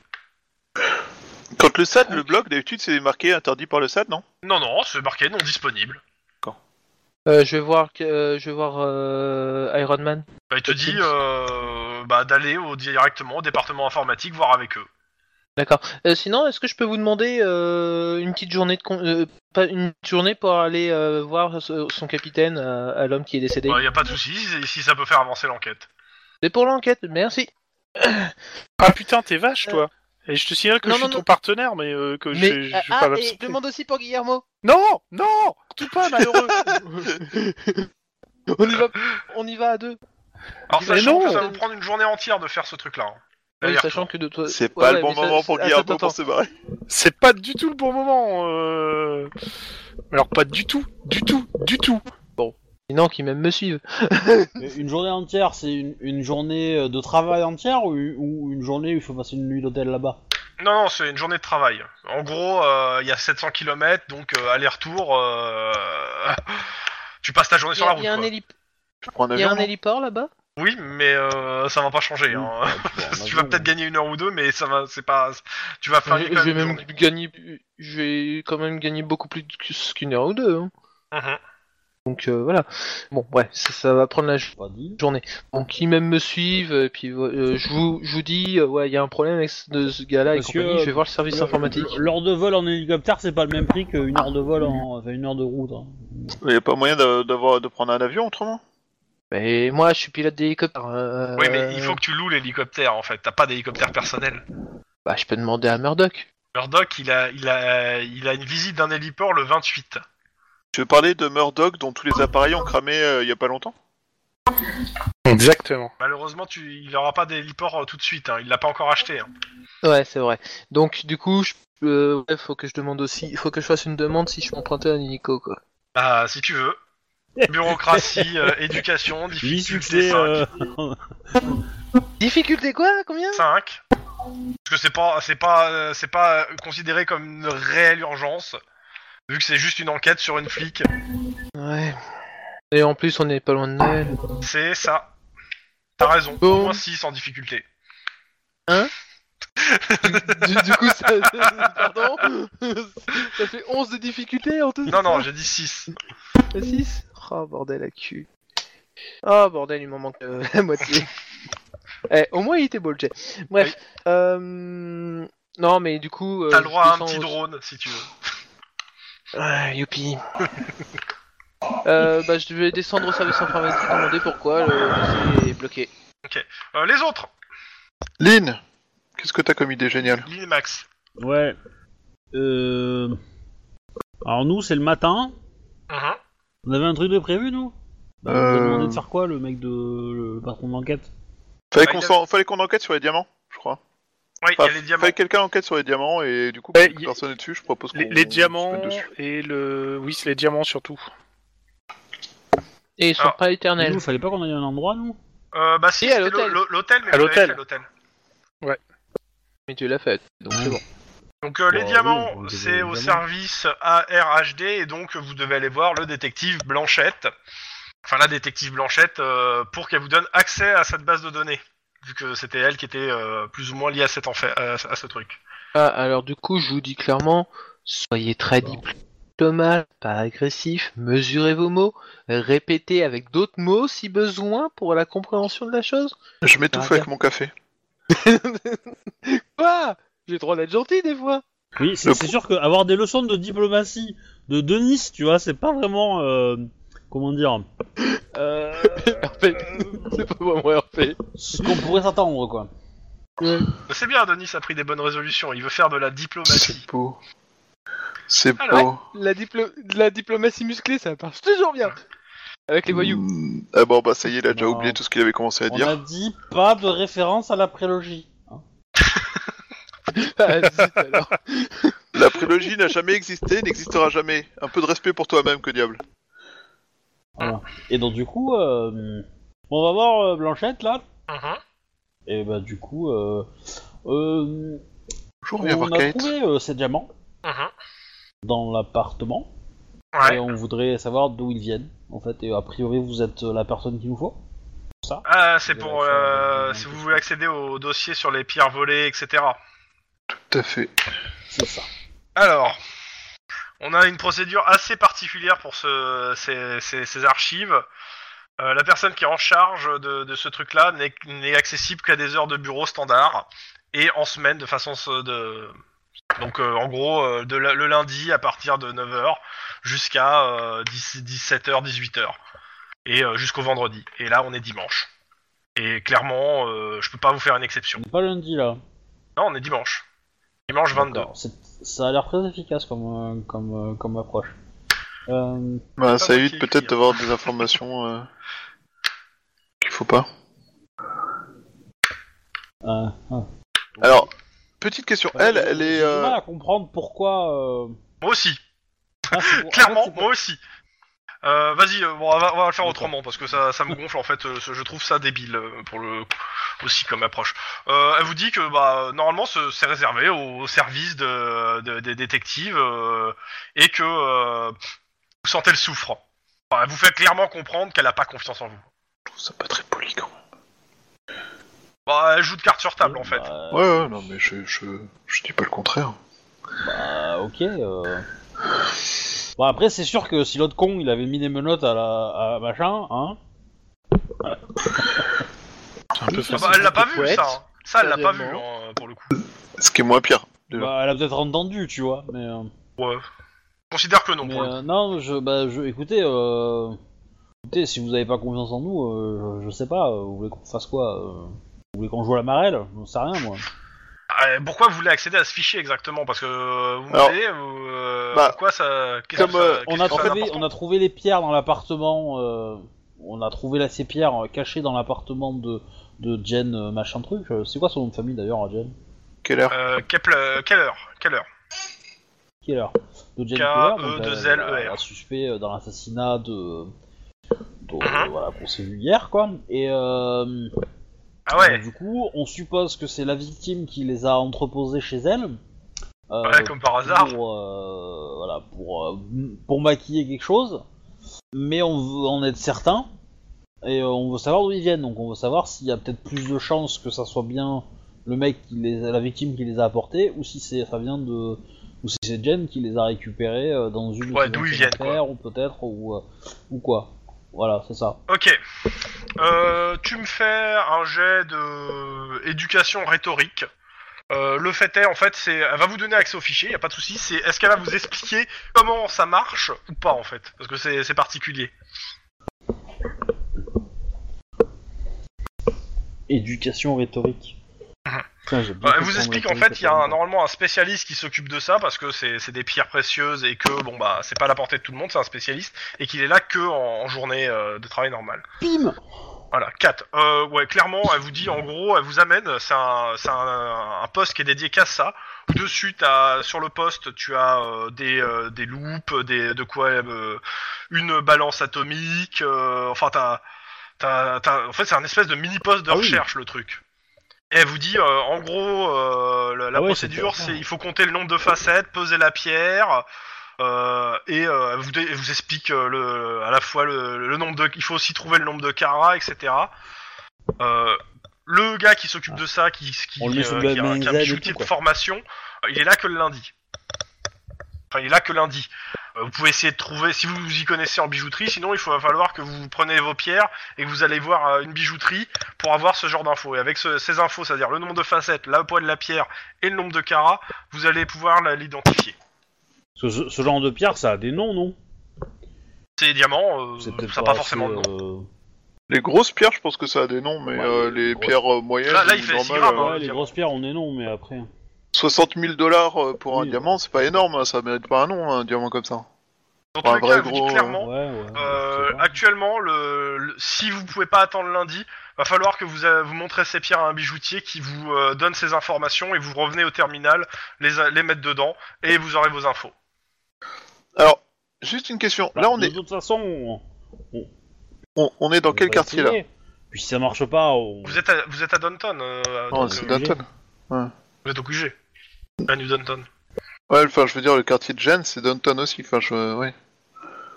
Quand le SAD le bloque, d'habitude c'est marqué interdit par le SAD, non Non, non, c'est marqué non disponible. Euh, Je vais voir, que- euh, je vais voir euh, Iron Man. Bah, il te Ok. dit euh, bah, d'aller au, directement au département informatique voir avec eux. D'accord. Euh, sinon, est-ce que je peux vous demander euh, une petite journée de con- euh, pas une journée pour aller euh, voir ce- son capitaine euh, à l'homme qui est décédé Il n'y Bah, a pas de souci si- si ça peut faire avancer l'enquête. C'est pour l'enquête. Merci. Ah putain, t'es vache, toi. Et je te signale que Euh, Non, je suis non, ton non. partenaire, mais euh, que je, je, euh, je vais pas ah, et m'absenter. demande aussi pour Guillermo. Non, non, tout pas malheureux. [laughs] On y va, on y va à deux. Alors Mais sachant non. que ça va vous prendre une journée entière de faire ce hein. truc là. Oui, sachant que de toi. C'est Euh, Ouais, pas ouais, le bon mais ça- moment pour attends, Guillermo attends, pour se barrer. C'est pas du tout le bon moment. euh. Alors pas du tout, du tout, du tout. Sinon, qui même me suivent. Mais Une journée entière, c'est une, une journée euh, de travail entière ou, ou une journée où il faut passer une nuit d'hôtel là-bas Non, non, c'est une journée de travail. En gros, euh, il y a 700 km, donc euh, aller-retour, euh, [laughs] tu passes ta journée Il y sur la a, route. il y a un, quoi. hélip- Tu prends un il y a avion, un héliport là-bas Oui, mais euh, ça va pas changer. hein. Ah, [laughs] tu vas peut-être gagner une heure ou deux, mais ça va, c'est pas, tu vas faire. bah Je je vais même gagner, je vais quand même gagner beaucoup plus qu'une heure ou deux. hein. Donc euh, voilà. Bon, ouais, ça, ça va prendre la journée. Pas dit. journée. Donc qui même me suivent, et puis euh, je vous je vous dis, euh, ouais, il y a un problème avec ce, de ce gars-là et Parce que, compagnie. Je vais voir le service Le- informatique. le- L'heure de vol en hélicoptère, c'est pas le même prix qu'une heure de vol en. Enfin, une heure de route. hein. il n'y a pas moyen d'a- d'avoir de prendre un avion autrement Mais moi, je suis pilote d'hélicoptère. euh, Oui, mais il faut que tu loues l'hélicoptère en fait. T'as pas d'hélicoptère personnel. Bah, je peux demander à Murdoch. Murdoch, il a, il a, il a une visite d'un héliport le 28. Tu veux parler de Murdoch dont tous les appareils ont cramé euh, il y a pas longtemps Exactement. Malheureusement, tu, il aura pas d'héliport euh, tout de suite. hein. Il l'a pas encore acheté. hein. Ouais, c'est vrai. Donc du coup, je, euh, ouais, faut que je demande aussi, faut que je fasse une demande si je peux emprunter un hélico quoi. Bah, si tu veux. Bureaucratie, euh, éducation, Huit succès. difficulté 5. euh, Difficulté quoi Combien Parce que c'est pas, c'est pas, euh, c'est pas euh, considéré comme une réelle urgence, vu que c'est juste une enquête sur une flic. Ouais. Et en plus, on est pas loin [laughs] de Noël. C'est ça. T'as raison. Bon. Au moins 6 en difficulté. du, du coup, ça, [laughs] pardon, ça fait 11 de difficulté en tout. Non, non, j'ai dit 6. 6 Oh bordel à cul. Oh bordel, il m'en manque euh, [laughs] la moitié. eh, au moins il était beau le jet. Bref. euh, Non mais du coup... euh, T'as le droit à un je descends petit au- drone, si tu veux. Ah, youpi. euh, bah je vais descendre au service informatique demander pourquoi le dossier est bloqué. Euh, les autres, Lynn Qu'est-ce que t'as comme idée géniale Lynn et Max. Ouais. Euh... Alors, nous, c'est le matin. Mhm. On avait un truc de prévu, nous bah, On Euh. nous a demandé de faire quoi, le mec de. le patron de l'enquête Fallait Bah, qu'on il a- s'en- fallait qu'on enquête sur les diamants, je crois. Oui, il y a Enfin, les diamants. Fallait que quelqu'un enquête sur les diamants et du coup, Ouais, comme y- personne n'est dessus, je propose qu'on Les, les on se diamants mette dessus. et le, oui, c'est les diamants surtout. Et ils sont Alors, pas éternels. Nous, fallait pas qu'on aille à un endroit, nous Euh, bah si, Si, à c'était l'hôtel. l'hô- l'hôtel, mais À vous l'avez fait l'hôtel. à l'hôtel. Mais tu l'as fait, donc c'est bon. Donc euh, les Bah, diamants, oui, on devait c'est les au diamants. service ARHD et donc vous devez aller voir le détective Blanchette. Enfin la détective Blanchette euh, pour qu'elle vous donne accès à cette base de données. Vu que c'était elle qui était euh, plus ou moins liée à, cet enfer- à, à ce truc. Ah, alors du coup, je vous dis clairement, soyez très diplomate, pas agressif, mesurez vos mots, répétez avec d'autres mots si besoin pour la compréhension de la chose. Je m'étouffe Ah, avec mon café. Quoi Ah, J'ai le droit d'être gentil des fois. Oui, c'est Le c'est sûr qu'avoir des leçons de diplomatie de Denis, tu vois, c'est pas vraiment. euh, comment dire euh, RP. [laughs] c'est pas vraiment RP. Ce qu'on pourrait s'attendre, quoi. Mais C'est bien, Denis a pris des bonnes résolutions. Il veut faire de la [laughs] diplomatie. beau. C'est beau. Alors, La, diplo- la diplomatie musclée, ça marche toujours bien. Avec les voyous. Mm, Ah bon, bah ça y est, il a déjà Non. oublié tout ce qu'il avait commencé à On dire. a dit pas de référence à la prélogie. hein. Ah, zut, alors. La prélogie n'a jamais existé, n'existera jamais. Un peu de respect pour toi-même, que diable. Et donc, du coup, euh, on va voir euh, Blanchette là. Mhm. Et bah, du coup, euh, euh, Bonjour, viens voir on a Kate. trouvé euh, ces diamants Mhm. dans l'appartement. Ouais. Et on voudrait savoir d'où ils viennent, en fait. Et a priori, vous êtes euh, la personne qu'il nous faut. Ah, c'est pour Ouais, ça, euh, ouais, si ouais. vous voulez accéder au dossier sur les pierres volées, etc. Tout à fait. C'est ça. Alors, on a une procédure assez particulière pour ce- ces, ces- ces archives. Euh, la personne qui est en charge de, de ce truc-là n'est- n'est accessible qu'à des heures de bureau standard et en semaine de façon se- de donc euh, en gros euh, de la- le lundi à partir de 9h jusqu'à euh, 17h 18h et euh, jusqu'au vendredi et là on est dimanche. Et clairement euh, je peux pas vous faire une exception. On est Pas lundi là. Non, on est dimanche. Dimanche 22. D'accord. C'est- Ça a l'air très efficace comme, euh, comme, euh, comme approche. Euh, Bah, pas ça qui évite écrit, peut-être hein. d'avoir des informations euh, qu'il faut pas. euh, ah. Alors, petite question. Elle, elle J'ai est. du euh, mal à comprendre pourquoi. euh, Moi aussi. ah, c'est pour- en fait, Clairement, c'est pour- moi aussi. Euh, Vas-y, euh, bon, on, va, on va le faire D'accord. autrement parce que ça, ça me gonfle en fait. euh, ce- je trouve ça débile euh, pour le aussi comme approche. Euh, elle vous dit que bah normalement ce- c'est réservé au, au service de, de- des détectives euh, et que euh, vous sentez le souffre. Enfin, elle vous fait clairement comprendre qu'elle a pas confiance en vous. Je trouve ça pas très poli quand même. Bah, elle joue de cartes sur table en fait. Bah, Ouais, ouais, non, mais je, je, je dis pas le contraire. bah, ok. euh. Bon, après, c'est sûr que si l'autre con il avait mis des menottes à la à machin, hein. un peu Ah facile. bah, elle l'a pas vu poète, ça. hein. Ça, elle l'a pas vu carrément. hein, pour le coup. Ce qui est moins pire. Déjà. Bah, elle a peut-être entendu, tu vois. Mais. euh, Je considère que non Mais, pour le coup. euh, non, je, bah, je, écoutez, euh, écoutez, si vous n'avez pas confiance en nous, euh, je, je sais pas, euh, vous voulez qu'on fasse quoi euh, Vous voulez qu'on joue à la marelle J'en sais rien, moi. Euh, Pourquoi vous voulez accéder à ce fichier exactement Parce que euh, vous me Alors, savez, vous, euh, bah, pourquoi ça qu'est-ce comme, que ça- euh, qu'est-ce On a, que ça a trouvé, d'important on a trouvé les pierres dans l'appartement, euh, on a trouvé là, ces pierres euh, cachées dans l'appartement de, de Jen, euh, machin truc. Euh, C'est quoi son nom de famille d'ailleurs, Jen Quelle heure Euh, Kepler, quelle heure Quelle heure Keller. De Jen K, Keller, E, donc, deux euh, L, E, R. la suspect euh, dans l'assassinat de. Mhm. de- euh, voilà, qu'on s'est vu hier, quoi. Et. Euh, Ah ouais, Donc, du coup, on suppose que c'est la victime qui les a entreposés chez elle. euh, ouais, comme par hasard. Pour, euh, voilà, pour, euh, pour maquiller quelque chose. Mais on veut en être certain. Et euh, on veut savoir d'où ils viennent. Donc on veut savoir s'il y a peut-être plus de chances que ça soit bien le mec qui les a- la victime qui les a apportés ou si c'est ça vient de ou si c'est Jen qui les a récupérés euh, dans une Ouais, d'où ils viennent, quoi. affaire, ou peut-être ou euh, ou quoi. Voilà, c'est ça. Ok. Euh, tu me fais un jet de euh, éducation rhétorique. Euh, le fait est, en fait, c'est, elle va vous donner accès au fichier, y a pas de souci. C'est, est-ce qu'elle va vous expliquer comment ça marche ou pas en fait, parce que c'est, c'est particulier. Éducation [laughs] rhétorique. Putain, j'ai bien Euh, elle compris vous en explique en rhétorique, fait, il y a un- apparemment. normalement un spécialiste qui s'occupe de ça parce que c'est c'est des pierres précieuses et que bon bah c'est pas à la portée de tout le monde, c'est un spécialiste et qu'il est là que en, en journée euh, de travail normale. Pim Voilà, 4. Euh, ouais, clairement, elle vous dit, en gros, elle vous amène, c'est un, c'est un, un poste qui est dédié qu'à ça. Dessus, t'as, sur le poste, tu as euh, des, euh, des loupes, des, de quoi, euh, une balance atomique, euh, enfin, t'as, t'as, t'as- en fait, c'est un espèce de mini-poste de Ah oui. recherche, le truc. Et elle vous dit, euh, en gros, euh, la, la Ah ouais, procédure, c'est c'est, il faut compter le nombre de facettes, peser la pierre, euh, et euh, elle vous, dé- elle vous explique euh, le, à la fois le, le nombre de, il faut aussi trouver le nombre de caras, etc. Euh, le gars qui s'occupe de ça, qui, qui, Ah. On le met sous le euh, qui a, qui a main un Z et petit tout, outil de quoi. formation, euh, il est là que le lundi. Enfin, il est là que lundi. Euh, vous pouvez essayer de trouver, si vous vous y connaissez en bijouterie, sinon il faut, va falloir que vous preniez vos pierres et que vous allez voir euh, une bijouterie pour avoir ce genre d'infos. Et avec ce- ces infos, c'est-à-dire le nombre de facettes, la poids de la pierre et le nombre de carats, vous allez pouvoir la- l'identifier. Parce que ce, ce genre de pierre, ça a des noms, non Ces diamants, euh, C'est peut-être ça n'a pas pas forcément de nom. assez, euh, Les grosses pierres, je pense que ça a des noms, mais Ouais, euh, les ouais. pierres euh, moyennes, Là- là, ou il fait six normales, grammes, euh, hein. Ouais, les grosses pierres ont des noms, mais après. 60 000 dollars euh, pour un Oui. diamant, c'est pas énorme, hein, ça mérite pas un nom, un diamant comme ça. euh, Dans tous Ouais, les vrai cas, elle vous dit gros, Ouais, clairement, ouais. je euh, sais pas. actuellement, le, le- si vous pouvez pas attendre lundi, va falloir que vous, euh, vous montrez ces pierres à un bijoutier qui vous euh, donne ces informations et vous revenez au terminal, les, a- les mettre dedans et vous aurez vos infos. Alors, juste une question, là on Bah, de est, toute façon, on- on, on est dans on quel va quartier là essayer. Puis si ça marche pas, on... Vous êtes à, vous êtes à Downton, euh, Oh, donc, c'est euh, Danton. vous êtes au QG. À New Downton. Ouais, enfin, je veux dire, le quartier de Gênes, c'est Danton aussi, enfin, je... ouais.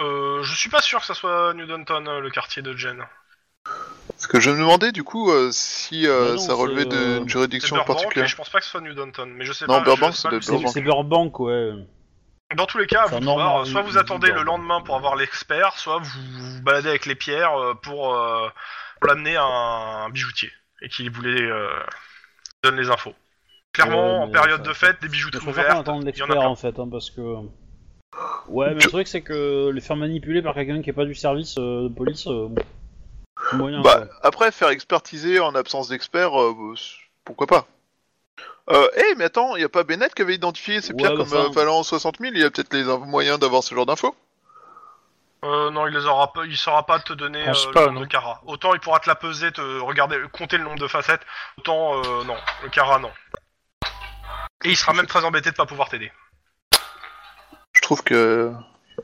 Euh, je suis pas sûr que ça soit New Downton, euh, le quartier de Jen. Parce que je me demandais, du coup, euh, si euh, Non, non, ça relevait c'est, euh, d'une C'est juridiction Burbank, mais particulière. je pense pas que ce soit New Downton. Mais je sais Non, pas. je Burbank, sais pas ça le doit être style. C'est- C'est Burbank, ouais. Dans tous les cas, C'est vous un pouvez avoir, Normand, euh, soit oui, vous oui, attendez le Normand. lendemain pour avoir l'expert, soit vous vous baladez avec les pierres euh, pour, euh, pour l'amener à un, un bijoutier et qu'il vous les euh, donne les infos. Clairement, Ouais, en mais période ça- de fête, des Je bijouteries préfère qu'on ouvertes, attende il y en l'expert a plein. en fait, hein, parce que. Ouais, mais le truc c'est que les faire manipuler par quelqu'un qui est pas du service euh, de police, euh, bon. C'est moyen. Bah, quoi. après, faire expertiser en absence d'expert, euh, euh, c'est- pourquoi pas euh, Eh, mais attends, il a pas Bennett qui avait identifié ces Ouais, pierres bah, comme euh, enfin- valant 60 000, il y a peut-être les in- moyens d'avoir ce genre d'infos. Euh, non, il les aura pas, il saura pas te donner Je pense euh, pas, le nombre non. de carats. Autant il pourra te la peser, te regarder, compter le nombre de facettes. Autant euh, non, le carat non. Et il sera même très embêté de pas pouvoir t'aider. Je trouve que...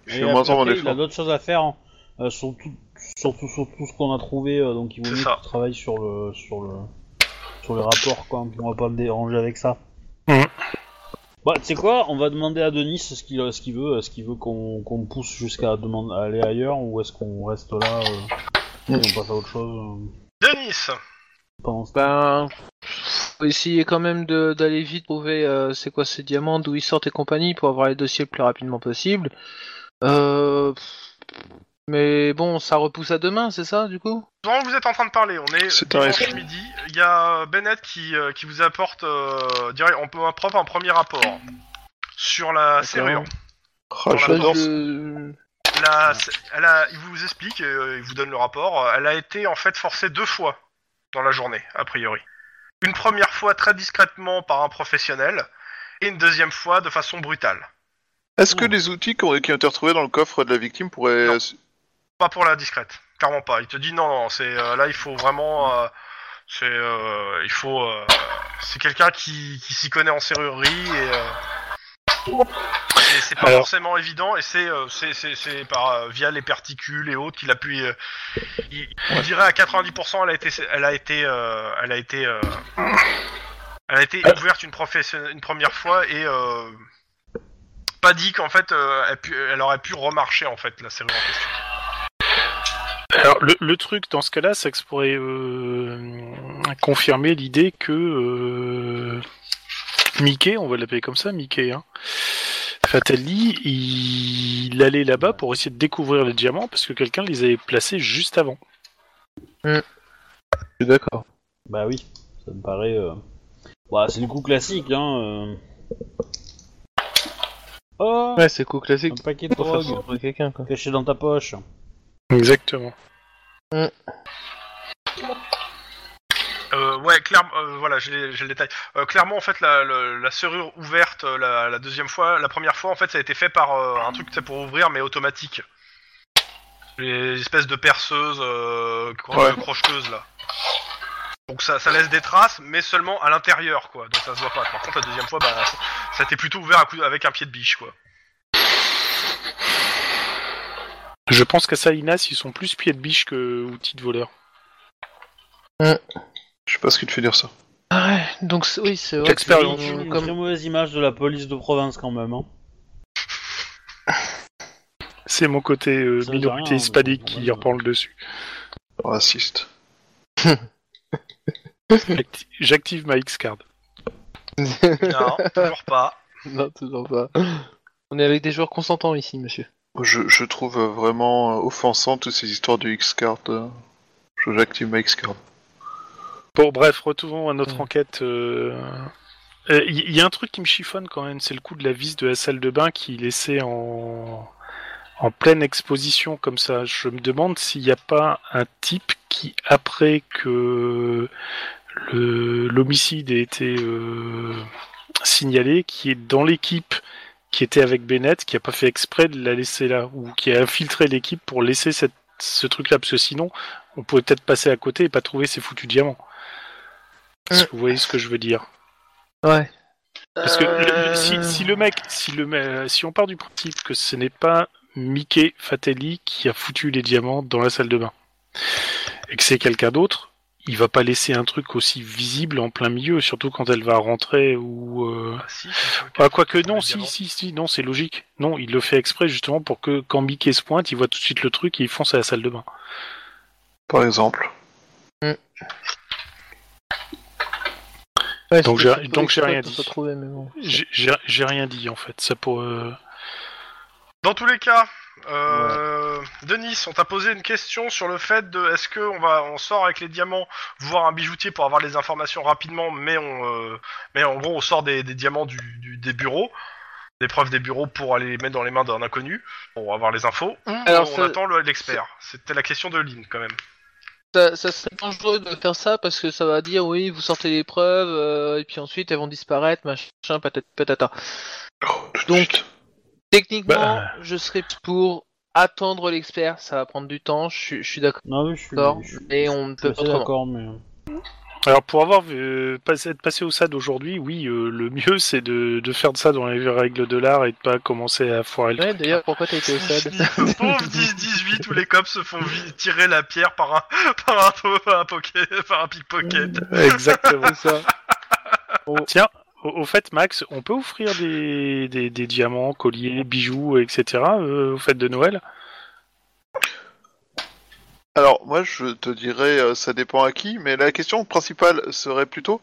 Je Et suis moins après, en il a d'autres choses à faire, hein, euh, sur, tout, sur, tout, sur tout ce qu'on a trouvé, euh, donc il vaut C'est mieux ça. qu'il travaille sur le, sur le, sur les rapports, quoi. On va pas le déranger avec ça. Mmh. Mhm. Bah, tu sais quoi On va demander à Denis ce qu'il, ce qu'il veut, est-ce qu'il veut qu'on, qu'on le pousse jusqu'à demander à aller ailleurs, ou est-ce qu'on reste là euh, et on passe à autre chose euh, Denis, pendant ce Ben, faut essayer quand même de- d'aller vite trouver euh, c'est quoi ces diamants, d'où ils sortent et compagnie pour avoir les dossiers le plus rapidement possible. Euh, mais bon, ça repousse à demain, c'est ça du coup pendant que vous êtes en train de parler, on est, C'est un dimanche risque. midi. Il y a euh, Bennett qui, euh, qui vous apporte, euh, dirait, on peut un propre un premier rapport sur la serrure. Ah, Voilà, j'adore ça. Je- La- elle a- il vous explique, euh, il vous donne le rapport. euh, Elle a été en fait forcée deux fois dans la journée, a priori. Une première fois très discrètement par un professionnel, et une deuxième fois de façon brutale. Est-ce que les outils qu'on- qui ont été retrouvés dans le coffre de la victime pourraient... Non. Pas pour la discrète, clairement pas. Il te dit non, non, c'est euh, là il faut vraiment, euh, c'est, euh, il faut, euh, c'est quelqu'un qui, qui s'y connaît en serrurerie et. euh, et c'est pas Alors- forcément évident, et c'est euh, c'est- c'est- c'est par euh, via les particules et autres qu'il appuie. euh, il, il dirait à 90%, elle a été, elle a été, euh, elle a été, euh, elle a été ouverte une, profession- une première fois et euh, pas dit qu'en fait euh, elle, pu- elle aurait pu remarcher en fait la série en question. Alors, le, le truc dans ce cas-là, c'est que ça pourrait euh, confirmer l'idée que euh, Mickey, on va l'appeler comme ça, Mickey, hein, Fatali, il, allait là-bas pour essayer de découvrir les diamants parce que quelqu'un les avait placés juste avant. Je suis d'accord. Bah oui, ça me paraît. euh, Bah, c'est le coup classique, hein. euh. Oh Ouais, c'est coup classique Un paquet de pour faire drogue souffrir quelqu'un quoi. caché dans ta poche. Exactement. Euh, ouais, clairement, euh, voilà, j'ai les- j'ai le détail. Euh, clairement, en fait, la, le- la serrure ouverte euh, la, la deuxième fois, la première fois, en fait, ça a été fait par euh, un truc c'est pour ouvrir, mais automatique. les espèces de perceuses, euh, quoi, Ouais. de crocheteuses là. Donc ça, ça laisse des traces, mais seulement à l'intérieur quoi. Donc ça se voit pas. Par contre la deuxième fois, bah, ça- ça t'est plutôt ouvert à coup- avec un pied de biche quoi. Je pense qu'à Salinas, ils sont plus pieds de biche que outils de voleur. Je sais pas ce qui te fait dire ça. Ah Ouais, donc c'est- oui, c'est vrai. L'expérience. que, Une, euh, une comme- très mauvaise image de la police de province quand même. Hein. C'est mon côté euh, Ça veut dire rien, minorité hein, hispanique mais- qui ouais, reprend le dessus. Raciste. J'acti- J'active ma X-Card. Non, [laughs] toujours pas. [laughs] Non, toujours pas. On est avec des joueurs consentants ici, monsieur. Je, je trouve vraiment euh, offensant toutes ces histoires du X-Card. euh. Je- J'active ma X-Card. Bon, bref, retournons à notre Mm. enquête. euh. Euh, Il y, y a un truc qui me chiffonne quand même, c'est le coup de la vis de la salle de bain qui est laissée en, en pleine exposition comme ça. Je me demande s'il n'y a pas un type qui, après que le- l'homicide ait été euh, signalé, qui est dans l'équipe qui était avec Bennett, qui n'a pas fait exprès de la laisser là, ou qui a infiltré l'équipe pour laisser cette- ce truc-là, parce que sinon, on pourrait peut-être passer à côté et pas trouver ces foutus diamants. Est-ce que vous voyez ce que je veux dire Ouais. Parce que le- le- Euh. si, si le mec, si le me- si on part du principe que ce n'est pas Mickey Fatelli qui a foutu les diamants dans la salle de bain et que c'est quelqu'un d'autre, il va pas laisser un truc aussi visible en plein milieu, surtout quand elle va rentrer ou. euh, Ah, si, si, ok. Ah, quoique, non, si, Évidemment. si, si, non, c'est logique. Non, il le fait exprès justement pour que quand Mickey se pointe, il voit tout de suite le truc et il fonce à la salle de bain. Par exemple. Euh, Ouais, Donc c'est- j'ai- c'est donc j'ai exprès rien pour dit. se retrouver, mais bon. J'ai- J'ai j'ai rien dit en fait. Ça pour. euh, Dans tous les cas, euh, Denis, on t'a posé une question sur le fait de est-ce que on va on sort avec les diamants voir un bijoutier pour avoir les informations rapidement, mais on euh, mais en gros on sort des, des diamants du, du- des bureaux, des preuves des bureaux pour aller les mettre dans les mains d'un inconnu pour avoir les infos. Ou Alors, on ça- attend le- l'expert. C'était la question de Lynn quand même. Ça, ça serait dangereux de faire ça parce que ça va dire oui, vous sortez les preuves euh, et puis ensuite elles vont disparaître, machin, patati patata. Oh, tout de Donc- suite. Techniquement, Bah. je serais pour attendre l'expert, ça va prendre du temps, je, suis- je suis d'accord, Non, mais je suis. je suis- et on ne je suis peut assez pas autrement. d'accord, mais. euh, Alors pour avoir euh, passé, être passé au SAD aujourd'hui, oui, euh, le mieux [laughs] c'est de, de faire de ça dans les règles de l'art et de pas commencer à foirer le Ouais, truc. d'ailleurs, pourquoi t'as été au SAD Pauvre 10-18 où les cops se font vi- tirer la pierre par un [laughs] par un, par un, pocket- par un pickpocket. [laughs] [laughs] Exactement. ça. Tiens, au, au fait Max, on peut offrir des, des, des diamants, colliers, bijoux, etc. euh, aux fêtes de Noël Alors, moi, je te dirais, euh, ça dépend à qui, mais la question principale serait plutôt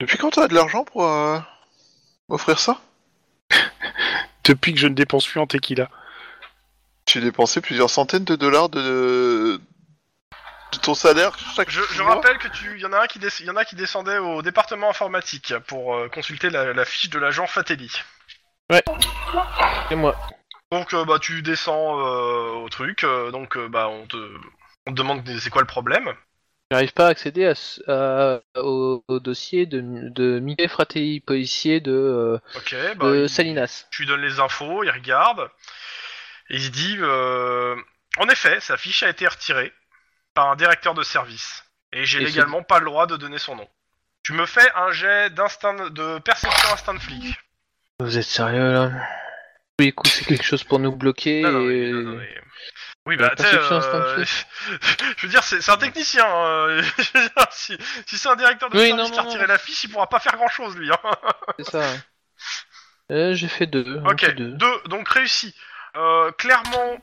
Depuis quand t'as de l'argent pour euh, m'offrir ça Depuis que je ne dépense plus en tequila. Tu dépensais plusieurs centaines de dollars de, de ton salaire chaque Je, je mois rappelle que tu, y en a un qui, des- y en a qui descendait au département informatique pour euh, consulter la, la fiche de l'agent Fatelli. Et moi. Donc euh, bah tu descends euh, au truc, euh, donc euh, bah on te, on te demande c'est quoi le problème. J'arrive pas à accéder à, ce- à- au, au dossier de, de Mickey Fratelli, policier de, euh, Ok, bah de il- Salinas. tu lui donnes les infos, il regarde, et il se dit, euh, en effet, sa fiche a été retirée par un directeur de service, et j'ai Et légalement pas le droit de donner son nom. Tu me fais un jet d'instinct de perception instinct de flic. Vous êtes sérieux là Tous les coups, c'est quelque chose pour nous bloquer. Non, non, oui, et- non, non, mais- oui, bah, La tu sais, perception euh, [laughs] je veux dire, c'est c'est un technicien. hein, [laughs] je veux dire, si si c'est un directeur de Oui, service non, qui a non, retiré non. la fiche, il pourra pas faire grand chose, lui. hein. C'est ça. ouais. Euh, J'ai fait deux. un ok, peu deux. deux, donc réussi. Euh, clairement,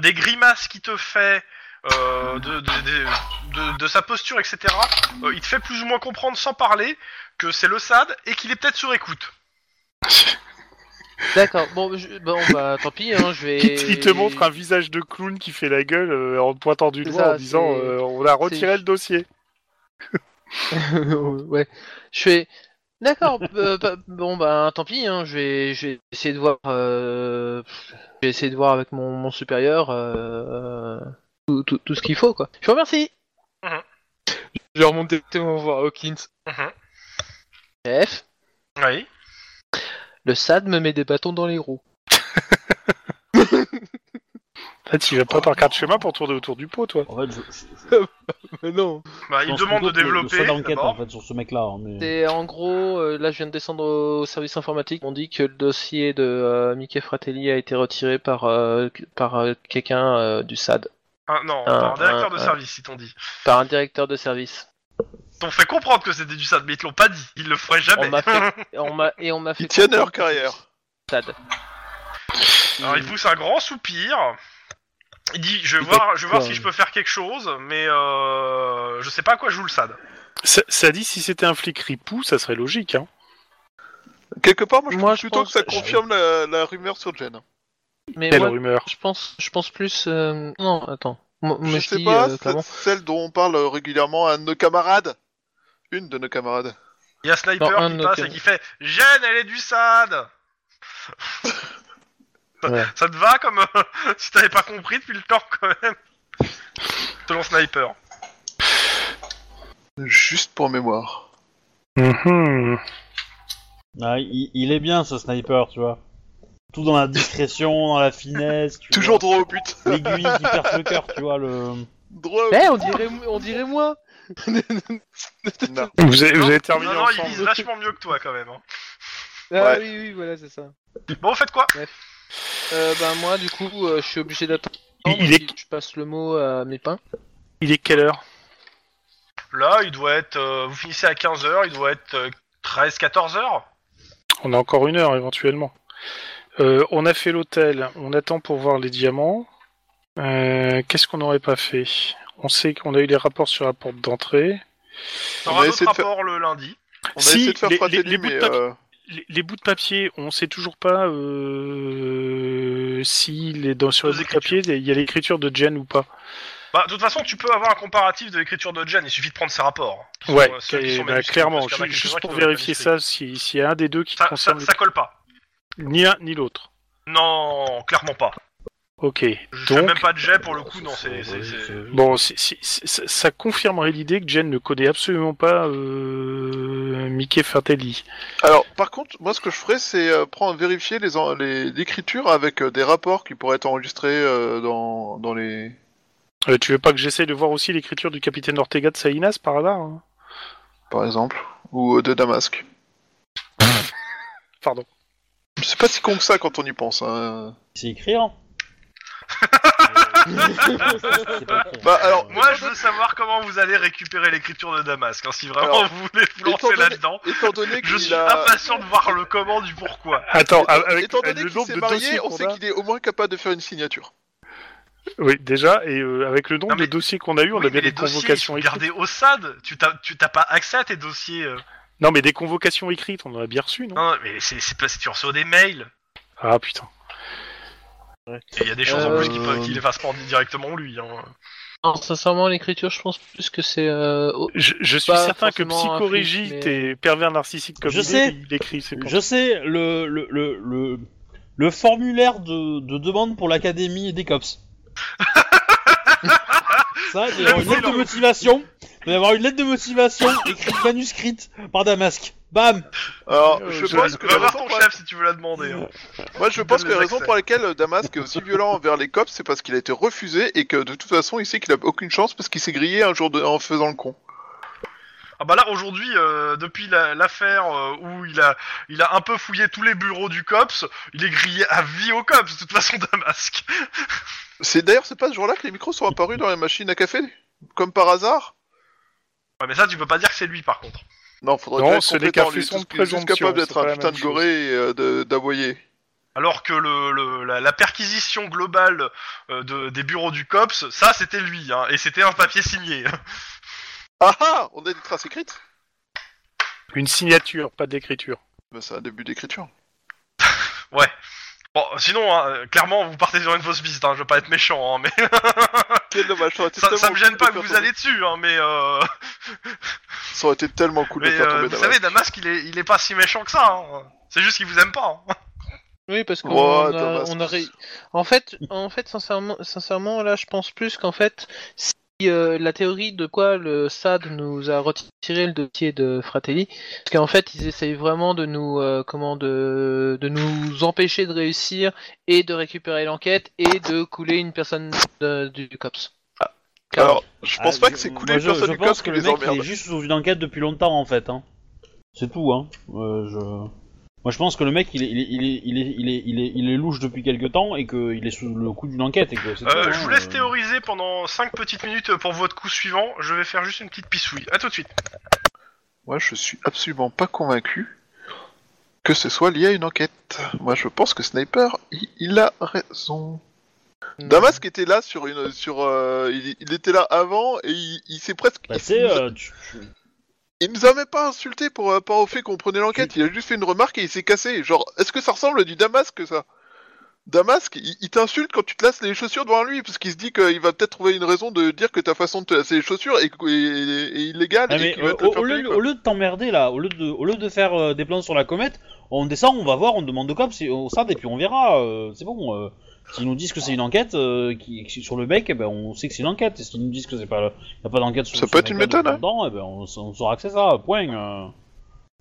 des grimaces qui te fait euh, de, de- de- de- de sa posture, etc., euh, il te fait plus ou moins comprendre sans parler que c'est le SAD et qu'il est peut-être sur écoute. D'accord. Bon, je- bon, bah, tant pis. Hein, [laughs] je vais. Il te- Il te montre un visage de clown qui fait la gueule euh, en te pointant du C'est doigt ça, en disant c'est- euh, on a retiré c'est- le dossier. ouais. Je fais. D'accord. euh, bah, bon bah tant pis. Hein, je vais, je vais essayer de voir. euh, Je vais essayer de voir avec mon, mon supérieur euh, tout, tout, tout ce qu'il faut quoi. Je vous remercie. Mhm. Mm-hmm. Je vais remonter mon voir Hawkins. Mhm. Chef, Oui. le SAD me met des bâtons dans les roues. Là, tu vas pas par Oh. carte schéma pour tourner autour du pot, toi. En fait, je, je- je [laughs] Mais non. Bah, il pense demande de plutôt que- développer. soit d'enquête d'abord. en fait sur ce mec-là. hein, mais- C'est en gros, euh, là je viens de descendre au service informatique. On dit que le dossier de euh, Mickey Fratelli a été retiré par, euh, par euh, quelqu'un euh, du SAD, Ah, non, Ah, par un directeur ah, de ah. service, ils t'ont dit. par un directeur de service. Ils t'ont fait comprendre que c'était du SAD, mais ils te l'ont pas dit. Ils le feraient jamais. On m'a fait, on m'a et on m'a fait. Ils tiennent à leur carrière. SAD. [laughs] Alors Ah, il pousse un grand soupir. Il dit je vais Il voir, je vais voir quoi, si je hein. peux faire quelque chose, mais euh, je sais pas à quoi joue le SAD. Ça, ça dit, si c'était un flic ripou, ça serait logique, hein. Quelque part, moi je Moi, pense je plutôt pense- que ça confirme la, la rumeur sur Jen. Mais Quelle moi, rumeur. je pense, je pense plus. euh, Non, attends. Moi, Je moi, sais dis, pas, euh, c'est clairement. celle dont on parle régulièrement à nos camarades. Une de nos camarades. Il y a Sniper Dans un qui de nos passe cas. et qui fait Jeanne, elle est du SAD. [laughs] Ça- Ouais. Ça te va comme euh, [laughs] si t'avais pas compris depuis le temps quand même. Selon Sniper. Juste pour mémoire. Mhm. Ah, il, il est bien ce sniper, tu vois. Tout dans la discrétion, dans la finesse. tu Toujours vois. droit au but. L'aiguille qui perce le cœur, tu vois. Le... Droit au Eh, on dirait, on dirait moi. but. Non. Vous avez, vous avez terminé non, non, il ensemble. vise vachement mieux que toi quand même. hein. Ah Ouais. oui, oui, voilà, c'est ça. Bon, faites quoi Euh, ben moi, du coup, euh, je suis obligé d'attendre. Il- il est- Je passe le mot à mes pains. Il est quelle heure Là, il doit être. euh, vous finissez à 15h, il doit être euh, 13-14h. On a encore une heure, éventuellement. Euh, on a fait l'hôtel, on attend pour voir les diamants. Euh, Qu'est-ce qu'on n'aurait pas fait On sait qu'on a eu les rapports sur la porte d'entrée. On On aura va d'autres essayer de faire- rapports le lundi. On a Si, essayé de faire les- Fratelli, les- les bouts de mais papier- euh, les, les bouts de papier, on sait toujours pas euh, si les, dans, sur les Aux bouts de papier, il y a l'écriture de Jen ou pas. Bah, de toute façon, tu peux avoir un comparatif de l'écriture de Jen, il suffit de prendre ses rapports. Ceux Ouais, qui sont- ceux qui et- sont bah, manuscrits, clairement, parce qu'il y en a ju- juste quelques-uns qui pour doivent vérifier être manuscrits. ça, si- s'il y a un des deux qui Ça, ça, concerne ça colle pas. ni l'un ni l'autre. Non, clairement pas. Ok, Je fais donc, même pas de jet pour le coup, non, c'est. c'est- c'est- bon, c'est- c'est- c'est- ça- ça confirmerait l'idée que Jen ne connaît absolument pas euh, Mickey Fratelli. Alors, par contre, moi, ce que je ferais, c'est euh, prendre, vérifier les en- les- l'écriture avec euh, des rapports qui pourraient être enregistrés euh, dans, dans les. Euh, tu veux pas que j'essaie de voir aussi l'écriture du capitaine Ortega de Salinas par hasard hein par exemple, ou euh, de Damasque. Pardon. C'est pas si con que ça quand on y pense. Hein. C'est écrire. [laughs] C'est pas écrire. Bah, alors, Euh, Moi, je veux savoir comment vous allez récupérer l'écriture de Damasque, hein, si vraiment Alors, vous voulez vous étant lancer donné- là-dedans. Étant donné Je qu'il suis a. impatient de voir le comment du pourquoi. Attends, Étant- avec Étant donné le qu'il nombre s'est de marié, dossiers on qu'on sait a- qu'il est au moins capable de faire une signature. Oui, déjà, et euh, avec le nombre Non, mais- de dossiers qu'on a eu, on Oui, a bien mais des les dossiers, convocations ils sont écrites. gardés au SAD, tu t'as tu t'as pas accès à tes dossiers. euh. Non, mais des convocations écrites, on en a bien reçu, non Non, non, mais c'est c'est pas si tu reçois des mails. Ah putain. Et il y a des choses en Euh, plus qui peuvent- qu'il fasse prendre directement lui. hein. Non, sincèrement, l'écriture, je pense plus que c'est. euh, au- Je, je suis Pas certain que forcément un psychorégite flic, mais- et pervers narcissique comme Je il sais. est, il écrit. c'est pour- Je sais, le, le, le, le, le formulaire de, de demande pour l'académie des [laughs] cops. Ça, il va y avoir une lettre de motivation. Il va y avoir une lettre de motivation écrite manuscrite par Damasque. Bam Alors, Euh, je, je- pense que Va la voir raison ton pour chef si tu veux la demander. hein. Moi, je pense que les la raison accès. pour laquelle euh, Damask est aussi violent envers les cops, c'est parce qu'il a été refusé et que de toute façon, il sait qu'il a aucune chance parce qu'il s'est grillé un jour de- en faisant le con. Ah bah là aujourd'hui, euh, depuis la- l'affaire euh, où il a, il a un peu fouillé tous les bureaux du cops, il est grillé à vie au cops de toute façon Damasque. C'est d'ailleurs, c'est pas ce jour-là que les micros sont apparus dans la machine à café, comme par hasard. Ouais, mais ça tu peux pas dire que c'est lui par contre. Non, faudrait Non, pas être c'est les compétent, cafés lui, sont tout ce qu'il est juste présomption, capable c'est d'être pas la un putain même de chose. goré et euh, de- d'aboyer. Alors que le, le- la, la perquisition globale euh, de, des bureaux du cops, ça c'était lui hein, et c'était un papier signé. [laughs] Ah ah, on a des traces écrites. Une signature, pas d'écriture. Ben, c'est un début d'écriture. Bon, sinon hein, clairement vous partez sur une fausse piste. Hein, je veux pas être méchant, hein, mais Quel dommage, ça aurait été ça, ça tellement me gêne cool pas de que faire vous tomber- allez dessus, hein, mais. Euh... Ça aurait été tellement cool de Mais faire euh, tomber vous Damask. savez, Damasque, il est, il est pas si méchant que ça. hein. C'est juste qu'il vous aime pas. hein. Oui, parce qu'on Ouais, on a, Damasque. on a ré- En fait, en fait, sincèrement, sincèrement, là, je pense plus qu'en fait, si euh, la théorie de quoi le SAD nous a retiré le dossier de Fratelli, parce qu'en fait ils essayent vraiment de nous euh, comment de, de nous empêcher de réussir et de récupérer l'enquête et de couler une personne de- du, du cops. Voilà. Alors, je pense Ah, pas que c'est cool moi, les je- personnes je du pense COPS que qui le les mec il emmerdent. est juste sous une enquête depuis longtemps en fait. Hein. C'est tout. Hein. Euh, je... Moi je pense que le mec il est, il est, il est, il est, il est, il est- il est louche depuis quelque temps et qu'il est sous le coup d'une enquête. Et que c'est tout, Euh, je hein, vous laisse euh. théoriser pendant 5 petites minutes pour votre coup suivant. Je vais faire juste une petite pissouille. À tout de suite. Moi, je suis absolument pas convaincu que ce soit lié à une enquête. Moi, je pense que Sniper, il, il a raison. Damas qui était là sur une, sur, euh, il, il était là avant et il, il s'est presque. Bah, c'est, il, nous a- euh, tu- tu- il nous a même pas insulté pour euh, par au fait qu'on prenait l'enquête. Il a juste fait une remarque et il s'est cassé. Genre, est-ce que ça ressemble à du Damas que ça Damas, il, il t'insulte quand tu te lasses les chaussures devant lui parce qu'il se dit qu'il va peut-être trouver une raison de dire que ta façon de te lasser les chaussures est, est- est- est illégale. Ah, et mais, qu'il va euh, te le au, faire au lieu, payer, de- quoi. au lieu de t'emmerder là, au lieu de, au lieu de faire euh, des plans sur la comète, on descend, on va voir, on demande au cops, et- au SAD et puis on verra. euh, c'est bon. euh, S'ils nous disent que c'est une enquête euh, qui, qui- sur le mec, eh ben, on sait que c'est une enquête. Et s'ils nous disent que c'est pas, y a pas d'enquête sur Ça sur peut le être une mec là méthode, hein. dedans, eh ben, on, s- on saura que c'est ça. Point. Euh,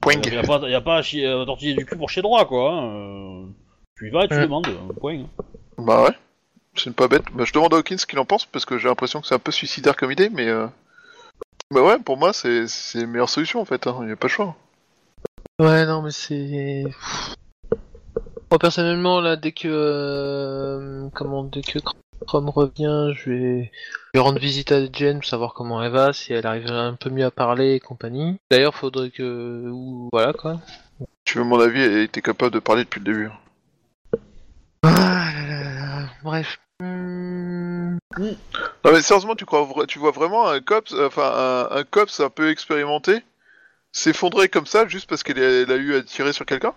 Poing. y a, y a pas, y a pas à chier- à tortiller du cul pour chez droit quoi. hein, euh, tu y vas, et tu Mm. demandes. euh, Point. Bah ouais, c'est pas bête. Bah, je demande à Hawkins ce qu'il en pense parce que j'ai l'impression que c'est un peu suicidaire comme idée, mais. euh, Bah ouais, pour moi, c'est c'est la meilleure solution en fait, hein. il n'y a pas le choix. Ouais, non, mais c'est. Moi, personnellement, là, dès que. euh, comment, dès que Chrome revient, je vais. Je vais rendre visite à Jen, savoir comment elle va, si elle arrive un peu mieux à parler et compagnie. D'ailleurs, faudrait que. Ou, voilà, quoi. Tu veux mon avis, elle était capable de parler depuis le début. Ah là là là là. Bref. Hmm. Non mais sérieusement, tu, crois, vra- tu vois vraiment un cops, euh, enfin un, un cops un peu expérimenté s'effondrer comme ça juste parce qu'elle a- elle a eu à tirer sur quelqu'un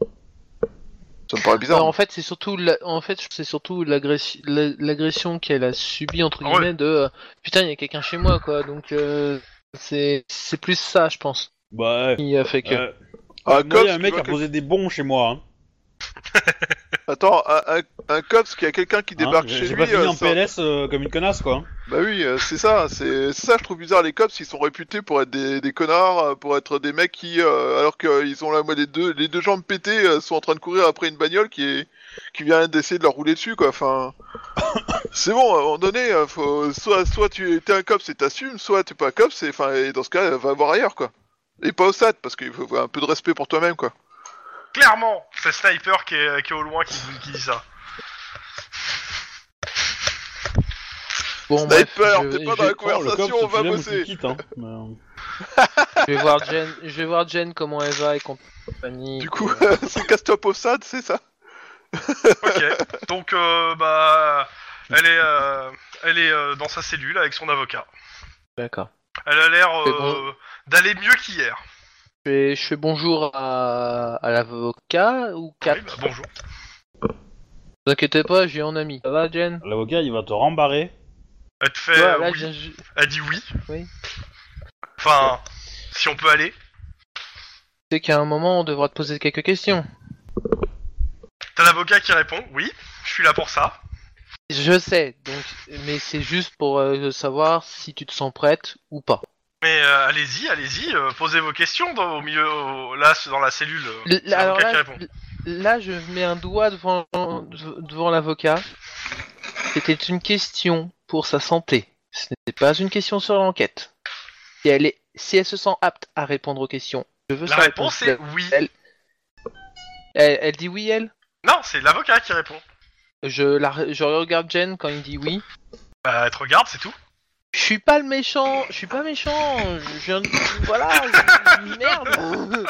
Ça me paraît bizarre. hein. Non, en fait, c'est surtout la- en fait, c'est surtout l'agressi- la- l'agression qu'elle a subie entre Ah ouais. guillemets de euh, putain, il y a quelqu'un chez moi quoi. Donc euh, c'est c'est plus ça, je pense, Bah, ouais. qui a fait que Euh, moi, un y a Ah, cops un qui mec voit qui a que- posé des bons chez moi. hein. Attends, un, un- un cops qui a quelqu'un qui débarque Hein, j'ai- chez J'ai lui. pas fini euh, en ça- PLS euh, comme une connasse quoi. Bah oui, euh, c'est ça, c'est c'est ça je trouve bizarre, les cops ils sont réputés pour être des, des connards, euh, pour être des mecs qui, euh, alors qu'ils ont la, moi, les, deux, les deux jambes pétées, euh, sont en train de courir après une bagnole qui, est, qui vient d'essayer de leur rouler dessus quoi, enfin... [coughs] c'est bon, à un moment donné, euh, faut, soit, soit tu es un cops et t'assumes, soit t'es pas cops, et, enfin, et dans ce cas, euh, va voir ailleurs quoi. Et pas au SAT, parce qu'il faut avoir un peu de respect pour toi-même quoi. Clairement, c'est Sniper qui est, qui est au loin qui, qui dit ça. bon bref, Sniper, je- t'es pas je- dans la Oh, le conversation, cop, on va tu l'aimes ou tu le bosser quittes, hein. Mais, euh, Je vais voir Jen, je vais voir Jen comment elle va et compagnie. Euh, Du coup, [laughs] c'est casse-toi au SAT, c'est ça Ok. Donc, euh, bah, elle est, euh, elle est euh, dans sa cellule avec son avocat. D'accord. Elle a l'air C'est euh, bon. d'aller mieux qu'hier. Je fais, je fais bonjour à, à l'avocat ou Oui, quatre. bah, bonjour. Ne vous inquiétez pas, j'ai un ami. Ça va Jen L'avocat il va te rembarrer. Elle te fait, Ouais, euh, là, oui. je viens ju- elle dit oui. Oui. Enfin, si on peut aller. C'est qu'à un moment on devra te poser quelques questions. T'as l'avocat qui répond, oui, je suis là pour ça. Je sais, donc mais c'est juste pour euh, savoir si tu te sens prête ou pas. Mais euh, allez-y, allez-y, euh, posez vos questions dans, au milieu, au- là, c'est dans la cellule. euh, L- c'est alors l'avocat là, qui répond. je- là, je mets un doigt devant, devant l'avocat. C'était une question pour sa santé. Ce n'était pas une question sur l'enquête. Si elle, est, si elle se sent apte à répondre aux questions, je veux La sa réponse est oui. Elle- Elle, elle dit oui, elle Non, c'est l'avocat qui répond. je, la, re- je regarde Jen quand il dit oui. Bah, elle te regarde, c'est tout. Je suis pas le méchant, je suis pas méchant, je viens de... Voilà, je- [laughs] merde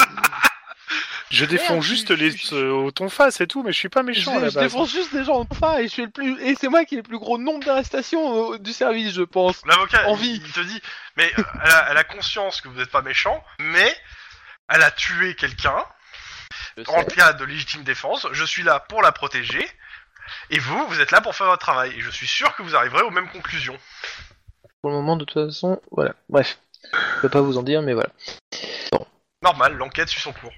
Je défends Merde, juste je- les je- euh, au ton face et tout, mais je suis pas méchant à Je, la je base. défonce juste des gens en face et je suis le plus et c'est moi qui ai le plus gros nombre d'arrestations euh, du service, je pense. L'avocat, Envie. il, il te dit, mais euh, elle, a, elle a conscience que vous n'êtes pas méchant, mais elle a tué quelqu'un. En cas de légitime défense, je suis là pour la protéger. Et vous, vous êtes là pour faire votre travail. Et je suis sûr que vous arriverez aux mêmes conclusions. Pour le moment, de toute façon, voilà. Bref, je peux pas vous en dire, mais voilà. Normal, l'enquête suit son cours.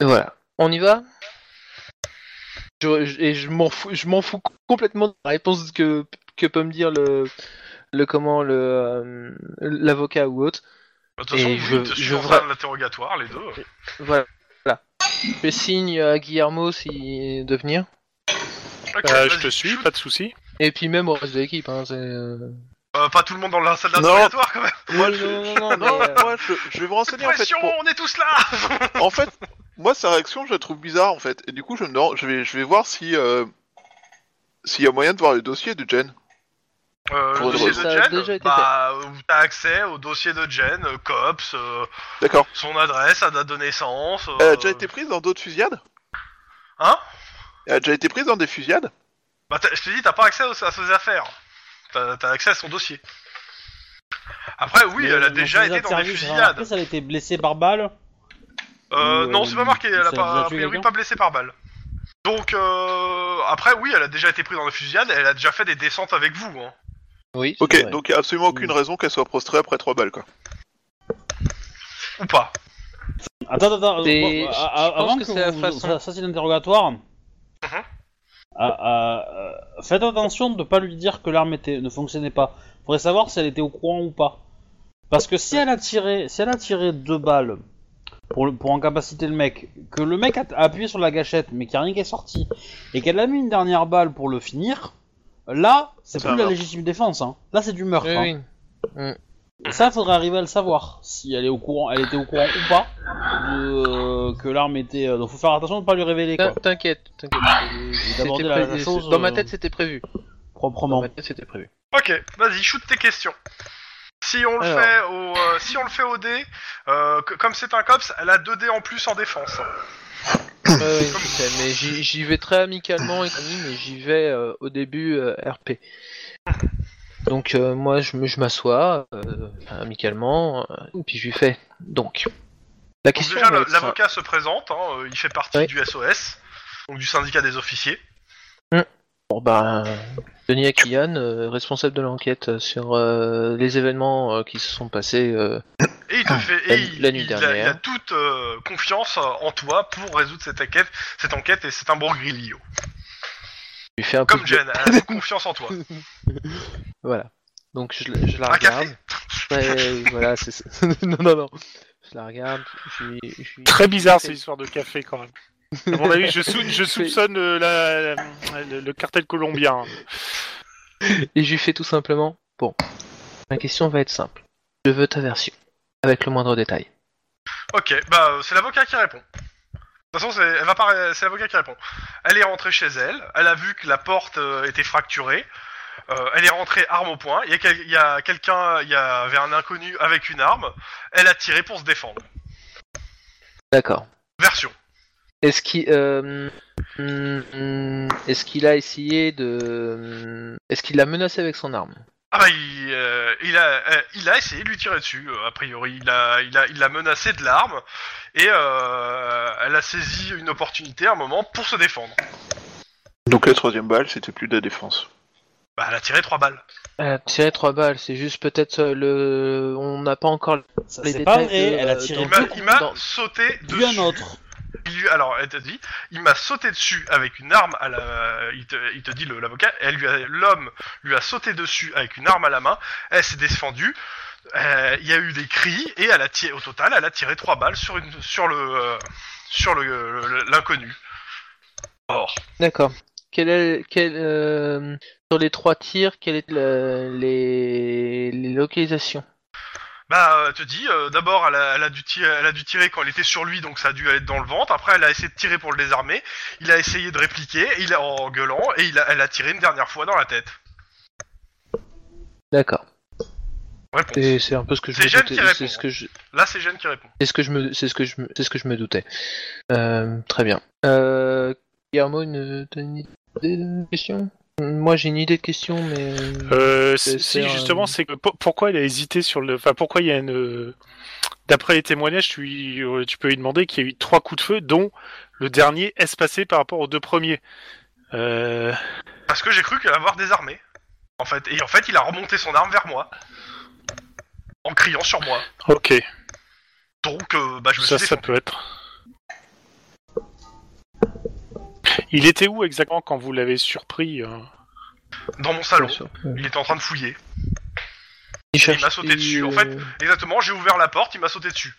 Et voilà. On y va je, je- Et je m'en fous, je m'en fous complètement de la réponse que, que peut me dire le le comment le euh, l'avocat ou autre. De toute façon, Et je- je, je suis je Euh, en vra- train de l'interrogatoire, les deux. Voilà. Voilà. Je fais signe à Guillermo si de venir. Ok, Euh, je vas-y, te suis, shoot. pas de souci. Et puis même au reste de l'équipe. Hein, c'est, euh, Euh, pas tout le monde dans la salle Non. d'interrogatoire, quand même. Non, non, non, non, Non, mais, euh, moi, je, je vais vous renseigner en fait. Pression, pour- on est tous là En fait, moi, sa réaction, je la trouve bizarre en fait. Et du coup, je me demande, je vais, je vais voir si euh, s'il y a moyen de voir le dossier de Jen. [laughs] Euh, Pour le dossier drôle. Ça a de déjà Jen, été bah, euh, t'as accès au dossier de Jen, euh, COPS, euh, D'accord. son adresse, sa date de naissance. Elle euh, a déjà été prise dans d'autres fusillades Hein Elle a déjà été prise dans des fusillades Bah, t'as- je t'ai dit, t'as pas accès aux- à ses affaires. T'as t'as accès à son dossier. Après, oui, Mais euh, elle a dans déjà ses été dans des services, j'ai fusillades. remarqué, ça a été blessé par balle. Euh, Ou, non, euh, c'est pas marqué, elle ça a a pas, déjà a tué priori quelqu'un pas blessée par balle. Donc, euh, après, oui, elle a déjà été prise dans la fusillade, elle a déjà fait des descentes avec vous. Hein. Oui. Ok, Ouais. donc il n'y a absolument aucune Mm. raison qu'elle soit prostrée après trois balles quoi. Ou pas. Attends, attends, C'est- euh, a- je- je a- pense avant que que, c'est la vous- façon- ça, ça, c'est l'interrogatoire. Ah, ah, euh, faites attention de pas lui dire que l'arme était- ne fonctionnait pas. Faudrait savoir si elle était au courant ou pas. Parce que si elle a tiré, si elle a tiré deux balles pour, le- pour incapaciter le mec, que le mec a, a appuyé sur la gâchette mais qu'il n'y a rien qui est sorti, et qu'elle a mis une dernière balle pour le finir, là, c'est C'est plus un de la meurtre. légitime défense. hein. Là, c'est du meurtre. Oui, hein. oui. Et Ça, faudrait arriver à le savoir, si elle est au courant, elle était au courant ou pas de, que l'arme était. euh, Donc faut faire attention de pas lui révéler quoi. T'in- T'inquiète, t'inquiète. C'était d'aborder la- pré- la chose, Dans ma euh, tête, c'était prévu. Dans Proprement. ma tête, c'était prévu. Ok, vas-y, shoot tes questions. Si on le Alors. fait au, euh, si on le fait au dé, euh, que- comme c'est un cops, elle a 2 dés en plus en défense. Ouais, ouais, je sais, mais j'y j'y vais très amicalement et compagnie, mais j'y vais euh, au début euh, RP. Donc euh, moi, je me- je m'assois euh, amicalement, euh, puis je lui fais. Donc, la Donc question. déjà, va le- être simple. l'avocat se présente, hein, euh, il fait partie Oui. du SOS, donc du syndicat des officiers. Bon ben, Denis Akian, euh, responsable de l'enquête euh, sur euh, les événements euh, qui se sont passés. euh, Et il te fait, et La- il, la nuit il a- dernière. il a toute euh, confiance euh, en toi pour résoudre cette enquête, cette enquête et c'est un bon grillio. je lui fais un peu Comme de- Jen, [laughs] elle a confiance en toi. Voilà. Donc je, la- je la Un regarde. café Ouais, voilà, c'est ça. [laughs] non, non, non. Je la regarde. Je lui. Je lui- Très bizarre cette c'est. histoire de café quand même. À mon avis, je, sou- je soupçonne euh, la- la- le, le cartel colombien. Et je lui fais tout simplement. Bon. Ma question va être simple. Je veux ta version. Avec le moindre détail. Ok, bah euh, c'est l'avocat qui répond. De toute façon, c'est elle va pas ré- c'est l'avocat qui répond. Elle est rentrée chez elle, elle a vu que la porte euh, était fracturée, euh, elle est rentrée arme au poing, il y a, quel- il y a quelqu'un, il y avait un inconnu avec une arme, elle a tiré pour se défendre. D'accord. Version. Est-ce qu'il. euh, mm, mm, Est-ce qu'il a essayé de. Est-ce qu'il l'a menacé avec son arme Ah bah il, euh, il a, euh, il a essayé de lui tirer dessus, euh, a priori. Il a, il a, il l'a menacé de l'arme et euh, elle a saisi une opportunité à un moment pour se défendre. Donc la troisième balle, c'était plus de la défense. Bah elle a tiré trois balles. Elle a tiré Euh, trois balles, c'est juste peut-être euh, le. On n'a pas encore. Ça, les C'est pas détails vrai, de, elle a euh, tiré Il dans- m'a, deux dans- il m'a dans- sauté puis un dessus. autre. Il lui- alors elle te dit, il m'a sauté dessus avec une arme à la, il te, il te dit le- l'avocat, elle lui a- l'homme lui a sauté dessus avec une arme à la main. Elle s'est défendue. euh, Il y a eu des cris et elle a tiré, au total, elle a tiré trois balles sur une, sur le, euh, sur le, le- l'inconnu. Or. D'accord. Quel est, quel, euh, sur les trois tirs, quelles étaient le- les, les localisations Bah, elle te dit, euh, d'abord, elle a, elle, a dû tirer, elle a dû tirer quand elle était sur lui, donc ça a dû être dans le ventre. Après, elle a essayé de tirer pour le désarmer. Il a essayé de répliquer il a, en gueulant, et il a, elle a tiré une dernière fois dans la tête. D'accord. Réponse. C'est c'est un peu ce que je C'est me Jeanne doutais. qui répond, C'est ce que je, Là, c'est Jeanne qui répond. c'est ce que je me, c'est ce que je, me- c'est ce que je me doutais. Euh, très bien. Euh, Guillermo, une, t'as une idée de question Moi, j'ai une idée de question, mais Euh, C'est- si c'est si, un- justement, c'est que po- pourquoi il a hésité sur le. Enfin, pourquoi il y a une. euh, D'après les témoignages, tu, lui- euh, tu peux lui demander qu'il y a eu trois coups de feu, dont le dernier espacé par rapport aux deux premiers. Euh, Parce que j'ai cru qu'elle l'avoir désarmé. En fait, et en fait, il a remonté son arme vers moi. En criant sur moi. ok, Donc, euh, bah, Ah, je me ça, suis ça défendu. peut être. Il était où exactement quand vous l'avez surpris euh dans mon salon. Bien sûr. Il était en train de fouiller. Il cherche. m'a sauté dessus, en fait. Exactement, j'ai ouvert la porte, il m'a sauté dessus.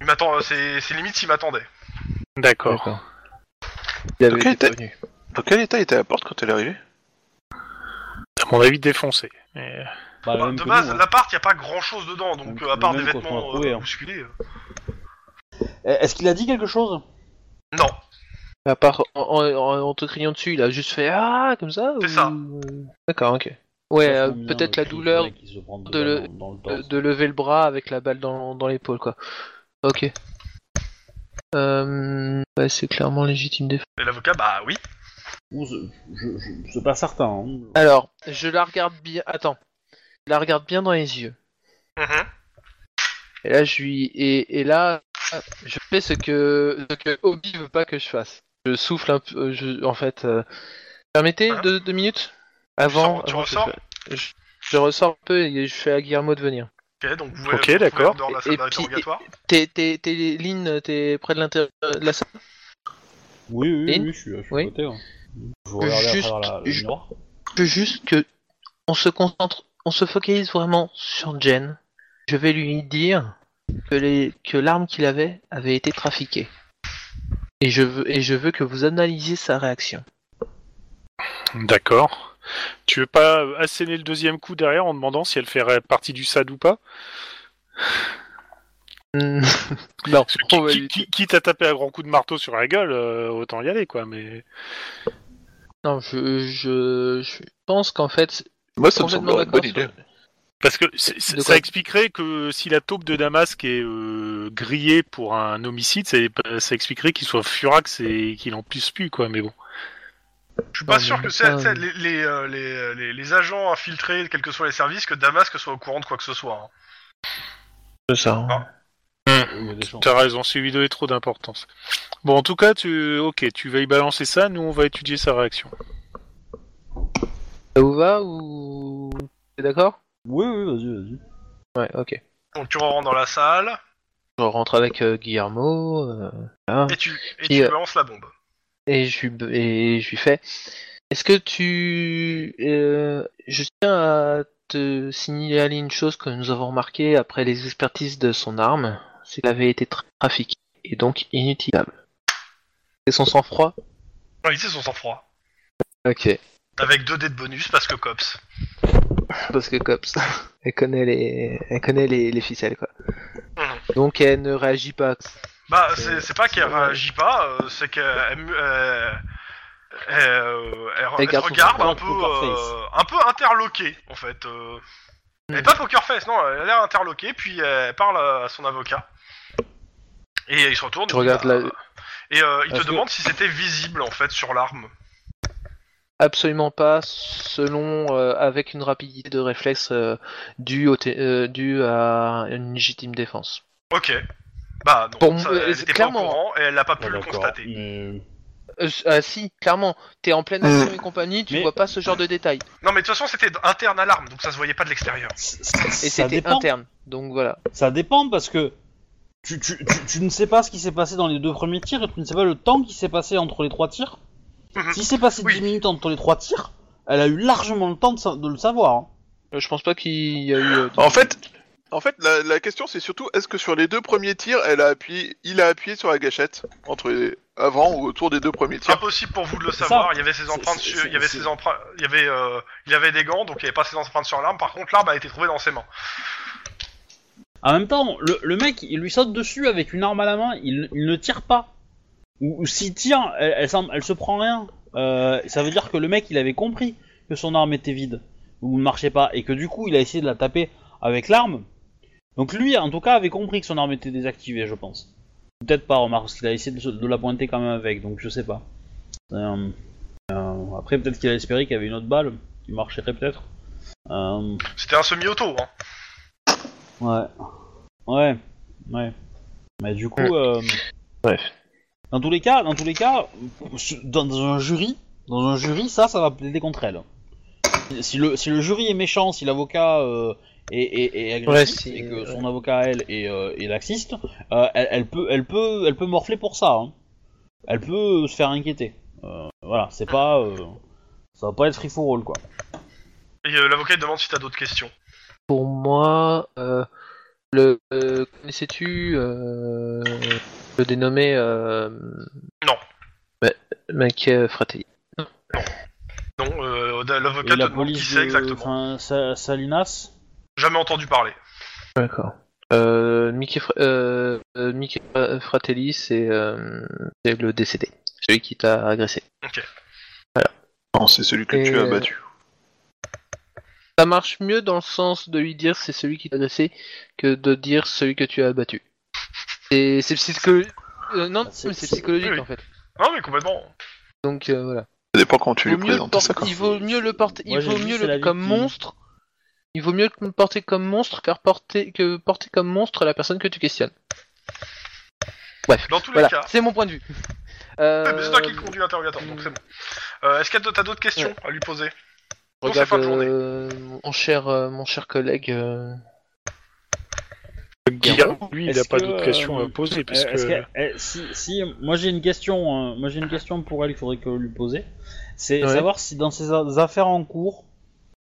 Il m'attend, euh, c'est c'est limite s'il m'attendait. D'accord. D'accord. Il avait Ok, été t'es- prévenu. Dans quel état était la porte quand elle est arrivée À mon avis, euh, défoncé. Mais, Bah, Bah, même de que base, nous, hein. l'appart, y a pas grand chose dedans, donc Le- euh, à part le des même qu'on a vêtements trouvé, euh, hein. bousculés, euh. Eh, Est-ce qu'il a dit quelque chose Non, À part en, en- en te criant dessus, il a juste fait ah comme ça. C'est ou- euh, ça. D'accord, ok. Ouais, Ça euh, fait combien peut-être de la trucs, douleur ouais, qui se prend de le- dans- dans le de, torse. de lever le bras avec la balle dans, dans l'épaule, quoi. Ok. Euh, ouais, c'est clairement légitime défense. et l'avocat, bah oui. Ou ce- je, je- c'est pas certain. hein. Alors, je la regarde bien. Attends. Je la regarde bien dans les yeux. Mhm. Et là, je lui. Et, et là, je fais ce que, ce que Obi veut pas que je fasse. Je souffle un peu. Je, en fait. euh, Permettez Hein deux, deux minutes sors- Avant. tu avant que je- ressors je, je ressors un peu et je fais à Guillermo de venir. Ok, donc vous Ok, vous retrouvez d'accord. en dehors de la Et- et salle puis- d'interrogatoire. T'es, t'es, t'es, Lynn, t'es près de l'intérieur de la salle Oui, oui, Et- oui, je suis, je suis oui. à côté. hein. Je vous regardais Juste- à travers la, le je- miroir. Je veux juste que on se concentre, on se focalise vraiment sur Jen. Je vais lui dire que les que l'arme qu'il avait avait été trafiquée. Et je veux et je veux que vous analysiez sa réaction. D'accord. Tu veux pas asséner le deuxième coup derrière en demandant si elle ferait partie du SAD ou pas Hmm. [laughs] non, Parce que Oh, on va qui- lui- qui- Quitte à taper un grand coup de marteau sur la gueule, euh, autant y aller, quoi. Mais non, je, je, je pense qu'en fait, Moi, ça me Complètement semblerait une bonne d'accord idée. Parce que c'est- c'est- De quoi ça expliquerait que si la taupe de Damasque est euh, grillée pour un homicide, c'est- ça expliquerait qu'il soit furax et qu'il en puisse plus, quoi. Mais bon. Je suis pas Ah, Non, sûr mais que ça, c'est- c'est euh, les, les, euh, les, les, les agents infiltrés, quels que soient les services, que Damasque soit au courant de quoi que ce soit. hein. c'est ça. hein. Il y a des gens. T'as raison, ce vidéo est trop d'importance. Bon, en tout cas, tu, ok, tu vas y balancer ça. Nous, on va étudier sa réaction. Ça vous va ou t'es d'accord Oui, oui, vas-y, vas-y. Ouais, ok. Donc tu rentres dans la salle On rentre avec euh, Guillermo. euh, voilà. et tu, et Puis, tu euh, balances la bombe. Et je lui, et je lui fais Est-ce que tu. euh, je tiens à te signaler une chose que nous avons remarquée après les expertises de son arme c'est qu'elle avait été tra- trafiquée et donc inutilisable. C'est son sang-froid Ouais, ici, son sang-froid. Ok. Avec deux dés de bonus parce que cops. Parce que Cops, [laughs] elle connaît les, elle connaît les, les ficelles quoi. Mhm. Donc elle ne réagit pas. Bah, C'est- c'est c'est pas qu'elle Euh, c'est- réagit pas, euh, c'est qu'elle elle mu- elle- elle, euh, elle- elle garde se son regarde sang-froid, un peu, poker face. euh, un peu interloquée en fait. euh. Elle est Hmm. pas poker face, non, elle a l'air interloquée, puis elle parle à son avocat. Et il se retourne. Tu et dit, regardes bah, la- euh, Et euh, il te Est-ce que- demande si c'était visible en fait sur l'arme. Absolument pas, selon euh, avec une rapidité de réflexe euh, due, au té- euh, due à une légitime défense. Ok. Bah non, Pour ça, moi, elle c'est était clairement- pas au courant et elle n'a pas pu Ouais, le d'accord, constater. mais- Euh, ah, si, clairement, t'es en pleine action et compagnie, tu Mais- vois pas ce genre de détails. Non mais de toute façon c'était interne à l'arme, donc ça se voyait pas de l'extérieur. c- Et Ça c'était dépend. interne, donc voilà. Ça dépend parce que tu, tu, tu, tu ne sais pas ce qui s'est passé dans les deux premiers tirs et tu ne sais pas le temps qui s'est passé entre les trois tirs. Mhm. S'il s'est passé Oui. 10 minutes entre les trois tirs, elle a eu largement le temps de, sa- de le savoir. hein. Euh, Je pense pas qu'il y a eu. euh, En fait, en fait la, la question, c'est surtout est-ce que sur les deux premiers tirs, elle a appuyé, il a appuyé sur la gâchette entre les- avant ou autour des deux premiers tirs Impossible pour vous de le Ah. C'est ça. savoir, il y avait ses C'est- empreintes c'est- sur, il y c'est- avait c'est- ses empreintes, il y avait euh, il avait des gants donc il n'y avait pas ses empreintes sur l'arme. Par contre l'arme a été trouvée dans ses mains. En même temps, le, le mec, il lui saute dessus avec une arme à la main, il, il ne tire pas. Ou, ou s'il tire, elle, elle, s'en- elle se prend rien. Euh, ça veut dire que le mec, il avait compris que son arme était vide, ou ne marchait pas, et que du coup, il a essayé de la taper avec l'arme. Donc lui, en tout cas, avait compris que son arme était désactivée, je pense. Peut-être pas, remarque, parce qu'il a essayé de, se- de la pointer quand même avec, donc je sais pas. Euh, euh, après, peut-être qu'il a espéré qu'il y avait une autre balle qui marcherait peut-être. Euh, C'était un semi-auto. Hein. Ouais. Ouais. Ouais. Mais du coup. euh, Bref. Dans tous les cas, dans tous les cas, su- dans, dans un jury, dans un jury, ça, ça va plaider contre elle. Si le, si le jury est méchant, si l'avocat euh, est, est, est agressif Ouais, si- et que son avocat elle est, euh, est laxiste, euh, elle, elle peut, elle peut, elle peut morfler pour ça. hein. Elle peut se faire inquiéter. Euh, voilà, c'est pas, euh, ça va pas être free for all quoi. Et euh, l'avocat il demande si t'as d'autres questions. pour moi, euh, le euh, connaissais-tu euh, le dénommé euh, Non. Ma- Mac Fratelli. Non, euh, Et l'avocat te la demande qui police c'est de... exactement. Enfin, Sa- Salinas Jamais entendu parler. D'accord. Euh, Mickey, Fra- euh, euh, Mickey Fra- Fratelli, c'est euh, c'est le décédé, celui qui t'a agressé. Non, c'est celui que tu Et- as battu. Ça marche mieux dans le sens de lui dire c'est celui qui t'a agressé que de dire celui que tu as abattu. C'est c'est psycholo- euh, non, Ah, c'est- mais c'est c'est- psychologique oui. en fait. Non, mais complètement. Donc euh, voilà. Ça dépend quand tu lui Vaut mieux le présentes ça, porter- quoi. il vaut mieux le porter, Moi, il j'ai vaut dit, mieux c'est la le comme victime. monstre. Il vaut mieux le porter comme monstre faire porter que porter comme monstre la personne que tu questionnes. Dans tous les Voilà, cas. c'est mon point [laughs] de vue. Ouais, mais c'est toi qui Euh, conduis l'interrogatoire, donc c'est bon. Euh, Est-ce que t'as d'autres questions à lui poser Non, c'est Regarde, fin de journée. euh, mon cher, euh, mon cher collègue. euh, Guillaume, lui, il n'a Est-ce pas que, d'autres euh, questions à poser. Parce Euh, est-ce que... que- eh, si, si, moi j'ai une question, euh, moi j'ai une question pour elle qu'il faudrait que lui poser. C'est Ouais. savoir si dans ses a- affaires en cours,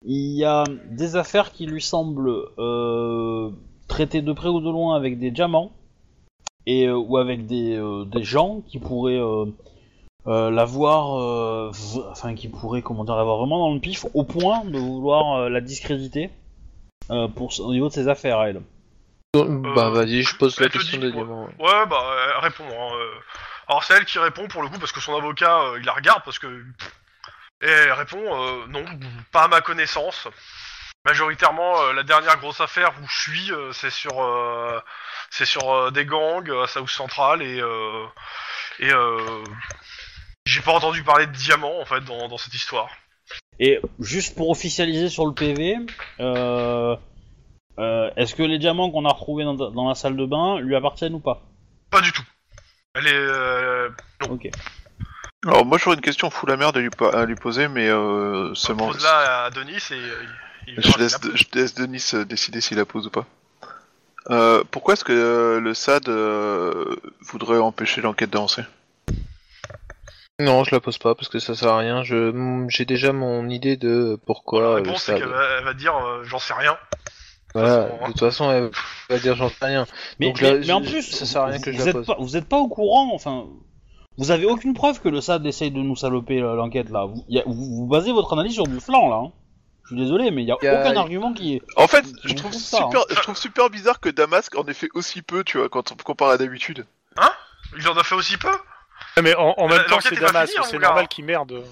il y a des affaires qui lui semblent euh, traitées de près ou de loin avec des diamants et euh, ou avec des, euh, des gens qui pourraient euh, euh, l'avoir, euh, v- enfin qui pourraient comment dire l'avoir vraiment dans le pif au point de vouloir euh, la discréditer euh, pour au niveau de ses affaires à elle. donc, Euh, bah vas-y, je pose la elle te question dit de quoi diamant. Ouais, bah, euh, réponds. hein, euh. Alors, c'est elle qui répond pour le coup, parce que son avocat, euh, il la regarde, parce que. Et elle répond euh, non, pas à ma connaissance. Majoritairement, euh, la dernière grosse affaire où je suis, euh, c'est sur, euh, c'est sur euh, des gangs à South Central et. euh, et euh, j'ai pas entendu parler de diamants en fait dans, dans cette histoire. Et juste pour officialiser sur le PV, euh, euh, est-ce que les diamants qu'on a retrouvés dans, ta- dans la salle de bain lui appartiennent ou pas Pas du tout. Elle est. euh, Ok. Alors, moi, j'aurais une question fou la merde à lui, pa- à lui poser, mais euh, seulement. pose là à Denis et. euh, il- il verra Je s'il laisse, la pose. je laisse Denis euh, décider s'il la pose ou pas. Euh, pourquoi est-ce que euh, le SAD euh, voudrait empêcher l'enquête d'avancer Non, je la pose pas parce que ça sert à rien. Je, mm, j'ai déjà mon idée de La Ah, pourquoi. euh, réponse, ça, c'est qu'elle de- va, elle va dire euh, j'en sais rien. voilà, façon, hein. de toute façon, elle va dire j'en sais rien. Mais, Donc là, mais- mais en je- plus, ça sert à rien que je vous la êtes pose. pas, vous êtes pas au courant, enfin, vous avez aucune preuve que le SAD essaye de nous saloper euh, l'enquête là. Vous, y a- vous- vous basez votre analyse sur du flanc là. hein. Je suis désolé, mais il y a Y a- aucun argument qui est. En fait, Je je trouve, comprends ça, hein. super, je trouve super bizarre que Damask en ait fait aussi peu, tu vois, quand on compare à d'habitude. Il en a fait aussi peu Ah, Mais en, en même Euh, temps, l'enquête c'est est pas Damas, finie, hein, mon c'est gars. normal qu'il merde.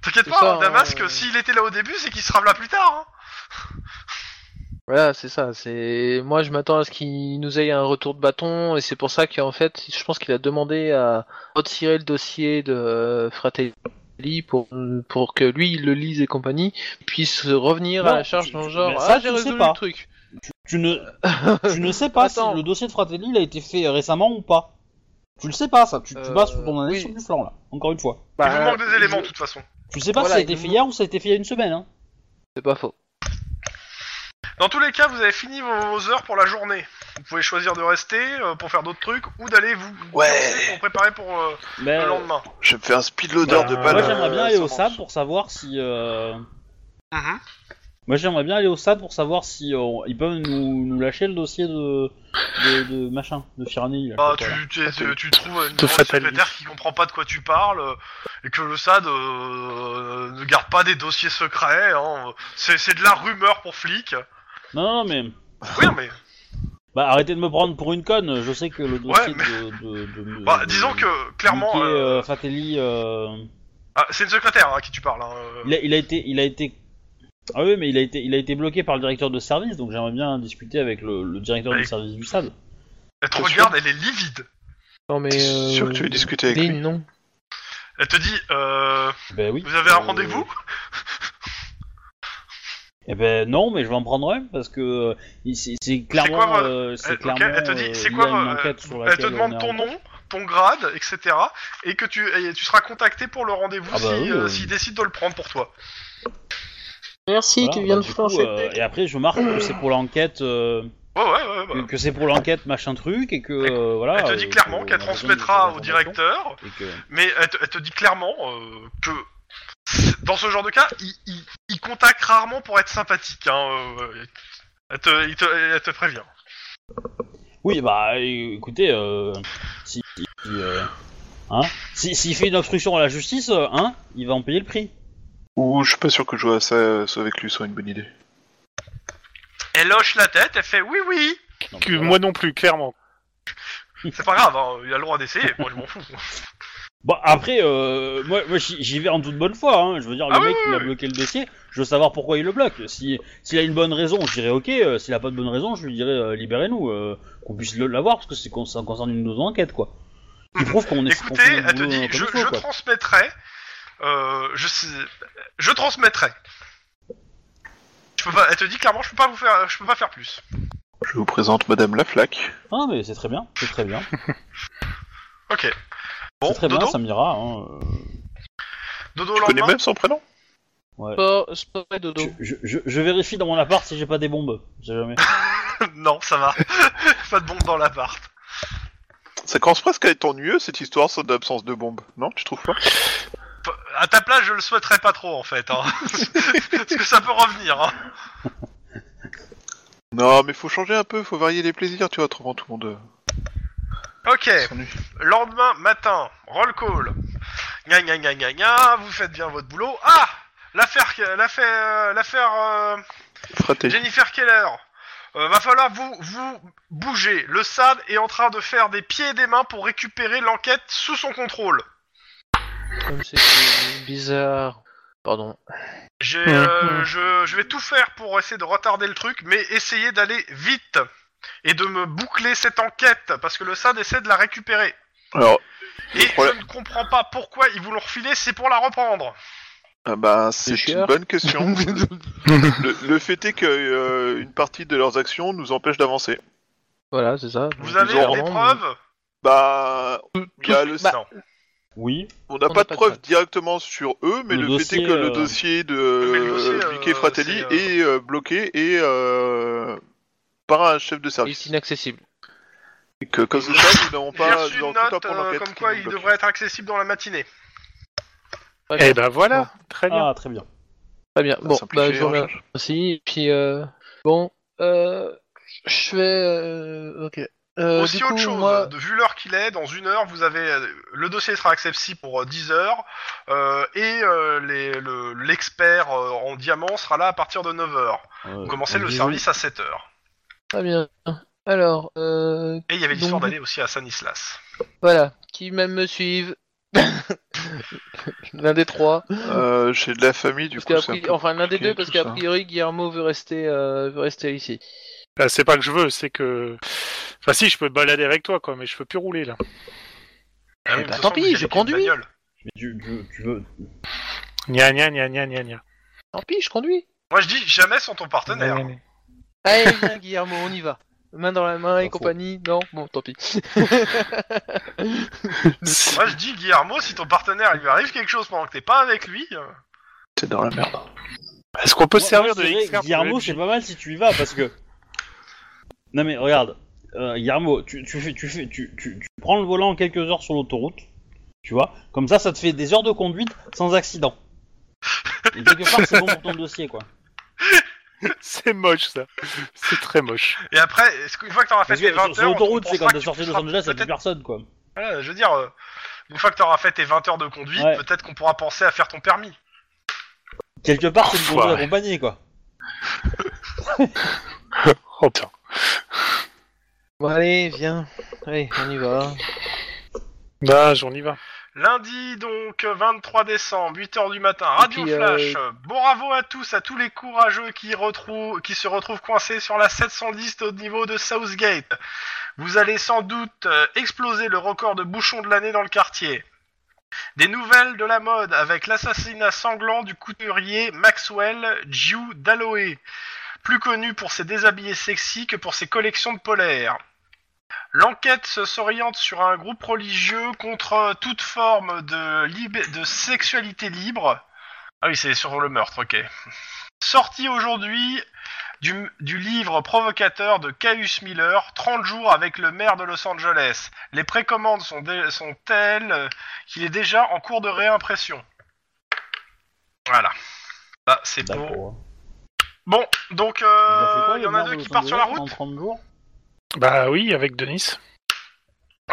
T'inquiète C'est pas, ça, hein, Damask, euh, s'il était là au début, c'est qu'il sera là plus tard. hein. Voilà, c'est ça. C'est moi, je m'attends à ce qu'il nous aille un retour de bâton et c'est pour ça qu'en fait, je pense qu'il a demandé à retirer le dossier de euh, Fratelli pour pour que lui il le lise et compagnie puisse revenir à Non, la charge tu- dans le tu- genre mais ça, ah tu j'ai le sais résolu pas. le truc. Tu ne, tu ne sais pas si Attends. le dossier de Fratelli il a été fait récemment ou pas. Tu le sais pas ça. Tu, tu bases Euh, ton analyse oui. sur du flanc là. Encore une fois. il vous manque des éléments, de toute façon. Tu sais pas Voilà, si ça a été il fait nous- hier ou ça a été fait il y a une semaine. Hein. C'est pas faux. Dans tous les cas, vous avez fini vos, vos heures pour la journée. Vous pouvez choisir de rester euh, pour faire d'autres trucs ou d'aller vous Ouais. lancer pour préparer pour euh, Mais, le lendemain. Je me fais un speedloader Voilà. de Moi, balles. moi j'aimerais bien aller au sans SAD manche. pour savoir si. euh, Mhm. Moi j'aimerais bien aller au SAD pour savoir si euh, ils peuvent nous, nous lâcher le dossier de, de, de machin de Firani. là, Bah, je sais pas. tu, tu, es- tu- tu trouves une Te grande fatalise. secrétaire qui comprend pas de quoi tu parles euh, et que le SAD euh, ne garde pas des dossiers secrets. hein. C'est c'est de la rumeur pour flic. Non non non, mais Oui, non, mais bah arrêtez de me prendre pour une conne. Je sais que le dossier Ouais, mais- de, de, de- bah, de- disons que clairement, Mickey, euh, euh, Fratelli, euh, ah, c'est une secrétaire hein, à qui tu parles. hein, euh. il, a, il a été il a été ah oui mais il a été il a été bloqué par le directeur de service donc j'aimerais bien discuter avec le, le directeur Allez. du service du SAD. Elle te T'es regarde, elle est livide. Non mais T'es euh, sûr que tu veux discuter avec Lynn, lui non. Elle te dit, euh, Ben oui. vous avez un Euh, rendez-vous Eh ben non, mais je vais en prendre un parce que euh, il- c'est c'est clairement. quoi, moi euh, c'est elle, ok, clairement, elle te dit, euh, c'est lié quoi à une euh, enquête sur Elle te laquelle on est demande en ton cours. nom, ton grade, etc. Et que tu, et tu seras contacté pour le rendez-vous Ah bah si, oui, euh, euh. s'il décide de le prendre pour toi. Merci, Voilà, tu viens bah, de du coup, flancher. euh, et après, je marque que c'est pour l'enquête, euh, Ouais, ouais, ouais. bah. que, que c'est pour l'enquête machin truc et que euh, voilà. elle te euh, dit clairement qu'on qu'elle a besoin de- transmettra de- au d'informations directeur, et que- mais elle te, elle te dit clairement euh, que dans ce genre de cas, il, il- il contacte rarement pour être sympathique. Hein, euh, elle, te, il te- elle te prévient. Oui, bah é- écoutez, euh, si, si, euh, hein, si- s'il fait une obstruction à la justice, euh, hein, il va en payer le prix. Ou je suis pas sûr que jouer à ça euh, ça avec lui soit une bonne idée. Elle hoche la tête, elle fait oui, oui. Donc, Que voilà. moi non plus, clairement. C'est pas grave, hein, il a le droit d'essayer, moi je m'en fous. Bon, Bah, après, euh, moi, moi, j'y j'y vais en toute bonne foi. Hein. Je veux dire, le Ah mec oui, il a oui. bloqué le dossier, je veux savoir pourquoi il le bloque. Si s'il a une bonne raison, je dirais ok. euh, s'il a pas de bonne raison, je lui dirais euh, libérez-nous, euh, qu'on puisse le- l'avoir parce que c'est con- ça concerne une de nos enquêtes quoi. Qui prouve qu'on est qu'on fait Écoutez, notre elle te boulot dit, comme je, il faut, je quoi. transmettrai. euh, je, sais- je transmettrai. Je peux pas, elle te dit clairement, je peux pas vous faire, je peux pas faire plus. Je vous présente Madame Laflaque. Ah mais c'est très bien, c'est très bien, Ok. c'est Bon, très bien, Dodo, ça m'ira. Hein. euh. Dodo Tu connais lendemain. même son prénom Sport, sport et dodo. Je- Je, je- je vérifie dans mon appart si j'ai pas des bombes, je sais jamais. non, ça va. [laughs] pas de bombe dans l'appart. Ça commence presque à être ennuyeux cette histoire ça, d'absence de bombe, non Tu trouves pas P- À ta place, je le souhaiterais pas trop en fait. Hein. [laughs] Parce que ça peut revenir. Hein. Non, mais faut changer un peu, faut varier les plaisirs, tu vois, autrement tout le monde Ok. euh, s'ennuie. Lendemain matin, roll call. Gna gna gna gna gna, vous faites bien votre boulot. Ah L'affaire, que- l'affaire, euh, l'affaire euh, Fraté. Jennifer Keller. Euh, va falloir vous, vous bouger. Le SAD est en train de faire des pieds et des mains pour récupérer l'enquête sous son contrôle. Comme c'est bizarre. Pardon. J'ai, euh, je, je vais tout faire pour essayer de retarder le truc, mais essayer d'aller vite et de me boucler cette enquête parce que le SAD essaie de la récupérer. Alors, Et problème- je ne comprends pas pourquoi ils vous l'ont refilé, c'est pour la reprendre. Ah bah, c'est une chieurs. bonne [laughs] question. le, le fait est que euh, une partie de leurs actions nous empêche d'avancer. Voilà, c'est ça. Vous avez des Clairement, preuves Bah, il y a le- bah, Non. Oui, on n'a on pas n'a de preuves directement sur eux, mais Le le, fait dossier, est que le euh, dossier de mais le dossier, euh, euh, Vicky et Fratelli c'est, euh, est euh, bloqué et euh, par un chef de Il service. est inaccessible. Et que comme de ça, nous n'avons J'ai pas reçu de une recruteur note pour euh, l'enquête. comme qui quoi nous il bloque. devrait être accessible dans la matinée. Très bien. Eh ben voilà, très bien. ah très bien. Très bien. Ça Bon, simplifie bah, les je vous remercie. recherches. Merci, puis euh, bon, euh, je vais. euh, ok. Euh, Aussi du coup, autre chose, moi, de vu l'heure qu'il est, dans une heure, vous avez euh, le dossier sera accessible pour euh, 10 heures euh, et euh, les- le- l'expert euh, en diamant sera là à partir de 9 heures. Euh, Vous commencez on le dit- service à 7 heures. très bien. Alors, euh, Et il y avait Donc- l'histoire d'aller aussi à Sanislas. voilà, qui même me suivent. [laughs] l'un des trois. Euh, J'ai de la famille, du Parce coup. qu'a c'est un pri- peu Enfin, l'un des compliqué, deux, parce tout qu'a ça. priori, Guillermo veut rester, euh, veut rester ici. Bah, c'est pas que je veux, c'est que. Enfin, si, je peux balader avec toi, quoi, mais je peux plus rouler, là. Ah oui, bah, de toute tant façon, pis, vous y je allez avec conduis. une bagnole. Mais tu, tu- tu veux Gna gna gna gna gna gna. Tant pis, je conduis. Moi je dis jamais sans ton partenaire. Gna, gna, gna. [laughs] Allez, viens, Guillermo, on y va. Main dans la main et Pas faux. compagnie. Non, bon, tant pis. Moi je dis Guillermo, si ton partenaire il lui arrive quelque chose pendant que t'es pas avec lui. euh, C'est dans la merde. Est-ce qu'on peut Moi- se servir moi, je de dirais, l'expert pour Guillermo, le- c'est pas mal si tu y vas parce que. Non mais regarde, euh, Guillermo, tu, tu fais, tu fais, tu, tu, tu prends le volant en quelques heures sur l'autoroute, tu vois. Comme ça, ça te fait des heures de conduite sans accident. Et quelque part, c'est bon pour ton dossier [laughs] quoi. [laughs] C'est moche, ça. C'est très [laughs] moche. Et après, est-ce qu'une fois que t'auras fait Parce tes que 20 sur, heures. sur l'autoroute, on c'est quand pensera t'es que sorti de tu Los seras Angeles, ça peut-être- plus personne quoi. Voilà, je veux dire, euh, une fois que t'auras fait tes 20 heures de conduite, Ouais. peut-être qu'on pourra penser à faire ton permis. Quelque part, c'est une conduite Enfoiré. accompagnée quoi. Oh putain. Bon, allez, viens. Allez, on y va. Bah, j'en y va. Lundi donc 23 décembre, 8h du matin, Radio Et puis, euh, Flash. Bravo à tous, à tous les courageux qui, retrouvent, qui se retrouvent coincés sur la 710 au niveau de Southgate. Vous allez sans doute euh, exploser le record de bouchons de l'année dans le quartier. Des nouvelles de la mode avec l'assassinat sanglant du couturier Maxwell Giu Dalloway, plus connu pour ses déshabillés sexy que pour ses collections de polaires. L'enquête se- s'oriente sur un groupe religieux contre toute forme de, lib- de sexualité libre. Ah oui, c'est sur le meurtre, ok. Sorti aujourd'hui du, du livre provocateur de Caius Miller, 30 jours avec le maire de Los Angeles. Les précommandes sont, dé- sont telles euh, qu'il est déjà en cours de réimpression. Voilà. Bah, c'est bon. D'accord. Bon, donc, euh, il y en a deux qui partent sur la En route 30 jours Bah oui, avec Denis.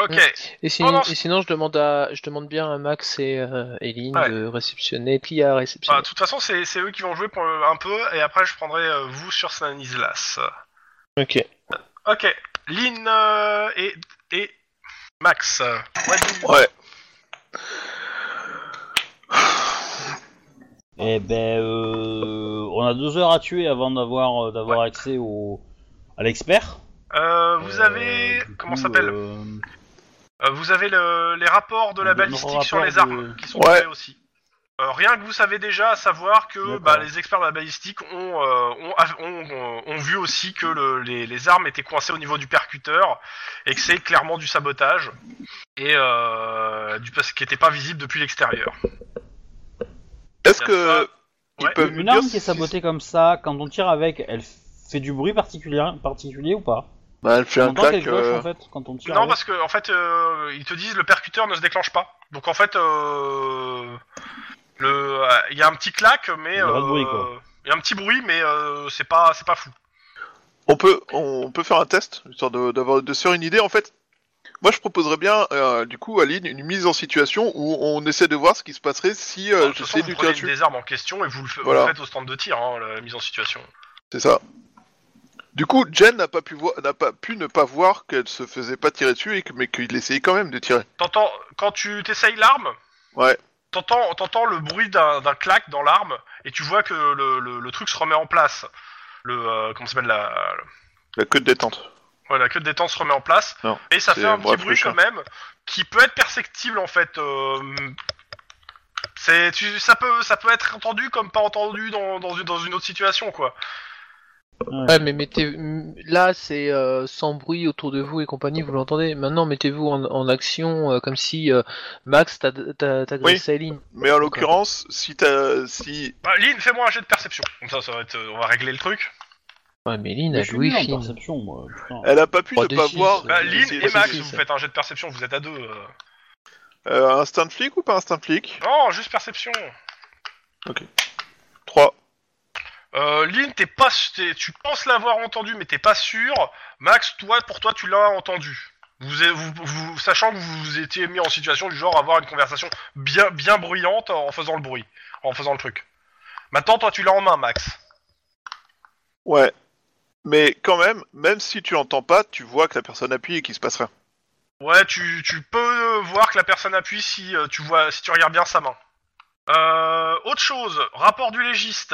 Ok. Et sinon, non, et sinon, je demande à, je demande bien à Max et euh, Eileen Ouais. de réceptionner, qui a réceptionné. Bah, de toute façon, c'est c'est eux qui vont jouer pour le- un peu, et après, je prendrai euh, vous sur San Islas. ok. Ok. Lynn euh, et, et Max. euh, what do you- Ouais. Eh ben, euh, on a deux heures à tuer avant d'avoir euh, d'avoir accès au à l'expert. Euh, vous Euh, avez. du Comment coup, ça s'appelle euh, Euh, Vous avez le- les rapports de Le- la le balistique sur rapport les de- armes qui sont Ouais. faits aussi. Euh, rien que vous savez déjà, à savoir que D'accord. bah, les experts de la balistique ont, euh, ont, av- ont- ont- ont vu aussi que le- les, les armes étaient coincées au niveau du percuteur et que c'est clairement du sabotage et euh, du ce qui n'était pas visible depuis l'extérieur. Est-ce Bien que ça. ils Ouais. peuvent nous Une dire arme qui est si- sabotée comme ça, quand on tire avec, elle fait du bruit particulier, particulier ou pas Bah, elle fait On un entend claque. qu'elle cloche euh, en fait quand on tire. Non, avec. parce que en fait, euh, ils te disent le percuteur ne se déclenche pas. Donc en fait, euh, le, euh, il y a un petit clac, mais Il y aura euh, de bruit, quoi. il y a un petit bruit, mais euh, c'est pas, c'est pas fou. On peut, on peut faire un test, histoire de, d'avoir, de se faire une idée. En fait, moi je proposerais bien, euh, du coup, Aline, une mise en situation où on essaie de voir ce qui se passerait si De euh, toute façon, j'essayais de vous lui tirer prenez dessus. des armes en question et vous le, f- vous Voilà. le faites au stand de tir, hein, la mise en situation. C'est ça. Du coup, Jen n'a pas pu voir, n'a pas pu ne pas voir qu'elle se faisait pas tirer dessus, et que, mais qu'il essayait quand même de tirer. T'entends, quand tu t'essayes l'arme, Ouais. t'entends, t'entends le bruit d'un, d'un clac dans l'arme et tu vois que le, le- le truc se remet en place. Le, euh, comment ça s'appelle la, La queue de détente. Ouais, la queue de détente se remet en place. Non, et ça c'est fait un petit bref, le hein. bruit chat. quand même, qui peut être perceptible en fait. euh, c'est, tu, ça peut, ça peut être entendu comme pas entendu dans, dans, une, dans une autre situation quoi. Ouais, mais mettez m- là, c'est euh, sans bruit autour de vous et compagnie, vous l'entendez. Maintenant, mettez-vous en, en action euh, comme si euh, Max t'a- t'a- t'agressait Eileen. Mais en l'occurrence, si t'as, si, Bah, Lynn, fais-moi un jet de perception. Comme ça, ça va être, euh, on va régler le truc. Ouais, mais Eileen Mais a je suis joué nul en fine. perception, moi. putain. elle a pas pu Oh, ne des pas six, voir. ouais. Bah, Oui, Lynn c'est- et c'est- Max, c'est- vous c'est- faites un jet de perception. Vous êtes à deux. euh. Euh, instinct de flic ou pas instinct de flic Non, Oh, juste perception. 3. Euh, Lynn, t'es pas, su- t'es- tu penses l'avoir entendu, mais t'es pas sûr. Max, toi, pour toi, tu l'as entendu. Vous, êtes- vous, vous- sachant que vous vous étiez mis en situation du genre avoir une conversation bien, bien bruyante en faisant le bruit, en faisant le truc. Maintenant, toi, tu l'as en main, Max. Ouais. Mais quand même, même si tu l'entends pas, tu vois que la personne appuie et qu'il se passe rien. Ouais, tu, tu peux voir que la personne appuie si euh, tu vois, si tu regardes bien sa main. Euh, autre chose, rapport du légiste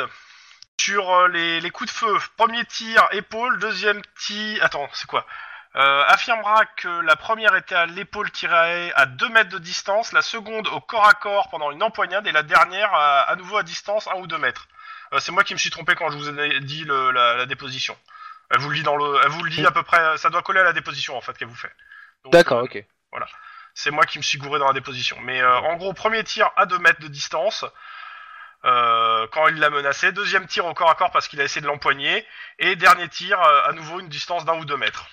sur euh, les, les coups de feu. Premier tir, épaule. Deuxième tir, attends, c'est quoi Euh, Affirmera que la première était à l'épaule tirée à 2 mètres de distance, la seconde au corps à corps pendant une empoignade et la dernière à, à nouveau à distance 1 ou 2 mètres. Euh, c'est moi qui me suis trompé quand je vous ai dit le- la, la déposition. Elle vous le dit dans le, elle vous le dit à peu près. Ça doit coller à la déposition en fait qu'elle vous fait. Donc, Mm. euh, D'accord, ok. c'est moi qui me suis gouré dans la déposition. Mais euh, en gros, premier tir à 2 mètres de distance euh, quand il l'a menacé. Deuxième tir au corps à corps parce qu'il a essayé de l'empoigner. Et dernier tir euh, à nouveau une distance d'un ou deux mètres.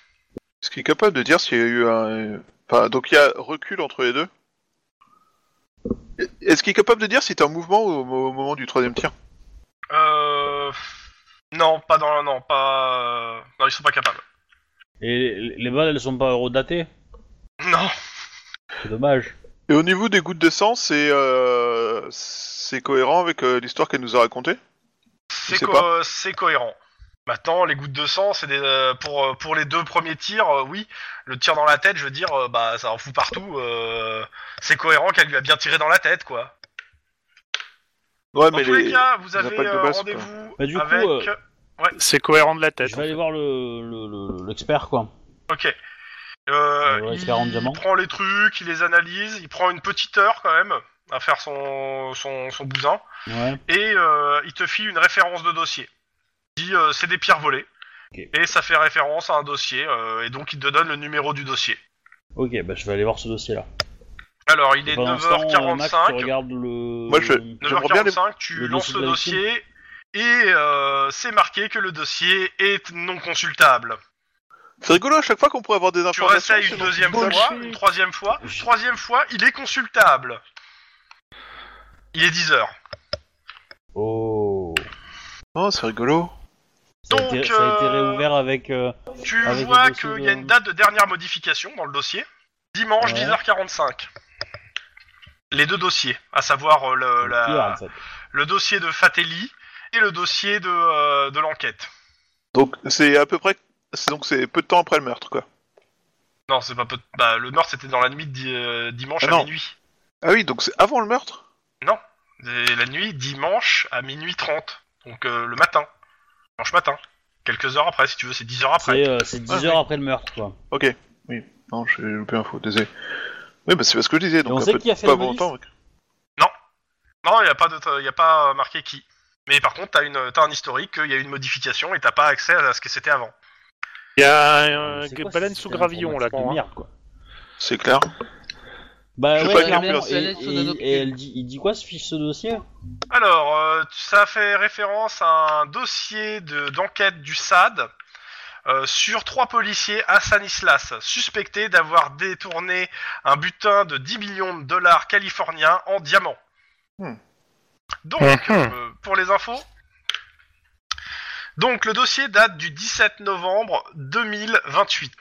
Ce qui est capable de dire s'il y a eu un. Enfin, donc il y a recul entre les deux. Est-ce qu'il est capable de dire si t'es en mouvement au, au moment du troisième tir Euh... Non, pas dans non, pas euh, non, ils sont pas capables. Et les, les balles, elles sont pas eurodatées. Non. C'est dommage. Et au niveau des gouttes de sang, c'est euh, c'est cohérent avec euh, l'histoire qu'elle nous a racontée C'est sais co- euh, pas. c'est cohérent. Maintenant, les gouttes de sang, c'est des, euh, pour euh, pour les deux premiers tirs, euh, oui, le tir dans la tête, je veux dire, euh, bah ça en fout partout. euh, c'est cohérent qu'elle lui a bien tiré dans la tête, quoi. Ouais, Dans mais tous les, les... cas, vous les avez impacts de euh, balle, c'est pas- rendez-vous Bah, du coup, avec. euh, C'est cohérent de la tête. Je vais aller voir le le- le- l'expert, quoi. Ok. Euh, Ouais, ouais, il 40 diamants. prend les trucs, il les analyse, il prend une petite heure quand même à faire son, son, son bousin Ouais. et euh, il te file une référence de dossier. Il dit euh, c'est des pierres volées Ok. et ça fait référence à un dossier euh, et donc il te donne le numéro du dossier. Ok, bah je vais aller voir ce dossier-là. Alors il est Pendant ce temps, euh, Max, tu 9h45. regardes le. Moi, je- le- J'aimerais bien 9h45, tu le lances dossier de le la victime. dossier et euh, c'est marqué que le dossier est non consultable. C'est rigolo, à chaque fois qu'on pourrait avoir des Tu informations. réessayes c'est une bon. deuxième Bullshit. fois, une troisième fois, Je- troisième fois, il est consultable. Il est 10 heures. Oh. Oh, c'est rigolo. Ça, a Donc, été, ça a été euh, réouvert avec. euh, Tu Avec le vois dossier qu'il de- y a une date de dernière modification dans le dossier. Dimanche Ouais. 10h45. Les deux dossiers, à savoir euh, le, la- Pierre, en fait. le dossier de Fatelli et le dossier de, euh, de l'enquête. Donc, c'est à peu près. c'est- Donc, c'est peu de temps après le meurtre, quoi. Non, c'est pas peu- bah, le meurtre c'était dans la nuit de di- euh, dimanche Ah à non. minuit. Ah oui, donc c'est avant le meurtre Et la nuit dimanche à minuit 30. Donc euh, le matin. Dimanche matin. Quelques heures après, si tu veux, c'est 10 heures après. C'est euh, c'est 10 Ouais, heures après le meurtre, quoi. Ok. Oui. Non, j'ai loupé l'info, désolé. Oui, bah c'est parce que je disais, Et on donc un sait peu- qui a fait pas le avant modif longtemps. mec. Non, il n'y a pas, de, y a pas euh, marqué qui. Mais par contre, t'as une- t'as un historique, il y a eu une modification et t'as pas accès à ce que c'était avant. Il y a un, C'est quoi ce Euh, baleine système sous gravillon là. informatique de quoi, hein. merde, quoi. C'est clair. Je Bah sais ouais, pas, clairement. Gilbert, Et, Gilbert, et- Gilbert. et elle dit, il dit quoi ce fiche ce dossier Alors, euh, ça fait référence à un dossier de- d'enquête du SAD euh, sur trois policiers à Sanislas, suspectés d'avoir détourné un butin de 10 millions de dollars californiens en diamants. Hmm. Donc, Mhm. euh, pour les infos. Donc, le dossier date du 17 novembre 2028.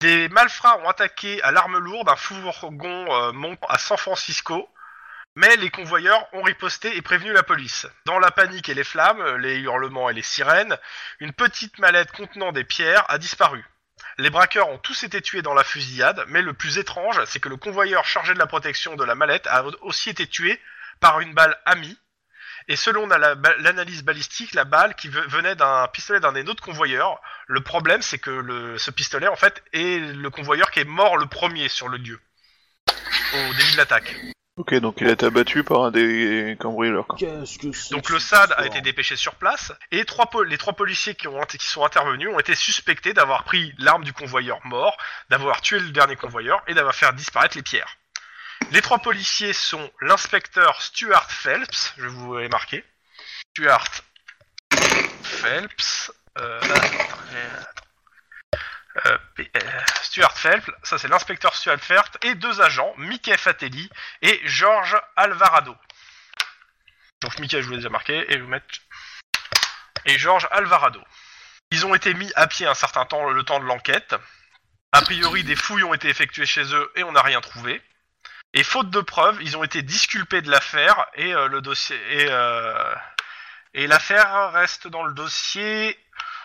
Des malfrats ont attaqué à l'arme lourde un fourgon euh, montant à San Francisco, mais les convoyeurs ont riposté et prévenu la police. Dans la panique et les flammes, les hurlements et les sirènes, une petite mallette contenant des pierres a disparu. Les braqueurs ont tous été tués dans la fusillade, mais le plus étrange, c'est que le convoyeur chargé de la protection de la mallette a aussi été tué par une balle amie. Et selon la- la- l'analyse balistique, la balle qui ve- venait d'un pistolet d'un des autres convoyeurs, le problème c'est que le- ce pistolet en fait est le convoyeur qui est mort le premier sur le lieu, au début de l'attaque. Ok, donc il a été abattu par un des cambrioleurs. quoi. Qu'est-ce que c'est Donc que le cette SAD a histoire été dépêché sur place et trois po- les trois policiers qui, ont, qui sont intervenus ont été suspectés d'avoir pris l'arme du convoyeur mort, d'avoir tué le dernier convoyeur et d'avoir fait disparaître les pierres. Les trois policiers sont l'inspecteur Stuart Phelps, je vous l'ai marqué. Stuart Phelps. euh, attends, attends. Euh, P- euh, Stuart Phelps, ça c'est l'inspecteur Stuart Phelps et deux agents, Mickey Fatelli et George Alvarado. Donc Michael, je vous les ai marqués, et le match. Et Georges Alvarado. Ils ont été mis à pied un certain temps, le temps de l'enquête. A priori, des fouilles ont été effectuées chez eux et on n'a rien trouvé. Et faute de preuves, ils ont été disculpés de l'affaire et euh, le dossier et, euh, et l'affaire reste dans le dossier.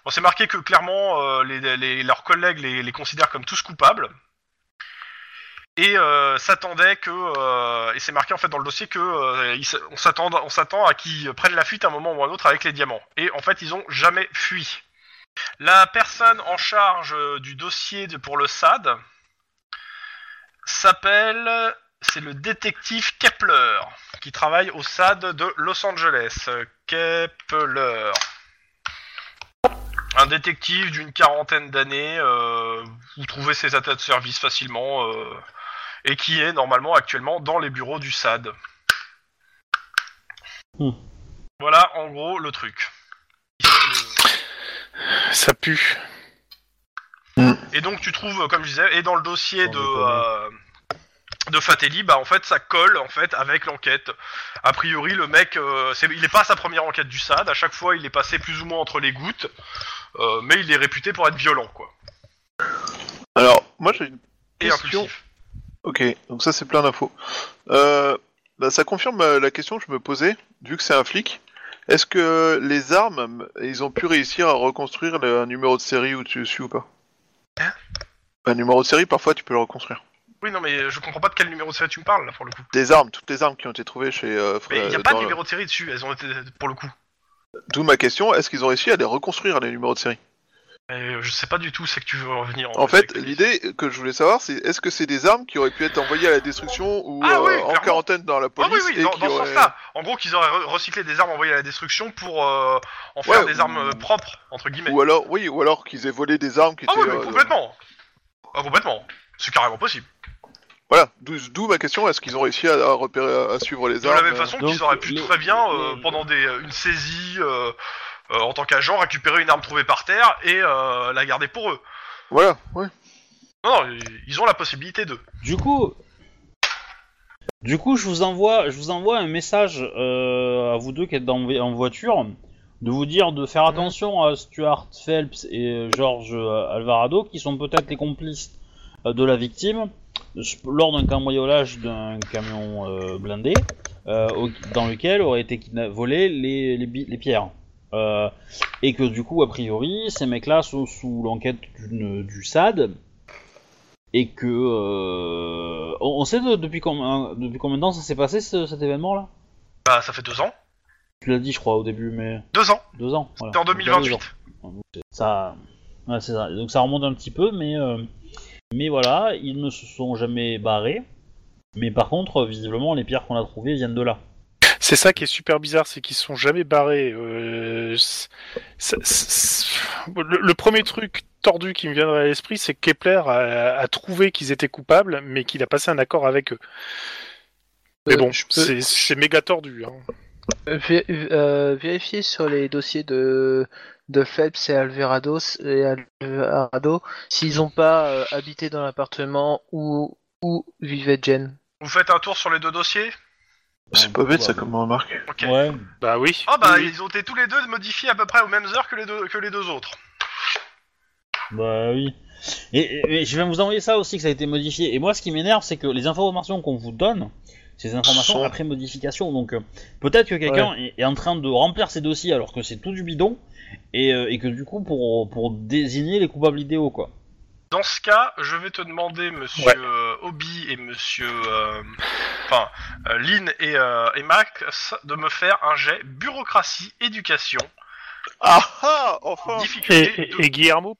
On s'est marqué que clairement euh, les- les- leurs collègues les, les considèrent comme tous coupables et euh, s'attendait que euh, et c'est marqué en fait dans le dossier que euh, ils s- on s'attend on s'attend à qu'ils prennent la fuite à un moment ou à un autre avec les diamants et en fait ils ont jamais fui. La personne en charge euh, du dossier de- pour le SAD s'appelle c'est le détective Kepler qui travaille au SAD de Los Angeles. Euh, Kepler. Un détective d'une quarantaine d'années, euh, vous trouvez ses attaques de service facilement. euh, et qui est normalement actuellement dans les bureaux du SAD. Hmm. Voilà en gros le truc. Mhm. Ça pue. Et donc tu trouves, euh, comme je disais, et dans le dossier Sans de déconner. euh, de Fatelli, bah en fait ça colle en fait avec l'enquête. A priori le mec, euh, c'est- il est pas à sa première enquête du SAD. À chaque fois il est passé plus ou moins entre les gouttes, euh, mais il est réputé pour être violent quoi. Alors, moi j'ai une Et question. impulsif. Ok, donc ça c'est plein d'infos. Euh, bah, ça confirme euh, la question que je me posais, vu que c'est un flic. Est-ce que les armes, ils ont pu réussir à reconstruire le- un numéro de série ou dessus ou pas Hein Un numéro de série, parfois tu peux le reconstruire. Oui non mais je comprends pas de quel numéro de série tu me parles là pour le coup. Des armes, toutes les armes qui ont été trouvées chez euh, Mais il Fred. n'y a pas de numéro de série dessus, elles ont été pour le coup. D'où ma question, est-ce qu'ils ont réussi à les reconstruire les numéros de série Mais je sais pas du tout, c'est que tu veux revenir. En fait, avec- l'idée que je voulais savoir, c'est est-ce que c'est des armes qui auraient pu être envoyées à la destruction ou Ah euh, oui, en clairement. quarantaine dans la Ah police oui, oui, et dans, qui dans ce auraient- sens-là. En gros, qu'ils auraient re- recyclé des armes envoyées à la destruction pour euh, en faire Ouais, des armes ou- euh, propres, entre guillemets. Ou alors, oui, ou alors qu'ils aient volé des armes qui ah étaient. oui, mais euh, complètement. Ah, complètement. C'est carrément possible. Voilà, d'où d'où ma question, est-ce qu'ils ont réussi à, à repérer, à suivre les De armes la même euh, façon donc, qu'ils auraient pu les- très bien, euh, les- pendant des, euh, une saisie euh, euh, en tant qu'agent, récupérer une arme trouvée par terre et euh, la garder pour eux. Voilà, ouais. Non, non, ils ont la possibilité de. Du coup, Du coup, je vous envoie, je vous envoie un message euh, à vous deux qui êtes dans- en voiture, de vous dire de faire attention à Stuart Phelps et euh, George euh, Alvarado, qui sont peut-être les complices euh, de la victime euh, lors d'un cambriolage d'un camion euh, blindé, euh, au- dans lequel auraient été kidna- volées les, les bi- les pierres. Euh, et que du coup, a priori, ces mecs-là sont sous l'enquête d'une- du SAD et que euh, on on sait de- depuis, com- euh, depuis combien de temps ça s'est passé ce- cet événement là Bah, ça fait deux ans. Tu l'as dit je crois au début mais Deux ans. deux ans. voilà. C'était en Donc, il y a deux 2028. ans. Ça, ouais, c'est ça. Donc ça remonte un petit peu mais euh, mais voilà ils ne se sont jamais barrés. Mais par contre visiblement les pierres qu'on a trouvées viennent de là. C'est ça qui est super bizarre, c'est qu'ils se sont jamais barrés. Euh, c'est- c'est- c'est- le, le premier truc tordu qui me viendrait à l'esprit, c'est que Kepler a, a trouvé qu'ils étaient coupables, mais qu'il a passé un accord avec eux. Mais Euh, bon, je peux- c'est c'est méga tordu. Hein. Euh, vé- euh, Vérifier sur les dossiers de, de Phelps et Alvarado, et Alvarado s'ils n'ont pas euh, habité dans l'appartement où, où vivait Jen. Vous faites un tour sur les deux dossiers Ah, C'est pas bête ça comme remarque. Ok. Ouais. Bah oui. Ah bah, Oui. ils ont été tous les deux modifiés à peu près aux mêmes heures que les deux, que les deux autres. Bah oui. Et, et- et je vais vous envoyer ça aussi, que ça a été modifié. Et moi, ce qui m'énerve, c'est que les informations qu'on vous donne, c'est des informations Sont- après modification. Donc euh, peut-être que quelqu'un est, est en train de remplir ses dossiers alors que c'est tout du bidon. Et, euh, et que du coup, pour, pour désigner les coupables idéaux, quoi. Dans ce cas, je vais te demander, monsieur Ouais. euh, Obi et monsieur. euh, Enfin, euh, Lynn et, euh, et Max, de me faire un jet bureaucratie, éducation, Ah ah Enfin Et, difficulté. et- deux. et Guillermo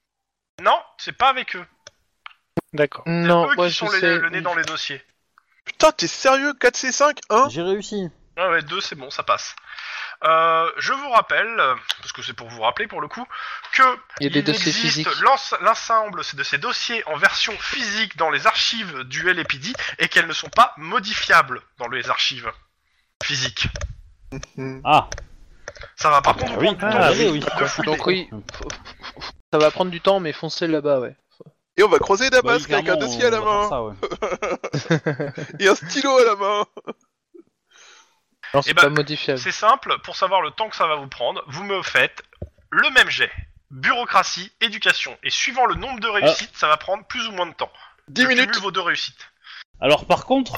Non, c'est pas avec eux. D'accord. C'est Non, eux moi qui je sont les- sais. le nez dans les dossiers. Putain, t'es sérieux 4C5 1 J'ai réussi. Ouais, ouais, deux, c'est bon, ça passe. Euh, je vous rappelle, euh, parce que c'est pour vous rappeler pour le coup, que Il y a des dossiers existe physiques. l'ens- l'ensemble de ces dossiers en version physique dans les archives du LPD et qu'elles ne sont pas modifiables dans les archives physiques. Mm. Ah, Ça va par contre vous oui, prendre ah, du temps oui, de fouiller. Donc oui, f- f- f- ça va prendre du temps, mais foncez là-bas, ouais. Et on va croiser Bah oui, Damasque avec un clairement, dossier à la on va faire main ça, ouais. et un stylo à la main. Non, c'est bah, pas modifiable. C'est simple, pour savoir le temps que ça va vous prendre, vous me faites le même jet. Bureaucratie, éducation. Et suivant le nombre de réussites, Ah. ça va prendre plus ou moins de temps. 10 Je cumule minutes, vos deux réussites. Alors par contre,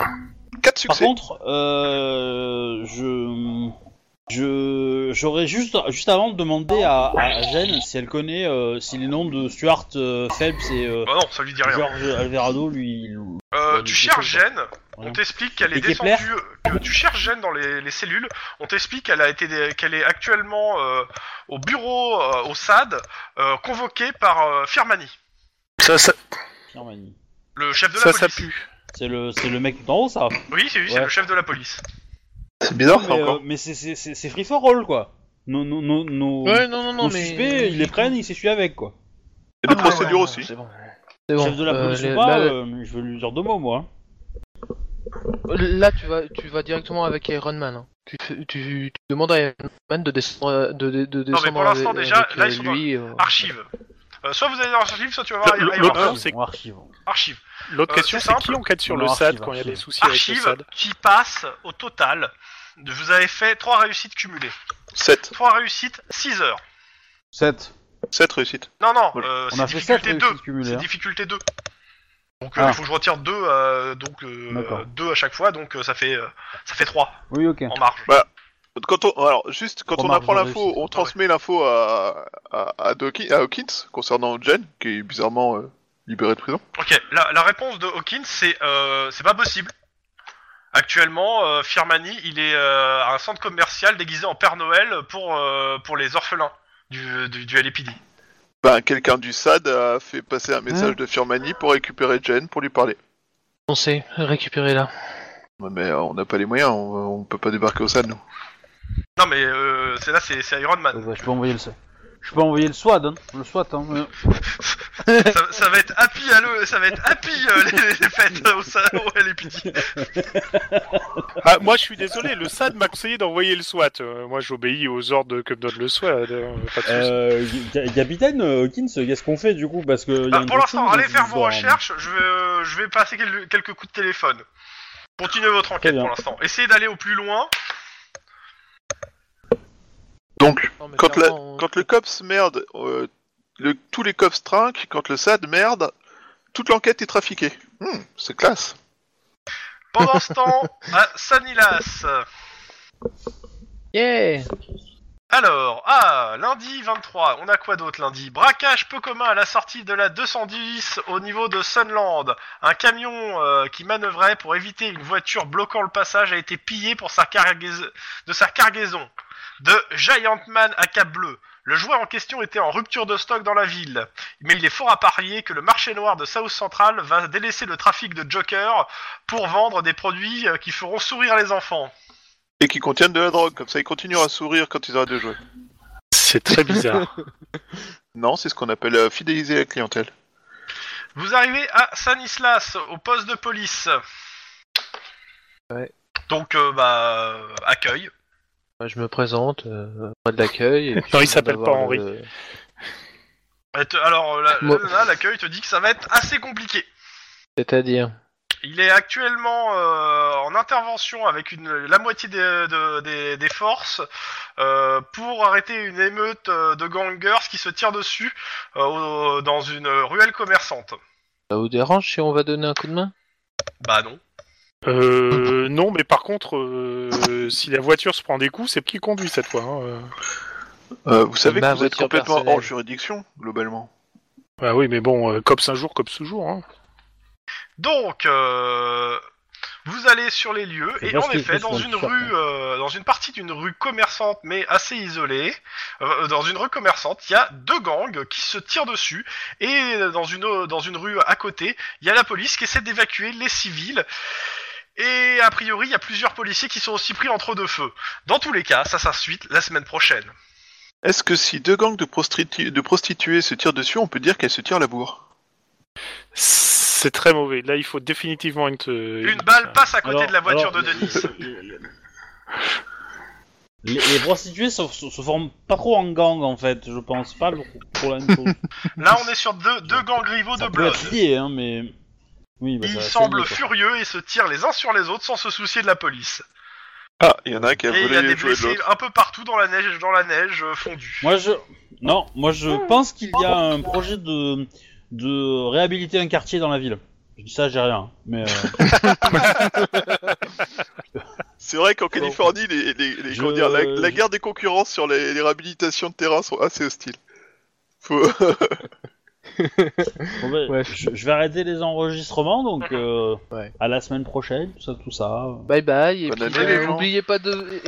4 Par succès. contre, euh, je. Je. J'aurais juste, juste avant de demander à, à à Jen si elle connaît euh, si les noms de Stuart euh, Phelps et euh, Bah non, ça lui dit rien. George Alvarado lui. lui- Euh, Ouais, tu mais cherches c'est quoi, Jen, on Ouais. t'explique qu'elle est Et Kepler descendue, que tu cherches Jen dans les, les cellules, on t'explique qu'elle a été, dé- qu'elle est actuellement euh, au bureau, euh, au SAD, euh, convoquée par euh, Firmani, Ça, ça, Pierre Magny. le chef de la ça, ça police. pue. C'est le, c'est le mec tout en haut ça. Oui, c'est oui, c'est Ouais. le chef de la police. Ah, C'est bizarre Mais, euh, mais c'est- c'est c'est- c'est free for all quoi. Nos, nos, nos, nos- Ouais, non, non, nos non, mais. suspects, ils les prennent, ils s'essuient avec quoi. Et des ah, procédures aussi. C'est bon. C'est bon. Chef de la euh, police les- ou pas, là, euh, je vais lui dire deux mots moi. là, tu vas, tu vas directement avec Iron Man. hein. Tu, tu, tu demandes à Iron Man de descendre, de, de, de mais descendre pour l'instant, avec- déjà, avec, là, euh, ils sont lui, euh, Archive. Euh, soit vous allez dans l'archive, soit tu vas voir Le- le- Iron Man. l'autre- Ah, c'est- On archive. Archive. L'autre Euh, question, c'est c'est simple. qui enquête sur On le archive, hein, SAD quand il y a archive. des soucis avec le Archive SAD qui passe au total. Vous avez fait 3 réussites cumulées. 7. 3 réussites, 6 heures. 7. 7 réussites. Non, non, Voilà. euh, On c'est a fait 7 difficulté 2. réussites cumulées. C'est hein. difficulté 2. Donc euh, il Ah. faut que je retire 2 euh, donc euh, D'accord. deux à chaque fois, donc euh, ça fait euh, ça fait 3 Oui, ok. en marge. Quand on, alors, juste, quand on Remarque, apprend j'en l'info, réussis. on transmet l'info à, à, à, Dawkins- à Hawkins concernant Jen, qui est bizarrement euh, libérée de prison. Ok, la, la réponse de Hawkins c'est euh, c'est pas possible. Actuellement, euh, Firmani, il est euh, à un centre commercial déguisé en Père Noël pour euh, pour les orphelins du du, du LAPD. Ben, quelqu'un du SAD a fait passer un message de Firmani pour récupérer Jen pour lui parler. On sait, récupérer là. Ouais, Mais euh, on n'a pas les moyens, on, on peut pas débarquer au SAD, nous. Non mais euh, c'est là c'est c'est Iron Man. Ouais, bah, je peux envoyer le je peux envoyer le SWAT, hein. le SWAT. Hein. mais- ça, ça va être happy à le, ça va être happy euh, les, les fêtes euh, au salon au LAPD. Ah, moi, je suis désolé, le SAD m'a conseillé d'envoyer le SWAT. Euh, moi, j'obéis aux ordres que me donne le SWAT. euh, pas de soucis. Euh, Ga- capitaine euh, Hawkins, qu'est-ce qu'on fait du coup Parce que y a Bah, une pour l'instant, question, allez je faire vous vos en- recherches. Je vais, euh, je vais passer quel- quelques coups de téléphone. Continuez votre Très enquête bien. pour l'instant. Essayez d'aller au plus loin. Donc, Non, mais quand, la- clairement, on- quand le cops merde, euh, le- tous les cops trinquent, quand le SAD merde, toute l'enquête est trafiquée. Hmm, c'est classe. Pendant ce temps, à Sanilas. Yeah Alors, ah, lundi 23, on a quoi d'autre lundi Braquage peu commun à la sortie de la 210 au niveau de Sunland. Un camion euh, qui manœuvrait pour éviter une voiture bloquant le passage a été pillé pour sa cargaison, de sa cargaison. De Giant Man à Cap Bleu. Le joueur en question était en rupture de stock dans la ville. Mais il est fort à parier que le marché noir de South Central va délaisser le trafic de Joker pour vendre des produits euh, qui feront sourire les enfants. Et qui contiennent de la drogue, comme ça ils continueront à sourire quand ils arrêtent de jouer. C'est très bizarre. Non, c'est ce qu'on appelle euh, fidéliser la clientèle. Vous arrivez à Sanislas, au poste de police. Ouais. Donc, euh, bah, euh, accueil. Moi, Je me présente, euh, moi de l'accueil. [laughs] et puis Non, il je s'appelle demande pas d'avoir le- Et te- Alors, là, Moi- là, l'accueil te dit que ça va être assez compliqué. C'est-à-dire Il est actuellement euh, en intervention avec une, la moitié des, de- des- des forces euh, pour arrêter une émeute euh, de gangers qui se tirent dessus euh, au- dans une ruelle commerçante. Ça vous dérange si on va donner un coup de main Bah non. Euh, non, mais par contre, euh, si la voiture se prend des coups, c'est qui conduit cette fois. hein, euh. Euh, vous savez Ma que vous êtes voiture complètement personnelle. hors juridiction, globalement. Bah oui, mais bon, euh, cops un jour, cops toujours. Hein. Donc, euh, vous allez sur les lieux C'est et bien en ce qu'il effet, fait sur dans le hein. une t-shirt, rue, euh, dans une partie d'une rue commerçante mais assez isolée, euh, dans une rue commerçante, il y a deux gangs qui se tirent dessus et dans une au- dans une rue à côté, il y a la police qui essaie d'évacuer les civils. Et a priori, il y a plusieurs policiers qui sont aussi pris entre deux feux. Dans tous les cas, ça s'insuite la semaine prochaine. Est-ce que si deux gangs de, prostitu- de prostituées se tirent dessus, on peut dire qu'elles se tirent la bourre C'est très mauvais. Là, il faut définitivement une. euh, te- Une balle passe à côté de la voiture alors, de Denis. [laughs] Les, les prostituées se, se- se forment pas trop en gang en fait, je pense pas le- pour la même [laughs] chose. Là, on est sur deux, deux gangs rivaux Ça de peut Blood. être lié, hein, mais. Oui, bah, ça Ils va semblent saigner, quoi. furieux et se tirent les uns sur les autres sans se soucier de la police. Ah, il y en a un qui a et il y a des volé les jouets de blessés l'autre. un peu partout dans la neige, dans la neige euh, fondue. Moi je. Non, moi je pense qu'il y a un projet de. de réhabiliter un quartier dans la ville. Je dis ça, j'ai rien. Mais. [laughs] euh, C'est vrai Oh. qu'en Californie, les, les- les- Je- comment dire, la, la je- guerre des concurrences sur les, les réhabilitations de terrain sont assez hostiles. Faut... bon, bah, Ouais. je, je vais arrêter les enregistrements donc. euh, Ouais. À la semaine prochaine, tout ça, tout ça. Bye bye, et Bonne année, puis euh, les gens. n'oubliez pas de...